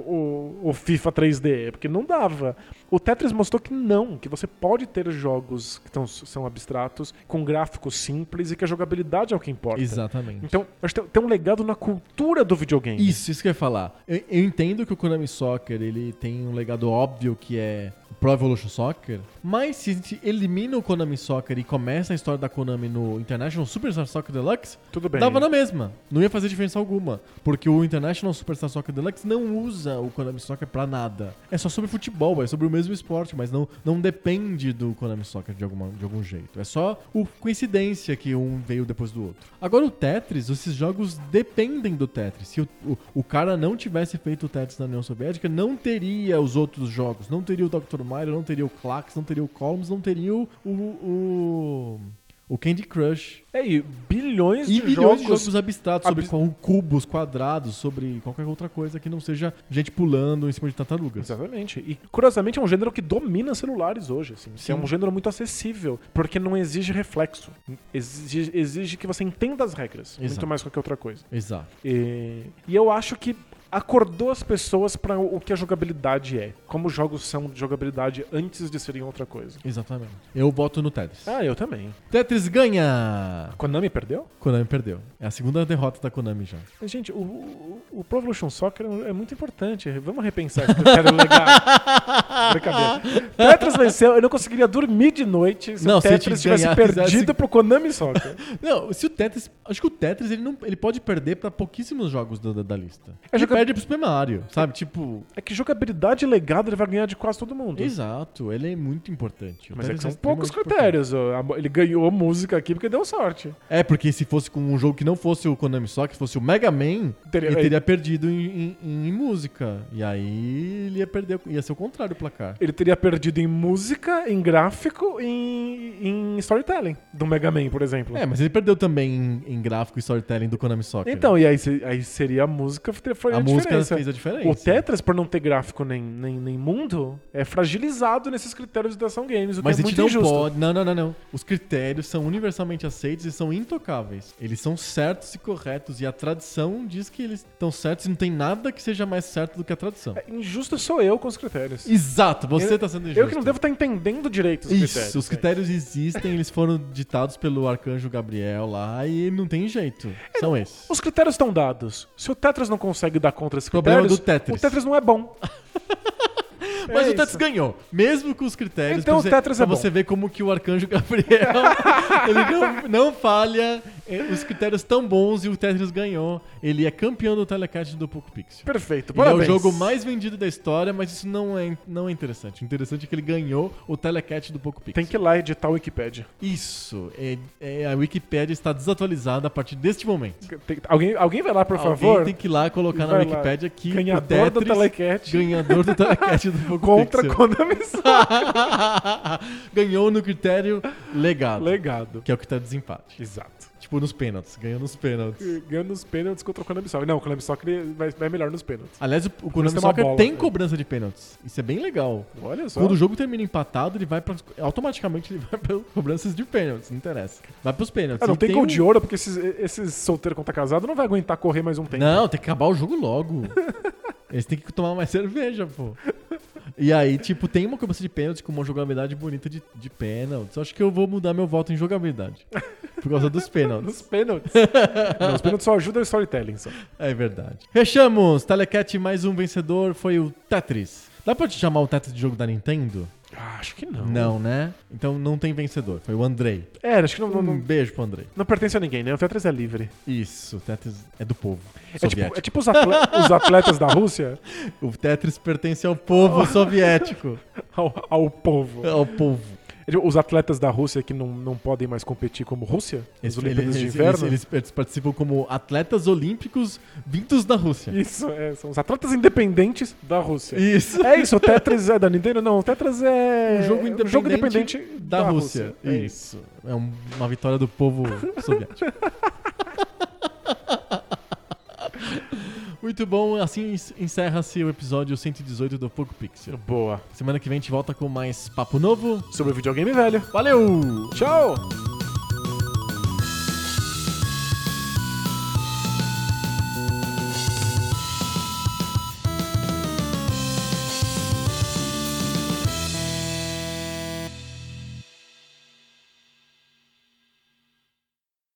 Speaker 2: o- o FIFA 3D, porque não dava. O Tetris mostrou que não, que você pode ter jogos que tão- são abstratos, com gráficos simples e que a jogabilidade é o que importa.
Speaker 1: Exatamente.
Speaker 2: Então, acho que tem- tem um legado na cultura do videogame.
Speaker 1: Isso, isso que eu ia falar. Eu, eu entendo que o Konami Soccer ele tem um legado óbvio que é o Pro Evolution Soccer, mas se a gente elimina o Konami Soccer e começa a história da Konami no International Superstar Soccer Deluxe,
Speaker 2: Tudo bem.
Speaker 1: dava na mesma. Não ia fazer diferença alguma, porque o International Superstar Soccer Deluxe não usa o Konami Soccer pra nada. É só sobre futebol, é sobre o mesmo esporte, mas não, não depende do Konami Soccer de, alguma, de algum jeito. É só o coincidência que um veio depois do outro. Agora o Tetris, esses jogos dependem do Tetris. Se o, o, o cara não tivesse feito o Tetris na União Soviética, não teria os outros jogos. Não teria o Dr. Mario, não teria o Clax, não teria o Columns, não teria o... o, o Candy Crush.
Speaker 2: É, e bilhões
Speaker 1: E
Speaker 2: de
Speaker 1: milhões de
Speaker 2: jogos
Speaker 1: jogos abstratos sobre
Speaker 2: abs-
Speaker 1: qual- cubos, quadrados, sobre qualquer outra coisa que não seja gente pulando em cima de tartarugas.
Speaker 2: Exatamente. E curiosamente é um gênero que domina celulares hoje, assim.
Speaker 1: Sim.
Speaker 2: É um gênero muito acessível, porque não exige reflexo. Exige, exige que você entenda as regras,
Speaker 1: Exato.
Speaker 2: muito mais que qualquer outra coisa.
Speaker 1: Exato.
Speaker 2: E, e eu acho que acordou as pessoas para o que a jogabilidade é. Como os jogos são de jogabilidade antes de serem outra coisa.
Speaker 1: Exatamente. Eu voto no Tetris.
Speaker 2: Ah, eu também.
Speaker 1: Tetris ganha!
Speaker 2: A Konami perdeu?
Speaker 1: Konami perdeu. É a segunda derrota da Konami já.
Speaker 2: Mas, Gente, o, o, o Pro Evolution Soccer é muito importante. Vamos repensar isso que eu quero legal. Brincadeira. Tetris venceu, eu não conseguiria dormir de noite se
Speaker 1: Não,
Speaker 2: o
Speaker 1: se assim.
Speaker 2: Tetris
Speaker 1: te ganhar,
Speaker 2: tivesse
Speaker 1: fizesse-
Speaker 2: perdido pro Konami Soccer.
Speaker 1: Não, se o Tetris. Acho que o Tetris ele, não, ele pode perder pra pouquíssimos jogos da, da- da lista.
Speaker 2: É
Speaker 1: Ele
Speaker 2: joga-
Speaker 1: perde pro Super Mario, sabe? Tipo.
Speaker 2: É que jogabilidade e legado ele vai ganhar de quase todo mundo.
Speaker 1: Exato, ele é muito importante. O
Speaker 2: Mas é que
Speaker 1: Tetris
Speaker 2: são
Speaker 1: extremamente
Speaker 2: poucos
Speaker 1: importante.
Speaker 2: critérios. ó. A mo- Ele ganhou música aqui porque deu sorte.
Speaker 1: É, porque se fosse com um jogo que não fosse o Konami só, que fosse o Mega Man,
Speaker 2: Teria-
Speaker 1: ele teria perdido em, em- em música. E aí ele ia perder, ia ser o contrário o placar.
Speaker 2: Ele teria perdido em música, em gráfico e em, em storytelling. Do Mega Man, por exemplo.
Speaker 1: É, mas ele perdeu também em, em gráfico e storytelling do Konami Soccer.
Speaker 2: Então, e aí, se- aí seria a música que foi a,
Speaker 1: a música
Speaker 2: diferença.
Speaker 1: fez a diferença.
Speaker 2: O Tetris, por não ter gráfico nem, nem, nem mundo, é fragilizado nesses critérios de ação games, o que
Speaker 1: Mas
Speaker 2: é
Speaker 1: a gente
Speaker 2: muito
Speaker 1: não
Speaker 2: injusto.
Speaker 1: pode. Não, não, não, não. Os critérios são universalmente aceitos e são intocáveis. Eles são certos e corretos. E a tradição diz que eles estão certos e não tem nada que seja mais certo do que a tradição.
Speaker 2: É, Injusto sou eu com os critérios.
Speaker 1: Exato, você
Speaker 2: Eu-
Speaker 1: tá sendo injusto.
Speaker 2: Eu que não devo estar entendendo direito os critérios.
Speaker 1: Isso, os critérios existem, eles foram ditados pelo arcanjo Gabriel lá e não tem jeito. São esses.
Speaker 2: Os critérios estão dados. Se o Tetris não consegue dar contra esses
Speaker 1: Problema
Speaker 2: critérios,
Speaker 1: do Tetris.
Speaker 2: o Tetris não é bom.
Speaker 1: Mas o
Speaker 2: É
Speaker 1: Tetris
Speaker 2: isso.
Speaker 1: ganhou, mesmo com os critérios.
Speaker 2: Então
Speaker 1: pra
Speaker 2: o
Speaker 1: você,
Speaker 2: Tetris é
Speaker 1: pra você ver como que o arcanjo Gabriel ele não, não falha, eh, os critérios tão bons e o Tetris ganhou. Ele é campeão do telecast do Poco Pixel.
Speaker 2: Perfeito,
Speaker 1: Ele é o
Speaker 2: parabéns.
Speaker 1: jogo mais vendido da história, mas isso não é, não é interessante. O interessante é que ele ganhou o telecast do Poco Pixel.
Speaker 2: Tem que ir lá editar o Wikipedia.
Speaker 1: Isso. é- é, a Wikipédia está desatualizada a partir deste momento.
Speaker 2: Tem- alguém, alguém vai lá, por
Speaker 1: Alguém
Speaker 2: favor,
Speaker 1: tem que ir lá colocar na
Speaker 2: Vai lá.
Speaker 1: Wikipédia que
Speaker 2: Ganhador
Speaker 1: o Tetris,
Speaker 2: do Telecat.
Speaker 1: ganhador do Telecat do Poco
Speaker 2: contra
Speaker 1: Pixel.
Speaker 2: Konami Soccer.
Speaker 1: ganhou no critério legado,
Speaker 2: Legado.
Speaker 1: que é o critério de desempate.
Speaker 2: Exato.
Speaker 1: Tipo nos pênaltis, ganhou nos pênaltis.
Speaker 2: Ganhando os pênaltis contra o Konami Soccer. Não, o Konami Soccer ele vai, vai melhor nos pênaltis.
Speaker 1: Aliás, o- o Konami
Speaker 2: tem uma
Speaker 1: Soccer
Speaker 2: bola,
Speaker 1: tem
Speaker 2: né?
Speaker 1: cobrança de pênaltis. Isso é bem legal.
Speaker 2: Olha só.
Speaker 1: Quando o jogo termina empatado, ele vai para automaticamente ele vai para cobranças de pênaltis, não interessa. Vai pros pênaltis.
Speaker 2: Ah, não
Speaker 1: E
Speaker 2: tem, gol
Speaker 1: um-
Speaker 2: de ouro, porque esses, esses solteiros quando tá casado não vai aguentar correr mais um tempo.
Speaker 1: Não, tem que acabar o jogo logo. Eles têm que tomar mais cerveja, pô. E aí, tipo, tem uma cobrança de pênalti com uma jogabilidade bonita de, de pênaltis. Acho que eu vou mudar meu voto em jogabilidade. Por causa dos pênaltis.
Speaker 2: Nos pênaltis. não, os pênaltis só ajudam o storytelling. Só.
Speaker 1: É verdade. Fechamos! Telecat, mais um vencedor foi o Tetris. Dá pra te chamar o Tetris de jogo da Nintendo?
Speaker 2: Ah, acho que não.
Speaker 1: Não, né? Então não tem vencedor. Foi o Andrei.
Speaker 2: É, acho que não, não,
Speaker 1: Um
Speaker 2: não,
Speaker 1: beijo pro Andrei.
Speaker 2: não pertence a ninguém, né? O Tetris é livre.
Speaker 1: Isso, o Tetris é tipo do povo.
Speaker 2: É tipo,
Speaker 1: soviético.
Speaker 2: é tipo os, atle- os atletas da Rússia
Speaker 1: O Tetris pertence ao povo soviético.
Speaker 2: ao, ao povo.
Speaker 1: Ao povo.
Speaker 2: É tipo Os atletas da Rússia que não, não podem mais competir como Rússia nas
Speaker 1: Eles,
Speaker 2: Olimpíadas
Speaker 1: eles,
Speaker 2: de
Speaker 1: eles,
Speaker 2: Inverno.
Speaker 1: eles- eles participam como atletas olímpicos vindos da Rússia.
Speaker 2: Isso, é, são os atletas independentes da Rússia.
Speaker 1: Isso.
Speaker 2: É isso, o Tetris é da Nintendo? Não, o Tetris é.
Speaker 1: Um jogo
Speaker 2: é
Speaker 1: independente, da, Rússia.
Speaker 2: É isso.
Speaker 1: Isso. É um- uma vitória do povo soviético. Muito bom, assim en- encerra-se o episódio 118 do Poco Pixel.
Speaker 2: Boa.
Speaker 1: Semana que vem a gente volta com mais papo novo.
Speaker 2: Sobre o videogame velho.
Speaker 1: Valeu!
Speaker 2: Tchau!